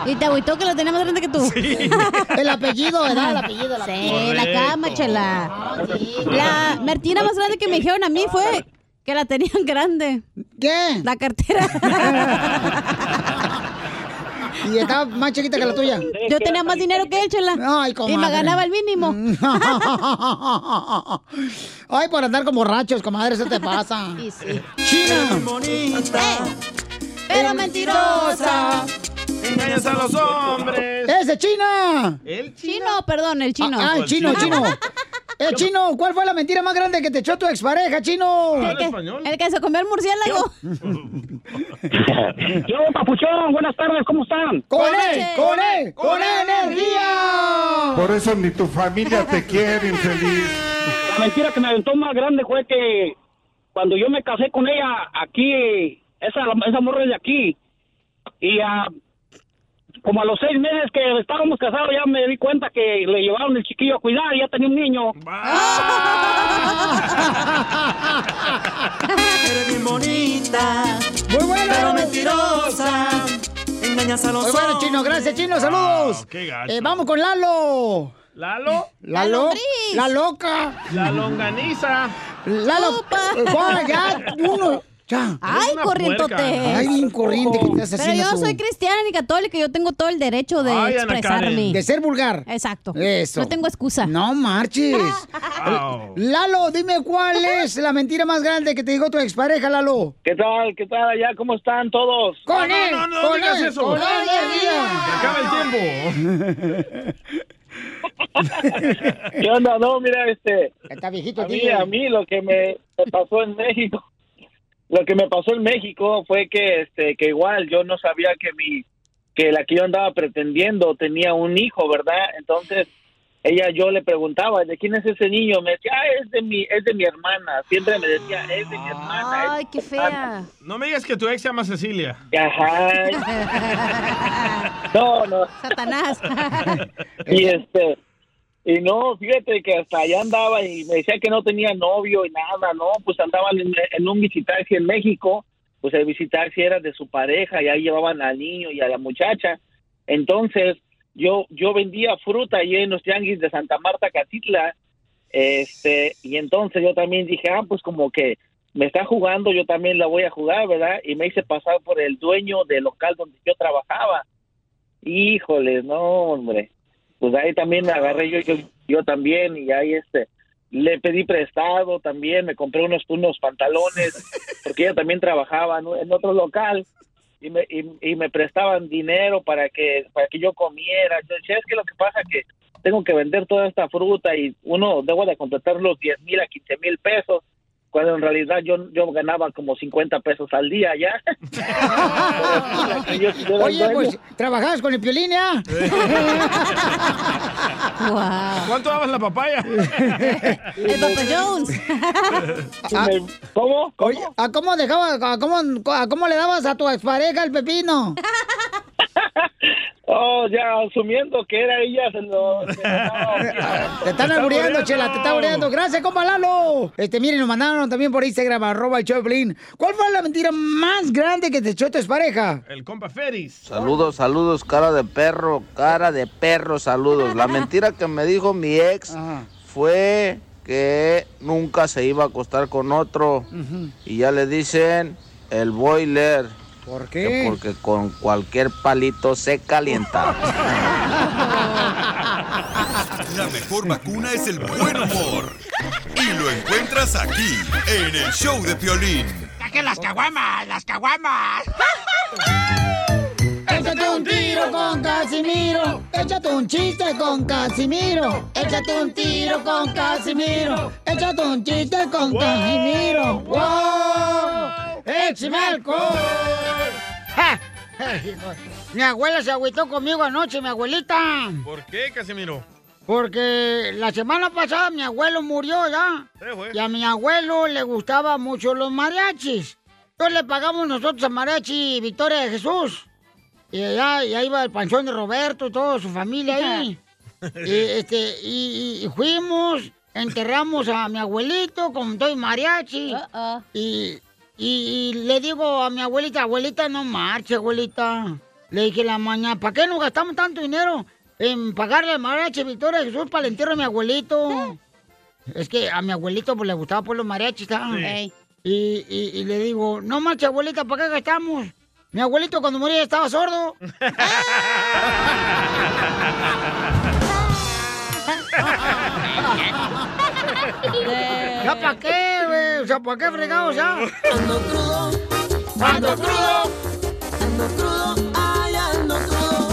[SPEAKER 6] Y te agüitó que lo tenía más grande que tú.
[SPEAKER 4] El apellido, ¿verdad? El apellido, el
[SPEAKER 6] Sí,
[SPEAKER 4] apellido.
[SPEAKER 6] la cama, chela. La mentira más grande que me dijeron a mí fue que la tenían grande.
[SPEAKER 4] ¿Qué?
[SPEAKER 6] La cartera.
[SPEAKER 4] Y estaba más chiquita que la tuya.
[SPEAKER 6] Yo tenía más dinero que él, chela. y me
[SPEAKER 4] comadre.
[SPEAKER 6] ganaba el mínimo.
[SPEAKER 4] Ay, por andar con borrachos, comadre, eso te pasa.
[SPEAKER 6] Y sí.
[SPEAKER 4] China.
[SPEAKER 12] Eh,
[SPEAKER 6] pero mentirosa.
[SPEAKER 5] Engañas a los hombres.
[SPEAKER 4] ¡Ese China!
[SPEAKER 5] El
[SPEAKER 6] chino, perdón, el chino.
[SPEAKER 4] Ah, ah, el chino, el chino. Eh, chino, ¿cuál fue la mentira más grande que te echó tu expareja, chino?
[SPEAKER 6] El que, el que se comió el murciélago.
[SPEAKER 21] Yo, papuchón, buenas tardes, ¿cómo están?
[SPEAKER 4] ¡Con él! ¡Con él! ¡Con él, energía!
[SPEAKER 21] Por eso ni tu familia te quiere, infeliz. La mentira que me aventó más grande fue que cuando yo me casé con ella, aquí, esa, esa morra es de aquí, y ah, como a los seis meses que estábamos casados, ya me di cuenta que le llevaron el chiquillo a cuidar y ya tenía un niño.
[SPEAKER 12] Eres bien bonita.
[SPEAKER 4] Muy bueno.
[SPEAKER 12] Pero mentirosa.
[SPEAKER 4] Engañas
[SPEAKER 12] a los
[SPEAKER 4] Muy bueno, chino, gracias, chino,
[SPEAKER 21] Ah,
[SPEAKER 4] saludos.
[SPEAKER 5] qué gacho.
[SPEAKER 4] Eh, vamos con Lalo.
[SPEAKER 5] ¿Lalo?
[SPEAKER 4] La, lo- la loca.
[SPEAKER 5] La longaniza.
[SPEAKER 4] La loca. ya, uno. Ya.
[SPEAKER 6] Ay, corrientote.
[SPEAKER 4] Ay, bien corriente que estás
[SPEAKER 6] Pero
[SPEAKER 4] haciendo.
[SPEAKER 6] yo
[SPEAKER 4] tú.
[SPEAKER 6] soy cristiana y católica, yo tengo todo el derecho de
[SPEAKER 4] Ay, Ana
[SPEAKER 6] expresarme. Ah.
[SPEAKER 4] Karen. De ser vulgar.
[SPEAKER 6] Exacto.
[SPEAKER 4] Eso.
[SPEAKER 6] No tengo excusa.
[SPEAKER 4] No marches. Lalo, dime cuál es la mentira más grande que te dijo tu expareja, Lalo.
[SPEAKER 21] ¿Qué tal? ¿Qué tal allá? ¿Cómo están todos?
[SPEAKER 4] Con él,
[SPEAKER 21] No, no, no, no
[SPEAKER 4] con
[SPEAKER 21] digas
[SPEAKER 4] él,
[SPEAKER 21] eso.
[SPEAKER 4] con él,
[SPEAKER 21] Se
[SPEAKER 4] energía.
[SPEAKER 21] acaba el tiempo. ¿Qué onda? No, mira, este...
[SPEAKER 4] Está viejito
[SPEAKER 21] a
[SPEAKER 4] el
[SPEAKER 21] mí,
[SPEAKER 4] tigre.
[SPEAKER 21] a mí lo que me, me pasó en México
[SPEAKER 11] Lo que me pasó en México fue que, este, que igual yo no sabía que mi, que la que yo andaba pretendiendo tenía un hijo, ¿verdad? Entonces, ella, yo le preguntaba, ¿de quién es ese niño? Me decía, "Ah, es de mi, es de mi hermana. Siempre me decía, es de mi
[SPEAKER 12] ¿eh?
[SPEAKER 11] hermana.
[SPEAKER 6] Ay, qué fea.
[SPEAKER 5] No me digas que tu ex se llama Cecilia.
[SPEAKER 11] No, no.
[SPEAKER 6] Satanás.
[SPEAKER 11] Y este, y no, fíjate que hasta allá andaba y me decía que no tenía novio y nada, no, pues andaban en, en un visitarse en México, pues el visitarse era de su pareja y ahí llevaban al niño y a la muchacha. Entonces, yo, yo vendía fruta allí en los tianguis de Santa Marta, Catitla, este, y entonces yo también dije, ah, pues como que me está jugando, yo también la voy a jugar, ¿verdad? Y me hice pasar por el dueño del local donde yo trabajaba. Híjole, no, hombre. Pues ahí también me agarré yo, yo, yo también y ahí este, le pedí prestado también, me compré unos, unos pantalones, porque ella también trabajaba en, en otro local y me, y, y me prestaban dinero para que, para que yo comiera. Yo decía, es que lo que pasa que tengo que vender toda esta fruta y uno debo de completar los 10 mil a 15 mil pesos, cuando en realidad yo, yo ganaba como 50 pesos al día ya. Yo- yo era
[SPEAKER 4] Oye,
[SPEAKER 11] dueño.
[SPEAKER 4] pues, ¿trabajabas con el piolín eh? ya?
[SPEAKER 5] ¿Cuánto dabas la papaya?
[SPEAKER 6] El Papa Jones.
[SPEAKER 11] ¿Cómo?
[SPEAKER 4] Oye, ¿a cómo dejabas, a cómo, a cómo le dabas a tu expareja el pepino?
[SPEAKER 11] Oh, ya asumiendo que era ella, se lo... se lo daba.
[SPEAKER 4] Te están albureando, chela, te están albureando. Gracias, compa Lalo. Este, miren, nos mandaron también por Instagram, arroba el show de Piolín. ¿Cuál fue la mentira más grande que te echó tu expareja?
[SPEAKER 5] El compa Feris.
[SPEAKER 18] Saludos, saludos, cara de perro, cara de perro, saludos. La mentira que me dijo mi ex
[SPEAKER 6] Ah.
[SPEAKER 18] fue que nunca se iba a acostar con otro. Y ya le dicen el boiler.
[SPEAKER 4] ¿Por
[SPEAKER 18] qué? porque con cualquier palito se calienta.
[SPEAKER 2] La mejor vacuna es el buen humor. Y lo encuentras aquí, en el show de Piolín.
[SPEAKER 12] ¡Saque las caguamas! ¡Las caguamas!
[SPEAKER 4] Échate un tiro con Casimiro. Échate un chiste con Casimiro. Échate un tiro con Casimiro. Échate un chiste con Casimiro. ¡Wow! ¡Échame alcohol! ¡Ja! Mi abuela se agüitó conmigo anoche, mi abuelita.
[SPEAKER 5] ¿Por qué, Casimiro?
[SPEAKER 4] Porque la semana pasada mi abuelo murió ya.
[SPEAKER 5] Sí, güey.
[SPEAKER 4] Y a mi abuelo le gustaban mucho los mariachis. Entonces le pagamos nosotros a Mariachi Victoria de Jesús. Y allá, y ahí iba el panchón de Roberto y toda su familia ahí. y, este, y, y- y fuimos, enterramos a mi abuelito con todo el mariachi. y, y- y le digo a mi abuelita, abuelita, no marche, abuelita. Le dije en la mañana, ¿para qué nos gastamos tanto dinero en pagarle al mariachi Victoria de Jesús para el entierro de mi abuelito? Es que a mi abuelito pues, le gustaba por los mariachis, ¿tá?
[SPEAKER 12] Sí. Ey.
[SPEAKER 4] Y, y- y le digo, no marche, abuelita, ¿para qué gastamos? Mi abuelito cuando moría estaba sordo. ¿Ya para qué, güey? O sea, ¿para qué fregados ya? Ando crudo, ando crudo, ando crudo, ay, ando crudo.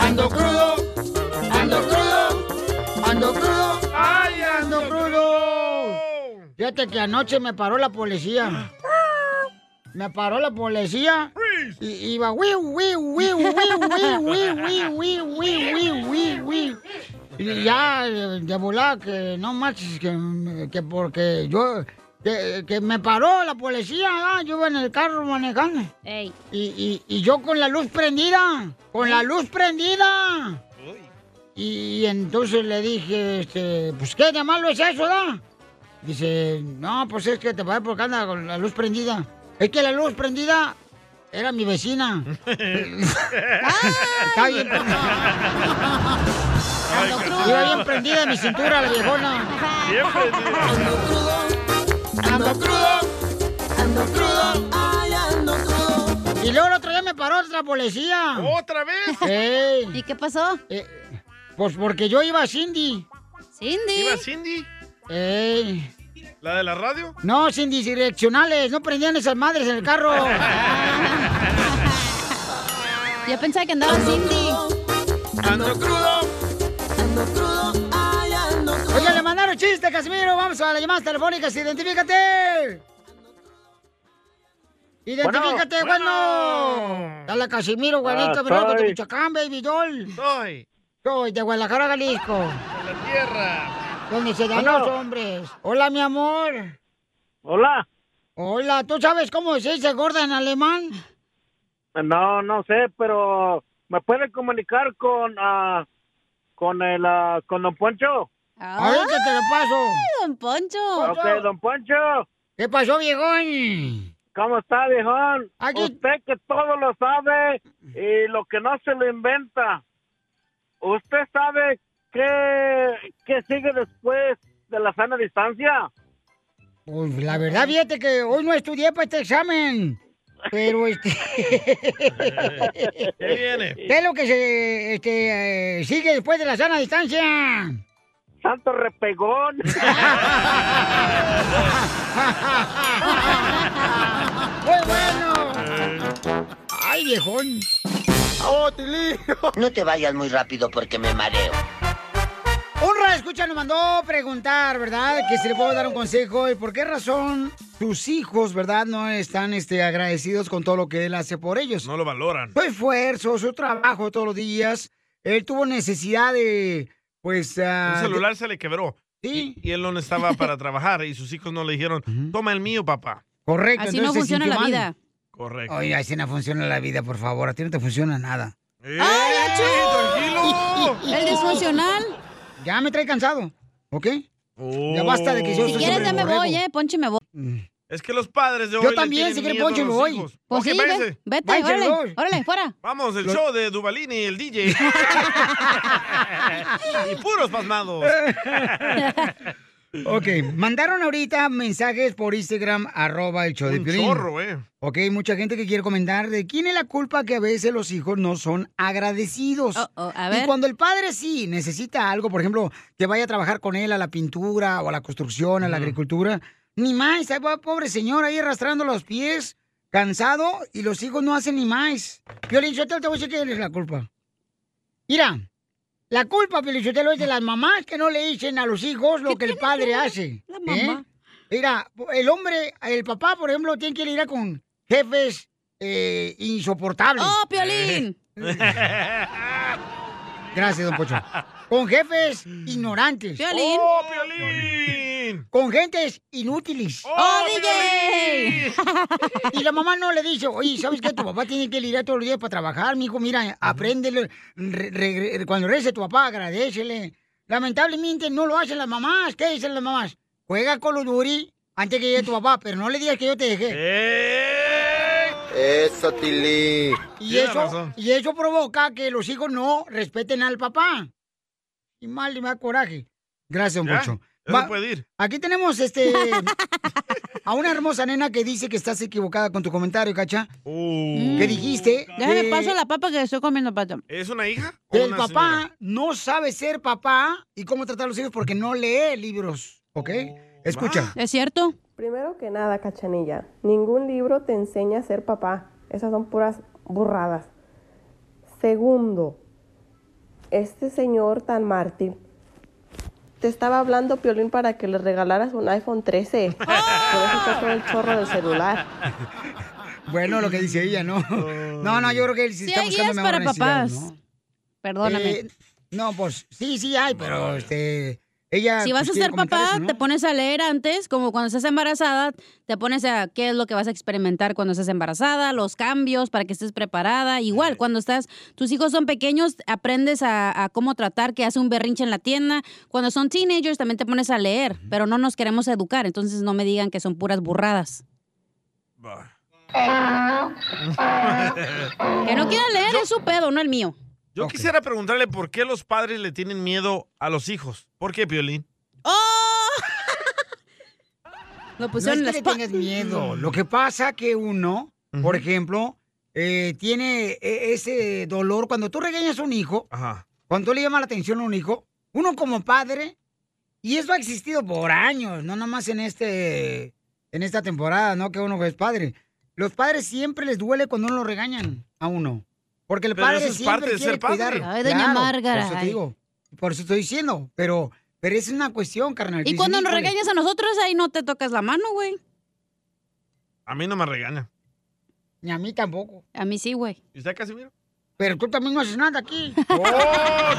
[SPEAKER 4] Ando crudo, ando crudo, ando crudo, ay, ando crudo. Fíjate que anoche me paró la policía. Me paró la policía. Y iba, wiu, wiu, wiu, wiu, wiu, wiu, wiu, wiu, wiu, wiu, wiu. Y ya, eh, de volada, que no marches, que, que porque yo, que, que me paró la policía, ah, yo iba en el carro manejando. Y, y- y yo con la luz prendida, con la luz prendida. Y entonces le dije, este, pues qué de malo es eso, ¿da? Dice, no, pues es que te paré porque anda con la luz prendida. Es que la luz prendida era mi vecina. Está bien pues, Iba bien prendida en mi cintura la viejona.
[SPEAKER 12] Bien prendida.
[SPEAKER 4] Ando crudo, ando crudo, ando crudo, ay, ando crudo. Y luego el otro día me paró otra policía.
[SPEAKER 5] ¿Otra vez?
[SPEAKER 4] ¿Y qué pasó? pues porque yo iba a Cindy. ¿Cindy?
[SPEAKER 5] ¿Iba Cindy?
[SPEAKER 4] Ey.
[SPEAKER 5] ¿La de la radio?
[SPEAKER 4] No, sin direccionales, no prendían esas madres en el carro.
[SPEAKER 6] Yo pensaba que andaba Cindy.
[SPEAKER 4] Ando crudo. Oye, le mandaron chiste, Casimiro. Vamos a las llamadas telefónicas. Identifícate. ¡Identifícate, bueno! Dale a Casimiro, Guarito,
[SPEAKER 12] Ah,
[SPEAKER 4] Verónica, de
[SPEAKER 12] soy.
[SPEAKER 4] Michoacán, baby doll. Soy. Soy de Guadalajara, Jalisco. De la tierra. Donde se dan
[SPEAKER 12] Bueno.
[SPEAKER 4] los hombres. Hola, mi amor. Hola. Hola, ¿tú sabes cómo se dice gorda en alemán?
[SPEAKER 9] No, no sé, pero ¿me puede comunicar con ah, con el ah, con Don Poncho?
[SPEAKER 4] A ver, que te lo paso.
[SPEAKER 6] Don Poncho.
[SPEAKER 9] Ok, Don Poncho.
[SPEAKER 4] ¿Qué pasó, viejón?
[SPEAKER 9] ¿Cómo está, viejón?
[SPEAKER 4] Aquí-
[SPEAKER 9] Usted que todo lo sabe y lo que no se lo inventa. ¿Usted sabe qué, qué sigue después de la sana distancia?
[SPEAKER 4] Pues la verdad, fíjate que hoy no estudié para este examen. Pero este.
[SPEAKER 12] ¿Qué viene?
[SPEAKER 4] ¿Qué es lo que se este, eh, sigue después de la sana distancia? Santo repegón. ¡Muy
[SPEAKER 5] Ah,
[SPEAKER 4] bueno! ¡Ay, viejón!
[SPEAKER 5] oh,
[SPEAKER 19] No te vayas muy rápido porque me mareo.
[SPEAKER 4] Un escucha nos mandó preguntar, ¿verdad? Que si le puedo dar un consejo y por qué razón tus hijos, ¿verdad? No están este, agradecidos con todo lo que él hace por ellos.
[SPEAKER 5] No lo valoran.
[SPEAKER 4] Su esfuerzo, su trabajo todos los días. Él tuvo necesidad de, pues... ah,
[SPEAKER 5] Un
[SPEAKER 4] de-
[SPEAKER 5] celular se le quebró.
[SPEAKER 4] Sí.
[SPEAKER 5] Y, y él no estaba para trabajar y sus hijos no le dijeron, toma el mío, papá.
[SPEAKER 4] Correcto. entonces se sintió mal.
[SPEAKER 5] Correcto.
[SPEAKER 4] Oye, así no funciona la vida, por favor. A ti no te funciona nada.
[SPEAKER 6] ¡Ay,
[SPEAKER 4] achú!
[SPEAKER 6] tranquilo! El disfuncional.
[SPEAKER 4] Ya me trae cansado, ¿ok? Ya basta de que yo
[SPEAKER 6] Si
[SPEAKER 4] soy Mm.
[SPEAKER 6] quieres,
[SPEAKER 4] siempre
[SPEAKER 6] ya me
[SPEAKER 4] borrego.
[SPEAKER 6] voy, ¿eh? Poncho y me voy.
[SPEAKER 5] Oh, Es que los padres de hoy.
[SPEAKER 4] Yo
[SPEAKER 5] le
[SPEAKER 4] también,
[SPEAKER 5] tienen
[SPEAKER 4] si quiere
[SPEAKER 5] miedo a
[SPEAKER 4] Poncho y me
[SPEAKER 5] los
[SPEAKER 4] voy.
[SPEAKER 5] hijos.
[SPEAKER 6] Pues
[SPEAKER 5] Ok,
[SPEAKER 6] sí,
[SPEAKER 5] váyanse.
[SPEAKER 6] ve- vete, órale, órale, fuera.
[SPEAKER 5] Vamos, el
[SPEAKER 6] Los-
[SPEAKER 5] show de Duvalini y el DJ. y puros pasmados.
[SPEAKER 4] Ok, mandaron ahorita mensajes por Instagram, arroba el show de
[SPEAKER 5] Un
[SPEAKER 4] Piolín.
[SPEAKER 5] chorro, eh.
[SPEAKER 4] Ok, mucha gente que quiere comentar de quién es la culpa que a veces los hijos no son agradecidos.
[SPEAKER 6] a
[SPEAKER 4] Y
[SPEAKER 6] ver.
[SPEAKER 4] cuando el padre sí necesita algo, por ejemplo, que vaya a trabajar con él a la pintura o a la construcción, a la agricultura, ni más, ahí va pobre señor ahí arrastrando los pies, cansado, y los hijos no hacen ni más. Piolín, yo te voy a decir quién es la culpa. Mira, la culpa, Felicitelo, es de las mamás que no le dicen a los hijos lo que el padre hace. La
[SPEAKER 12] mamá?
[SPEAKER 4] Mira, el hombre, el papá, por ejemplo, tiene que lidiar con jefes eh, insoportables. Eh,
[SPEAKER 12] ¡Oh, Piolín!
[SPEAKER 4] Gracias, don Pocho. Con jefes ignorantes.
[SPEAKER 12] Piolín. ¡Oh, Piolín!
[SPEAKER 4] Con gentes inútiles.
[SPEAKER 12] ¡Oh, DJ!
[SPEAKER 4] y la mamá no le dice, oye, ¿sabes qué? Tu papá tiene que lidiar todos los días para trabajar, mijo. Mira, apréndele. Re- re- re- cuando rece tu papá, agradecele. Lamentablemente no lo hacen las mamás. ¿Qué dicen las mamás? Juega con los duri antes que llegue tu papá, pero no le digas que yo te dejé.
[SPEAKER 12] Eh.
[SPEAKER 19] Eso, Tilín.
[SPEAKER 4] Y eso, y eso provoca que los hijos no respeten al papá. Y mal, y me da coraje. Gracias, don
[SPEAKER 5] ¿Ya?
[SPEAKER 4] Pocho.
[SPEAKER 5] Ya
[SPEAKER 4] Va-
[SPEAKER 5] se puede ir.
[SPEAKER 4] Aquí tenemos este a una hermosa nena que dice que estás equivocada con tu comentario, cacha. ¿Qué dijiste?
[SPEAKER 6] Mm. Déjame
[SPEAKER 4] que
[SPEAKER 6] Uh. paso la papa que estoy comiendo, pato.
[SPEAKER 5] ¿Es una hija?
[SPEAKER 4] que el papá no sabe ser papá y cómo tratar a los hijos porque no lee libros, ¿ok? Escucha.
[SPEAKER 6] ¿Es cierto?
[SPEAKER 20] Primero que nada, cachanilla, ningún libro te enseña a ser papá. Esas son puras burradas. Segundo, este señor tan mártir te estaba hablando, Piolín, para que le regalaras un iPhone 13. Por eso está con el chorro del celular.
[SPEAKER 4] Bueno, lo que dice ella, ¿no? No, no, yo creo que él sí
[SPEAKER 6] Sí
[SPEAKER 4] está
[SPEAKER 6] hay
[SPEAKER 4] buscando
[SPEAKER 6] guías
[SPEAKER 4] mejor
[SPEAKER 6] para
[SPEAKER 4] necesidad,
[SPEAKER 6] papás.
[SPEAKER 4] ¿no?
[SPEAKER 6] Perdóname.
[SPEAKER 4] Eh, no, pues sí, sí hay, pero este ella
[SPEAKER 6] si vas
[SPEAKER 4] pues,
[SPEAKER 6] a
[SPEAKER 4] quiere
[SPEAKER 6] ser
[SPEAKER 4] comentar
[SPEAKER 6] papá,
[SPEAKER 4] eso, ¿no?
[SPEAKER 6] te pones a leer antes, como cuando estás embarazada, te pones a qué es lo que vas a experimentar cuando estás embarazada, los cambios para que estés preparada. Igual, cuando estás, tus hijos son pequeños, aprendes a, a cómo tratar, que hace un berrinche en la tienda. Cuando son teenagers, también te pones a leer, pero no nos queremos educar, entonces no me digan que son puras burradas. Que no quieran leer es su pedo, no el mío.
[SPEAKER 5] Yo quisiera preguntarle por qué los padres le tienen miedo a los hijos. ¿Por qué, Piolín?
[SPEAKER 6] ¡Oh! Lo
[SPEAKER 4] No es
[SPEAKER 6] pusieron
[SPEAKER 4] que le
[SPEAKER 6] en la
[SPEAKER 4] tengas miedo. Lo que pasa que uno, por ejemplo, eh, tiene e- ese dolor. Cuando tú regañas a un hijo, cuando tú le llamas la atención a un hijo, uno como padre, y eso ha existido por años, no nomás en este, en esta temporada, ¿no? Que uno es padre. Los padres siempre les duele cuando uno lo regañan a uno. Porque el
[SPEAKER 6] Pero
[SPEAKER 4] padre
[SPEAKER 6] eso es
[SPEAKER 4] siempre
[SPEAKER 6] parte de
[SPEAKER 4] quiere
[SPEAKER 6] ser padre.
[SPEAKER 4] cuidar.
[SPEAKER 6] Ay, doña Márgara,
[SPEAKER 4] Por eso te
[SPEAKER 6] ay.
[SPEAKER 4] digo. Por eso estoy diciendo. Pero, pero es una cuestión, carnal.
[SPEAKER 6] Y
[SPEAKER 4] Dicen,
[SPEAKER 6] cuando nos
[SPEAKER 4] Pues "Híjole".
[SPEAKER 6] regañas a nosotros, ahí no te tocas la mano, güey.
[SPEAKER 5] A mí no me regaña.
[SPEAKER 4] Ni a mí tampoco.
[SPEAKER 6] A mí sí, güey.
[SPEAKER 5] ¿Y usted, Casimiro?
[SPEAKER 4] Pero tú también no haces nada aquí.
[SPEAKER 5] ¡Oh,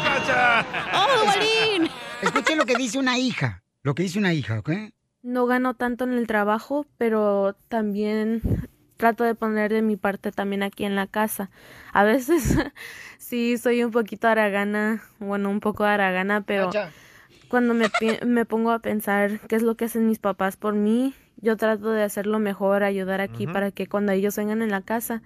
[SPEAKER 5] Cacha!
[SPEAKER 6] ¡Oh, Bolín!
[SPEAKER 4] Escuchen lo que dice una hija. Lo que dice una hija, ¿ok?
[SPEAKER 22] No gano tanto en el trabajo, pero también trato de poner de mi parte también aquí en la casa. A veces sí soy un poquito aragana, bueno, un poco aragana, pero
[SPEAKER 23] Cacha.
[SPEAKER 22] cuando me, pi- me pongo a pensar qué es lo que hacen mis papás por mí, yo trato de hacerlo mejor, ayudar aquí
[SPEAKER 23] Ujú.
[SPEAKER 22] para que cuando ellos vengan en la casa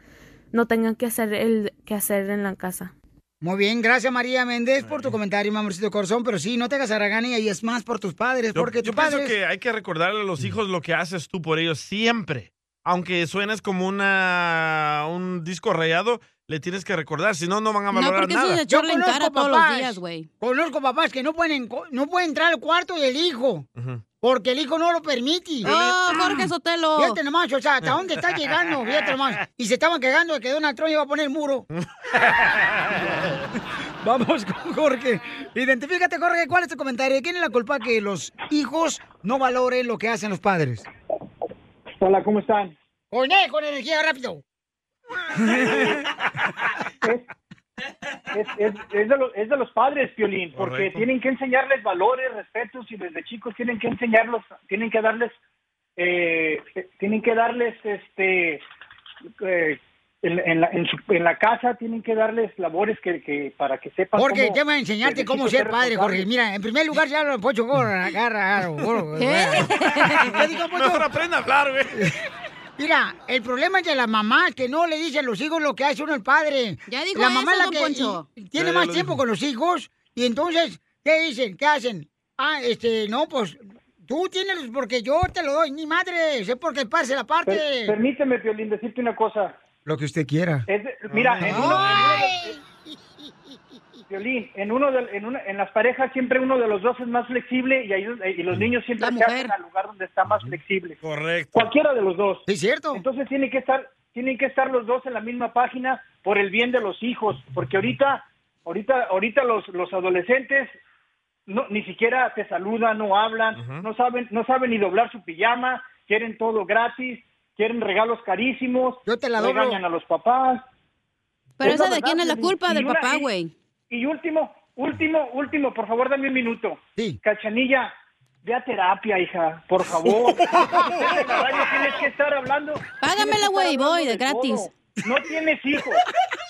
[SPEAKER 22] no tengan que hacer el que hacer en la casa.
[SPEAKER 4] Muy bien, gracias María Méndez por tu comentario, mi amorcito corazón. Pero sí, no te hagas aragana y es más por tus padres,
[SPEAKER 5] Yo,
[SPEAKER 4] porque
[SPEAKER 5] yo
[SPEAKER 4] tus
[SPEAKER 5] pienso
[SPEAKER 4] padres...
[SPEAKER 5] que hay que recordarle a los hijos lo que haces tú por ellos siempre. Aunque suenes como una un disco rayado, le tienes que recordar, si no, no van a valorar nada.
[SPEAKER 4] Yo conozco papás-
[SPEAKER 6] güey.
[SPEAKER 4] Conozco papás que no pueden, enco- no pueden entrar al cuarto del hijo. Porque el hijo no lo permite.
[SPEAKER 6] ¡Oh, Jorge Sotelo!
[SPEAKER 4] Fíjate nomás, o sea, ¿hasta dónde está llegando? Fíjate nomás. Y se estaban quejando de que Donald Trump iba a poner el muro. Vamos con Jorge. Identifícate, Jorge, ¿cuál es tu comentario? ¿De quién es la culpa que los hijos no valoren lo que hacen los padres?
[SPEAKER 21] Hola, ¿cómo están?
[SPEAKER 4] Con él, con energía, rápido.
[SPEAKER 21] Es, es- es de los, es de los padres, Piolín, porque
[SPEAKER 26] Correcto.
[SPEAKER 21] tienen que enseñarles valores, respetos y desde chicos tienen que enseñarlos, tienen que darles, eh, tienen que darles, este, eh, en, en la, en su- en la casa tienen que darles labores que, que- para que sepan.
[SPEAKER 4] Jorge,
[SPEAKER 21] cómo-
[SPEAKER 4] ya me enseñaste
[SPEAKER 21] desde
[SPEAKER 4] cómo
[SPEAKER 21] chicos
[SPEAKER 4] ser padre,
[SPEAKER 21] responsables.
[SPEAKER 4] Jorge. Mira, en primer lugar ya lo pocho, gorra, agarra, agarra, gorra,
[SPEAKER 21] ¿Qué?
[SPEAKER 4] gorra. ¿Qué dijo, Pocho?
[SPEAKER 21] Mejor
[SPEAKER 5] aprende a hablar, güey.
[SPEAKER 4] Mira, el problema es de la mamá que no le dicen a los hijos lo que hace uno el padre.
[SPEAKER 6] Ya dijo
[SPEAKER 4] la
[SPEAKER 6] eso,
[SPEAKER 4] mamá es la
[SPEAKER 6] don
[SPEAKER 4] que
[SPEAKER 6] Poncho.
[SPEAKER 4] y- y
[SPEAKER 6] Ya,
[SPEAKER 4] tiene
[SPEAKER 6] ya
[SPEAKER 4] más
[SPEAKER 6] lo
[SPEAKER 4] tiempo con los hijos y entonces ¿qué dicen? ¿Qué hacen? Ah, este, no, pues tú tienes porque yo te lo doy, ni madre, es porque el padre se la parte.
[SPEAKER 21] Per- permíteme, Piolín, decirte una cosa.
[SPEAKER 4] Lo que usted quiera.
[SPEAKER 21] Es de- mira,
[SPEAKER 4] Ah.
[SPEAKER 21] en uno- en uno de- Piolín, en uno de- en una- en las parejas siempre uno de los dos es más flexible y, ahí- y los niños siempre se hacen al lugar donde está más flexible.
[SPEAKER 5] Correcto.
[SPEAKER 21] Cualquiera de los dos.
[SPEAKER 4] Es cierto.
[SPEAKER 21] Entonces tienen que estar tienen que estar los dos en la misma página por el bien de los hijos, porque ahorita ahorita ahorita los los adolescentes no, ni siquiera te saludan, no hablan, no saben, no saben ni doblar su pijama, quieren todo gratis, quieren regalos carísimos,
[SPEAKER 4] la doblo.
[SPEAKER 21] regañan a los papás.
[SPEAKER 6] Pero
[SPEAKER 21] Es
[SPEAKER 6] esa de
[SPEAKER 21] la verdad,
[SPEAKER 6] quién es la
[SPEAKER 21] Piolín.
[SPEAKER 6] culpa,
[SPEAKER 21] Y
[SPEAKER 6] del
[SPEAKER 21] una-
[SPEAKER 6] papá,
[SPEAKER 21] y-
[SPEAKER 6] güey.
[SPEAKER 21] Y, último, último, último, por favor, dame un minuto. Cachanilla, ve a terapia, hija, por favor. En la radio tienes que estar hablando.
[SPEAKER 6] Págamela, güey, voy, de gratis.
[SPEAKER 21] No tienes hijos,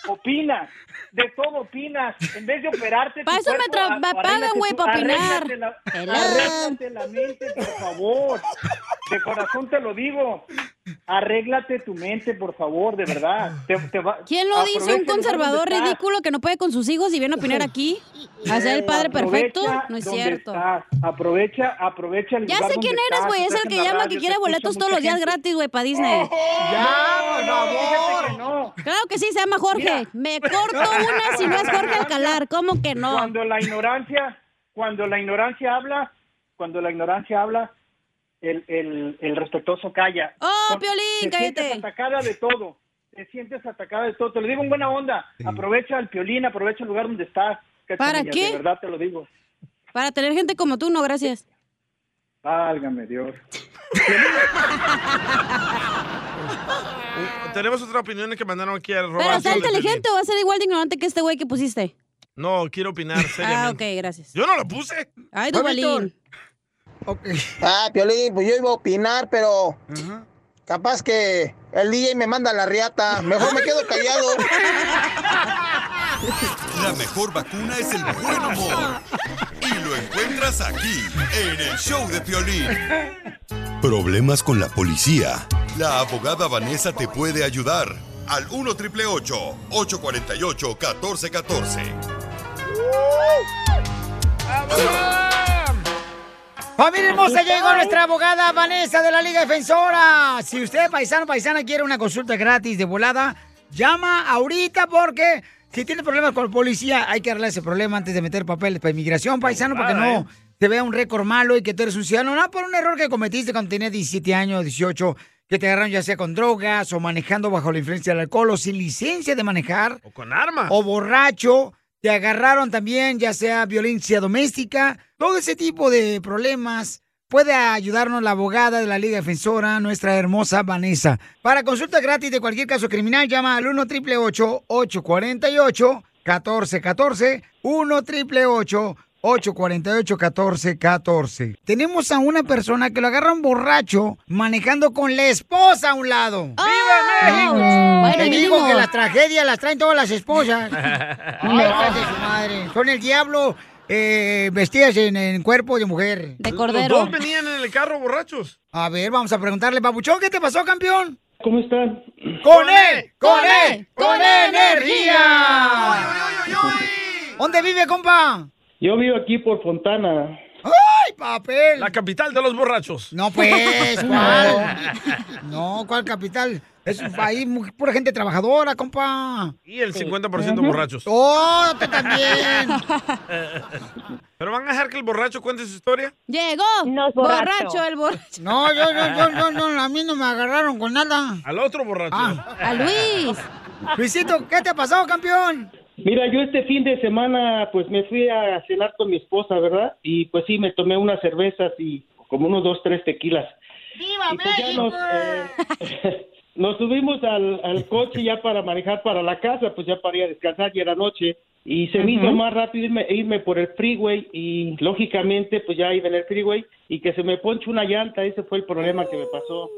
[SPEAKER 21] opinas, de todo opinas. En vez de operarte, tu
[SPEAKER 6] Pa' eso me
[SPEAKER 21] cuerpo,
[SPEAKER 6] tra-
[SPEAKER 21] a-
[SPEAKER 6] me
[SPEAKER 21] arréglate
[SPEAKER 6] pagan, güey,
[SPEAKER 21] tú,
[SPEAKER 6] pa' opinar.
[SPEAKER 21] arréglate la-
[SPEAKER 6] Pelón.
[SPEAKER 21] Arréglate la mente, por favor. De corazón te lo digo. Arréglate tu mente, por favor, de verdad. Te- te va-
[SPEAKER 6] ¿Quién lo dice? Un
[SPEAKER 21] aprovecha donde
[SPEAKER 6] conservador
[SPEAKER 21] estás.
[SPEAKER 6] ridículo que no puede con sus hijos y viene a opinar aquí. ¿A ser el padre perfecto?
[SPEAKER 21] Eh, Aprovecha
[SPEAKER 6] No es
[SPEAKER 21] donde
[SPEAKER 6] cierto.
[SPEAKER 21] estás, Aprovecha, aprovecha el
[SPEAKER 6] Ya
[SPEAKER 21] lugar
[SPEAKER 6] sé
[SPEAKER 21] donde
[SPEAKER 6] quién eres,
[SPEAKER 21] estás,
[SPEAKER 6] güey. Es
[SPEAKER 21] estás
[SPEAKER 6] el
[SPEAKER 21] en
[SPEAKER 6] que
[SPEAKER 21] la
[SPEAKER 6] llama
[SPEAKER 21] radio,
[SPEAKER 6] que
[SPEAKER 21] te
[SPEAKER 6] quiere
[SPEAKER 21] escucha
[SPEAKER 6] boletos todos
[SPEAKER 21] mucha
[SPEAKER 6] los días
[SPEAKER 21] gente. Oh,
[SPEAKER 6] gratis, güey, para Disney.
[SPEAKER 21] ¡Ya, por favor!
[SPEAKER 6] Claro que sí, se llama Jorge.
[SPEAKER 21] Mira.
[SPEAKER 6] Me corto una si no es Jorge Alcalar. ¿Cómo que no?
[SPEAKER 21] Cuando la ignorancia, cuando la ignorancia habla, cuando la ignorancia habla, el, el, el respetuoso calla.
[SPEAKER 6] ¡Oh,
[SPEAKER 21] Con-
[SPEAKER 6] Piolín,
[SPEAKER 21] te
[SPEAKER 6] cállate!
[SPEAKER 21] sientes atacada de todo. Te sientes atacada de todo. Te lo digo en buena onda. Aprovecha el Piolín, aprovecha el lugar donde estás.
[SPEAKER 6] ¿Para
[SPEAKER 21] Cachanilla,
[SPEAKER 6] qué?
[SPEAKER 21] De verdad te lo digo.
[SPEAKER 6] Para tener gente como tú, no, gracias.
[SPEAKER 21] Válgame Dios.
[SPEAKER 5] Tenemos otra opinión que mandaron aquí al
[SPEAKER 6] ¿Pero
[SPEAKER 5] robar.
[SPEAKER 6] está inteligente o va a ser igual de ignorante que este güey que pusiste?
[SPEAKER 5] No, quiero opinar
[SPEAKER 6] Ah, ok,
[SPEAKER 5] seriamente.
[SPEAKER 6] gracias.
[SPEAKER 5] Yo no lo puse.
[SPEAKER 6] Ay,
[SPEAKER 5] Fue
[SPEAKER 6] Dubalín.
[SPEAKER 34] Ah, Piolín, pues yo iba a opinar, pero capaz que el DJ me manda la riata. Mejor me quedo callado.
[SPEAKER 2] La mejor vacuna es el buen humor. Y lo encuentras aquí, en el show de Piolín. Problemas con la policía. La abogada Vanessa te puede ayudar. Al 1 triple 848 1414.
[SPEAKER 4] Familia hermosa, llegó nuestra abogada Vanessa de la Liga Defensora. Si usted, paisano paisana, quiere una consulta gratis de volada, llama ahorita porque si tiene problemas con la policía, hay que arreglar ese problema antes de meter papeles para inmigración, paisano, porque
[SPEAKER 35] volada,
[SPEAKER 4] no
[SPEAKER 5] ¿eh?
[SPEAKER 4] te vea un récord malo y que tú eres un ciudadano. No, por un error que cometiste cuando tenías 17 años, 18, que te agarraron ya sea con drogas o manejando bajo la influencia del alcohol o sin licencia de manejar. O
[SPEAKER 5] con armas.
[SPEAKER 4] O borracho. Te agarraron también, ya sea violencia doméstica, todo ese tipo de problemas puede ayudarnos la abogada de la Liga Defensora, nuestra hermosa Vanessa. Para consulta gratis de cualquier caso criminal, llama al 1 888 848 1414 1 888 848-1414. Tenemos a una persona que lo agarra un borracho manejando con la esposa a un lado.
[SPEAKER 12] Oh.
[SPEAKER 4] ¡Viva México! Te digo que las tragedias las traen todas las esposas. Ay, hijas de su madre. Son el diablo eh, vestidas en, en cuerpo de mujer.
[SPEAKER 6] De
[SPEAKER 5] Los dos venían en el carro borrachos.
[SPEAKER 4] A ver, vamos a preguntarle, Papuchón, ¿qué te pasó, campeón?
[SPEAKER 17] ¿Cómo están?
[SPEAKER 4] ¡Con él! ¡Con él! ¡Con E energía! ¿Dónde vive, compa?
[SPEAKER 17] Yo vivo aquí por Fontana.
[SPEAKER 4] ¡Ay, papel!
[SPEAKER 5] La capital de los borrachos.
[SPEAKER 4] No, pues, ¿cuál? No, ¿cuál capital? Es un país muy- pura gente trabajadora, compa.
[SPEAKER 5] Y el 50% borrachos.
[SPEAKER 4] ¡Oh, tú también!
[SPEAKER 5] ¿Pero van a dejar que el borracho cuente su historia?
[SPEAKER 6] Llegó.
[SPEAKER 5] borracho.
[SPEAKER 6] borracho el borracho.
[SPEAKER 4] No, yo, yo, yo, yo, no, a mí no me agarraron con nada. Ah.
[SPEAKER 5] Al otro borracho.
[SPEAKER 4] a Luis. Luisito, ¿qué te pasó, campeón?
[SPEAKER 17] Mira, yo este fin de semana pues me fui a cenar con mi esposa, ¿verdad? Y pues sí, me tomé unas cervezas y como unos dos, tres tequilas.
[SPEAKER 4] ¡Viva
[SPEAKER 17] México!
[SPEAKER 4] eh,
[SPEAKER 17] Nos subimos al, al coche ya para manejar para la casa, pues ya para ir a descansar, ya era noche. Y se me hizo
[SPEAKER 29] Ujú.
[SPEAKER 17] más rápido irme, irme por el freeway y lógicamente pues ya iba en el freeway y que se me ponche una llanta, ese fue el problema que me pasó.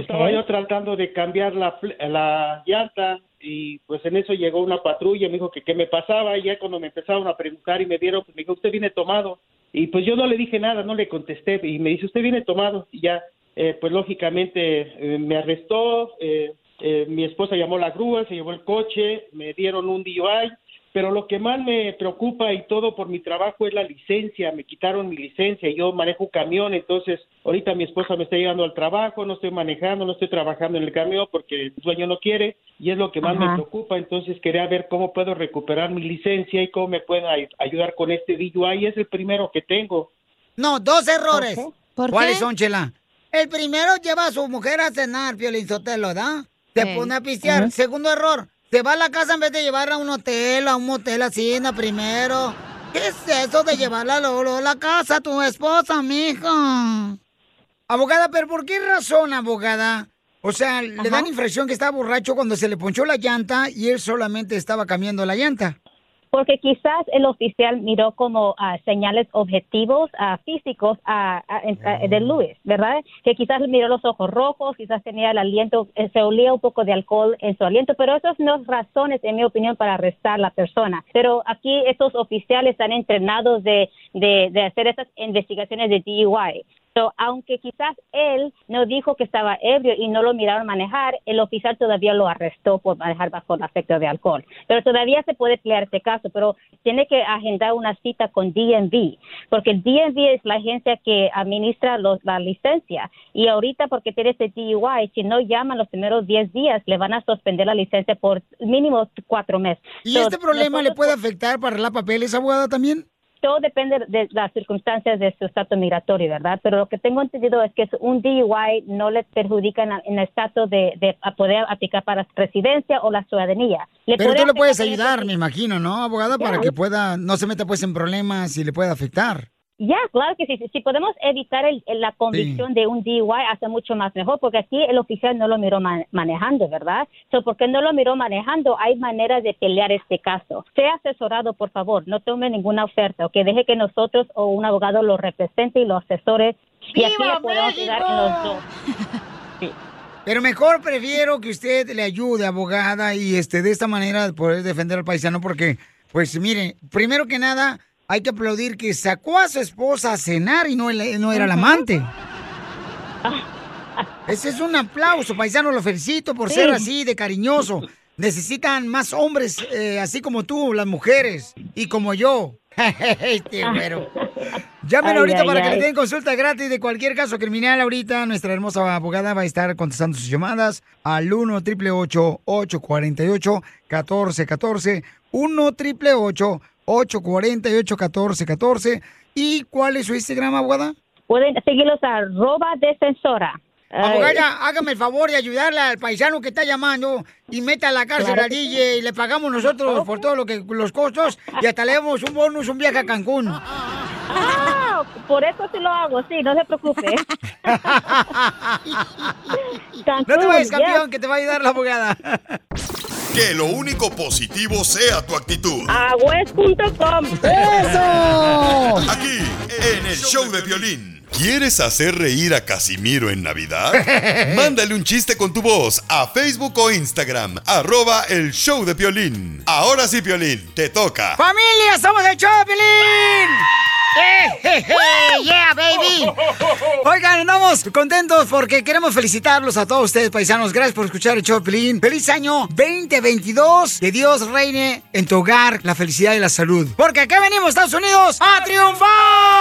[SPEAKER 17] Estaba yo tratando de cambiar la, fle- la llanta y pues en eso llegó una patrulla, me dijo que qué me pasaba y ya cuando me empezaron a preguntar y me vieron, pues me dijo, usted viene tomado. Y pues yo no le dije nada, no le contesté y me dice, usted viene tomado. Y ya, eh, pues lógicamente eh, me arrestó, eh, eh, mi esposa llamó la grúa, se llevó el coche, me dieron un DUI, pero lo que más me preocupa y todo por mi trabajo es la licencia, me quitaron mi licencia, yo manejo camión, entonces ahorita mi esposa me está llevando al trabajo, no estoy manejando, no estoy trabajando en el camión porque el dueño no quiere y es lo que más
[SPEAKER 29] Ajá.
[SPEAKER 17] me preocupa, entonces quería ver cómo puedo recuperar mi licencia y cómo me pueden ay- ayudar con este DUI, es el primero que tengo.
[SPEAKER 4] No, dos errores.
[SPEAKER 17] Ojo. ¿Por
[SPEAKER 4] ¿Cuáles
[SPEAKER 17] qué?
[SPEAKER 4] son, Chela? El primero lleva a su mujer a cenar, Piolín Sotelo, ¿da? Se
[SPEAKER 29] Sí.
[SPEAKER 4] pone a pistear.
[SPEAKER 29] Ujú.
[SPEAKER 4] Segundo error, se va a la casa en vez de llevarla a un hotel, a un motel así, ¿no? primero. ¿Qué es eso de llevarla luego, luego a la casa a tu esposa, mija? Abogada, ¿pero por qué razón, abogada? O sea, le dan infracción que estaba borracho cuando se le ponchó la llanta y él solamente estaba cambiando la llanta.
[SPEAKER 14] porque quizás el oficial miró como ah, señales objetivos ah, físicos ah, ah, en- ah, de Luis, ¿verdad? Que quizás miró los ojos rojos, quizás tenía el aliento, eh, se olía un poco de alcohol en su aliento, pero esas no son razones, en mi opinión, para arrestar a la persona. Pero aquí estos oficiales están entrenados de, de, de hacer esas investigaciones de DUI. So, aunque quizás él no dijo que estaba ebrio y no lo miraron manejar, el oficial todavía lo arrestó por manejar bajo el afecto de alcohol. Pero todavía se puede pelear este caso, pero tiene que agendar una cita con DNV, porque el DNV es la agencia que administra los- la licencia. Y ahorita, porque tiene este ese DUI, si no llaman los primeros 10 días, le van a suspender la licencia por mínimo cuatro meses.
[SPEAKER 4] ¿Y
[SPEAKER 14] So,
[SPEAKER 4] este problema le
[SPEAKER 14] nosotros-
[SPEAKER 4] puede afectar para la papeles, abogada, también?
[SPEAKER 14] todo depende de las circunstancias de su estatus migratorio, ¿verdad? Pero lo que tengo entendido es que es un DUI no le perjudica en la- en el estatus de, de a poder aplicar para residencia o la ciudadanía. Le
[SPEAKER 4] Pero
[SPEAKER 14] puede
[SPEAKER 4] tú le puedes
[SPEAKER 14] afectar-
[SPEAKER 4] ayudar, me imagino, ¿no, abogada? Para
[SPEAKER 14] Ya.
[SPEAKER 4] que pueda, no se meta pues en problemas y le pueda afectar.
[SPEAKER 14] Ya, claro que sí. Si, si podemos evitar el- el- la convicción de un DUI, hace mucho más mejor, porque aquí el oficial no lo miró ma- manejando, ¿verdad? So, porque no lo miró manejando, hay maneras de pelear este caso. Sea asesorado, por favor, no tome ninguna oferta, o que deje que nosotros o un abogado lo represente y lo asesore. Y aquí
[SPEAKER 4] ¡Viva
[SPEAKER 14] le podemos ayudar en los dos.
[SPEAKER 4] Pero mejor prefiero que usted le ayude, abogada, y este de esta manera poder defender al paisano, porque, pues miren, primero que nada, hay que aplaudir que sacó a su esposa a cenar y no, el- Eh, no era la amante. Ese es un aplauso, paisano, lo felicito por ser así de cariñoso. Necesitan más hombres eh, así como tú, las mujeres, y como yo. este güero. Llamen
[SPEAKER 29] Ay,
[SPEAKER 4] ahorita
[SPEAKER 29] ay,
[SPEAKER 4] para que
[SPEAKER 29] ay.
[SPEAKER 4] le den consulta gratis de cualquier caso criminal. Ahorita nuestra hermosa abogada va a estar contestando sus llamadas al 1 888 848 1414 1 888 848 1414 ¿Y cuál es su Instagram, abogada?
[SPEAKER 14] Pueden seguirlos a arroba defensora.
[SPEAKER 4] Abogada, hágame el favor de ayudarle al paisano que está llamando y meta a la cárcel
[SPEAKER 14] Claro
[SPEAKER 4] al
[SPEAKER 14] que
[SPEAKER 4] DJ y le pagamos nosotros por todo lo que los costos y hasta le damos un bonus, un viaje a Cancún.
[SPEAKER 14] no, Ah, por eso sí lo hago, sí, no se preocupe.
[SPEAKER 4] No te vayas,
[SPEAKER 14] ya.
[SPEAKER 4] campeón, que te va a ayudar la abogada.
[SPEAKER 2] Que lo único positivo sea tu actitud.
[SPEAKER 14] Agüez.com.
[SPEAKER 2] ¡Eso! Aquí, en el show de violín. ¿Quieres hacer reír a Casimiro en Navidad? Mándale un chiste con tu voz a Facebook o Instagram, arroba el show de violín. Ahora sí, violín, te toca.
[SPEAKER 4] ¡Familia, somos el Choplin! ¡Eh, je, je! ¡Yeah, baby! Oigan, andamos contentos porque queremos felicitarlos a todos ustedes, paisanos. Gracias por escuchar el Choplin. ¡Feliz año 2022! Que Dios reine en tu hogar la felicidad y la salud. Porque acá venimos, Estados Unidos, a triunfar.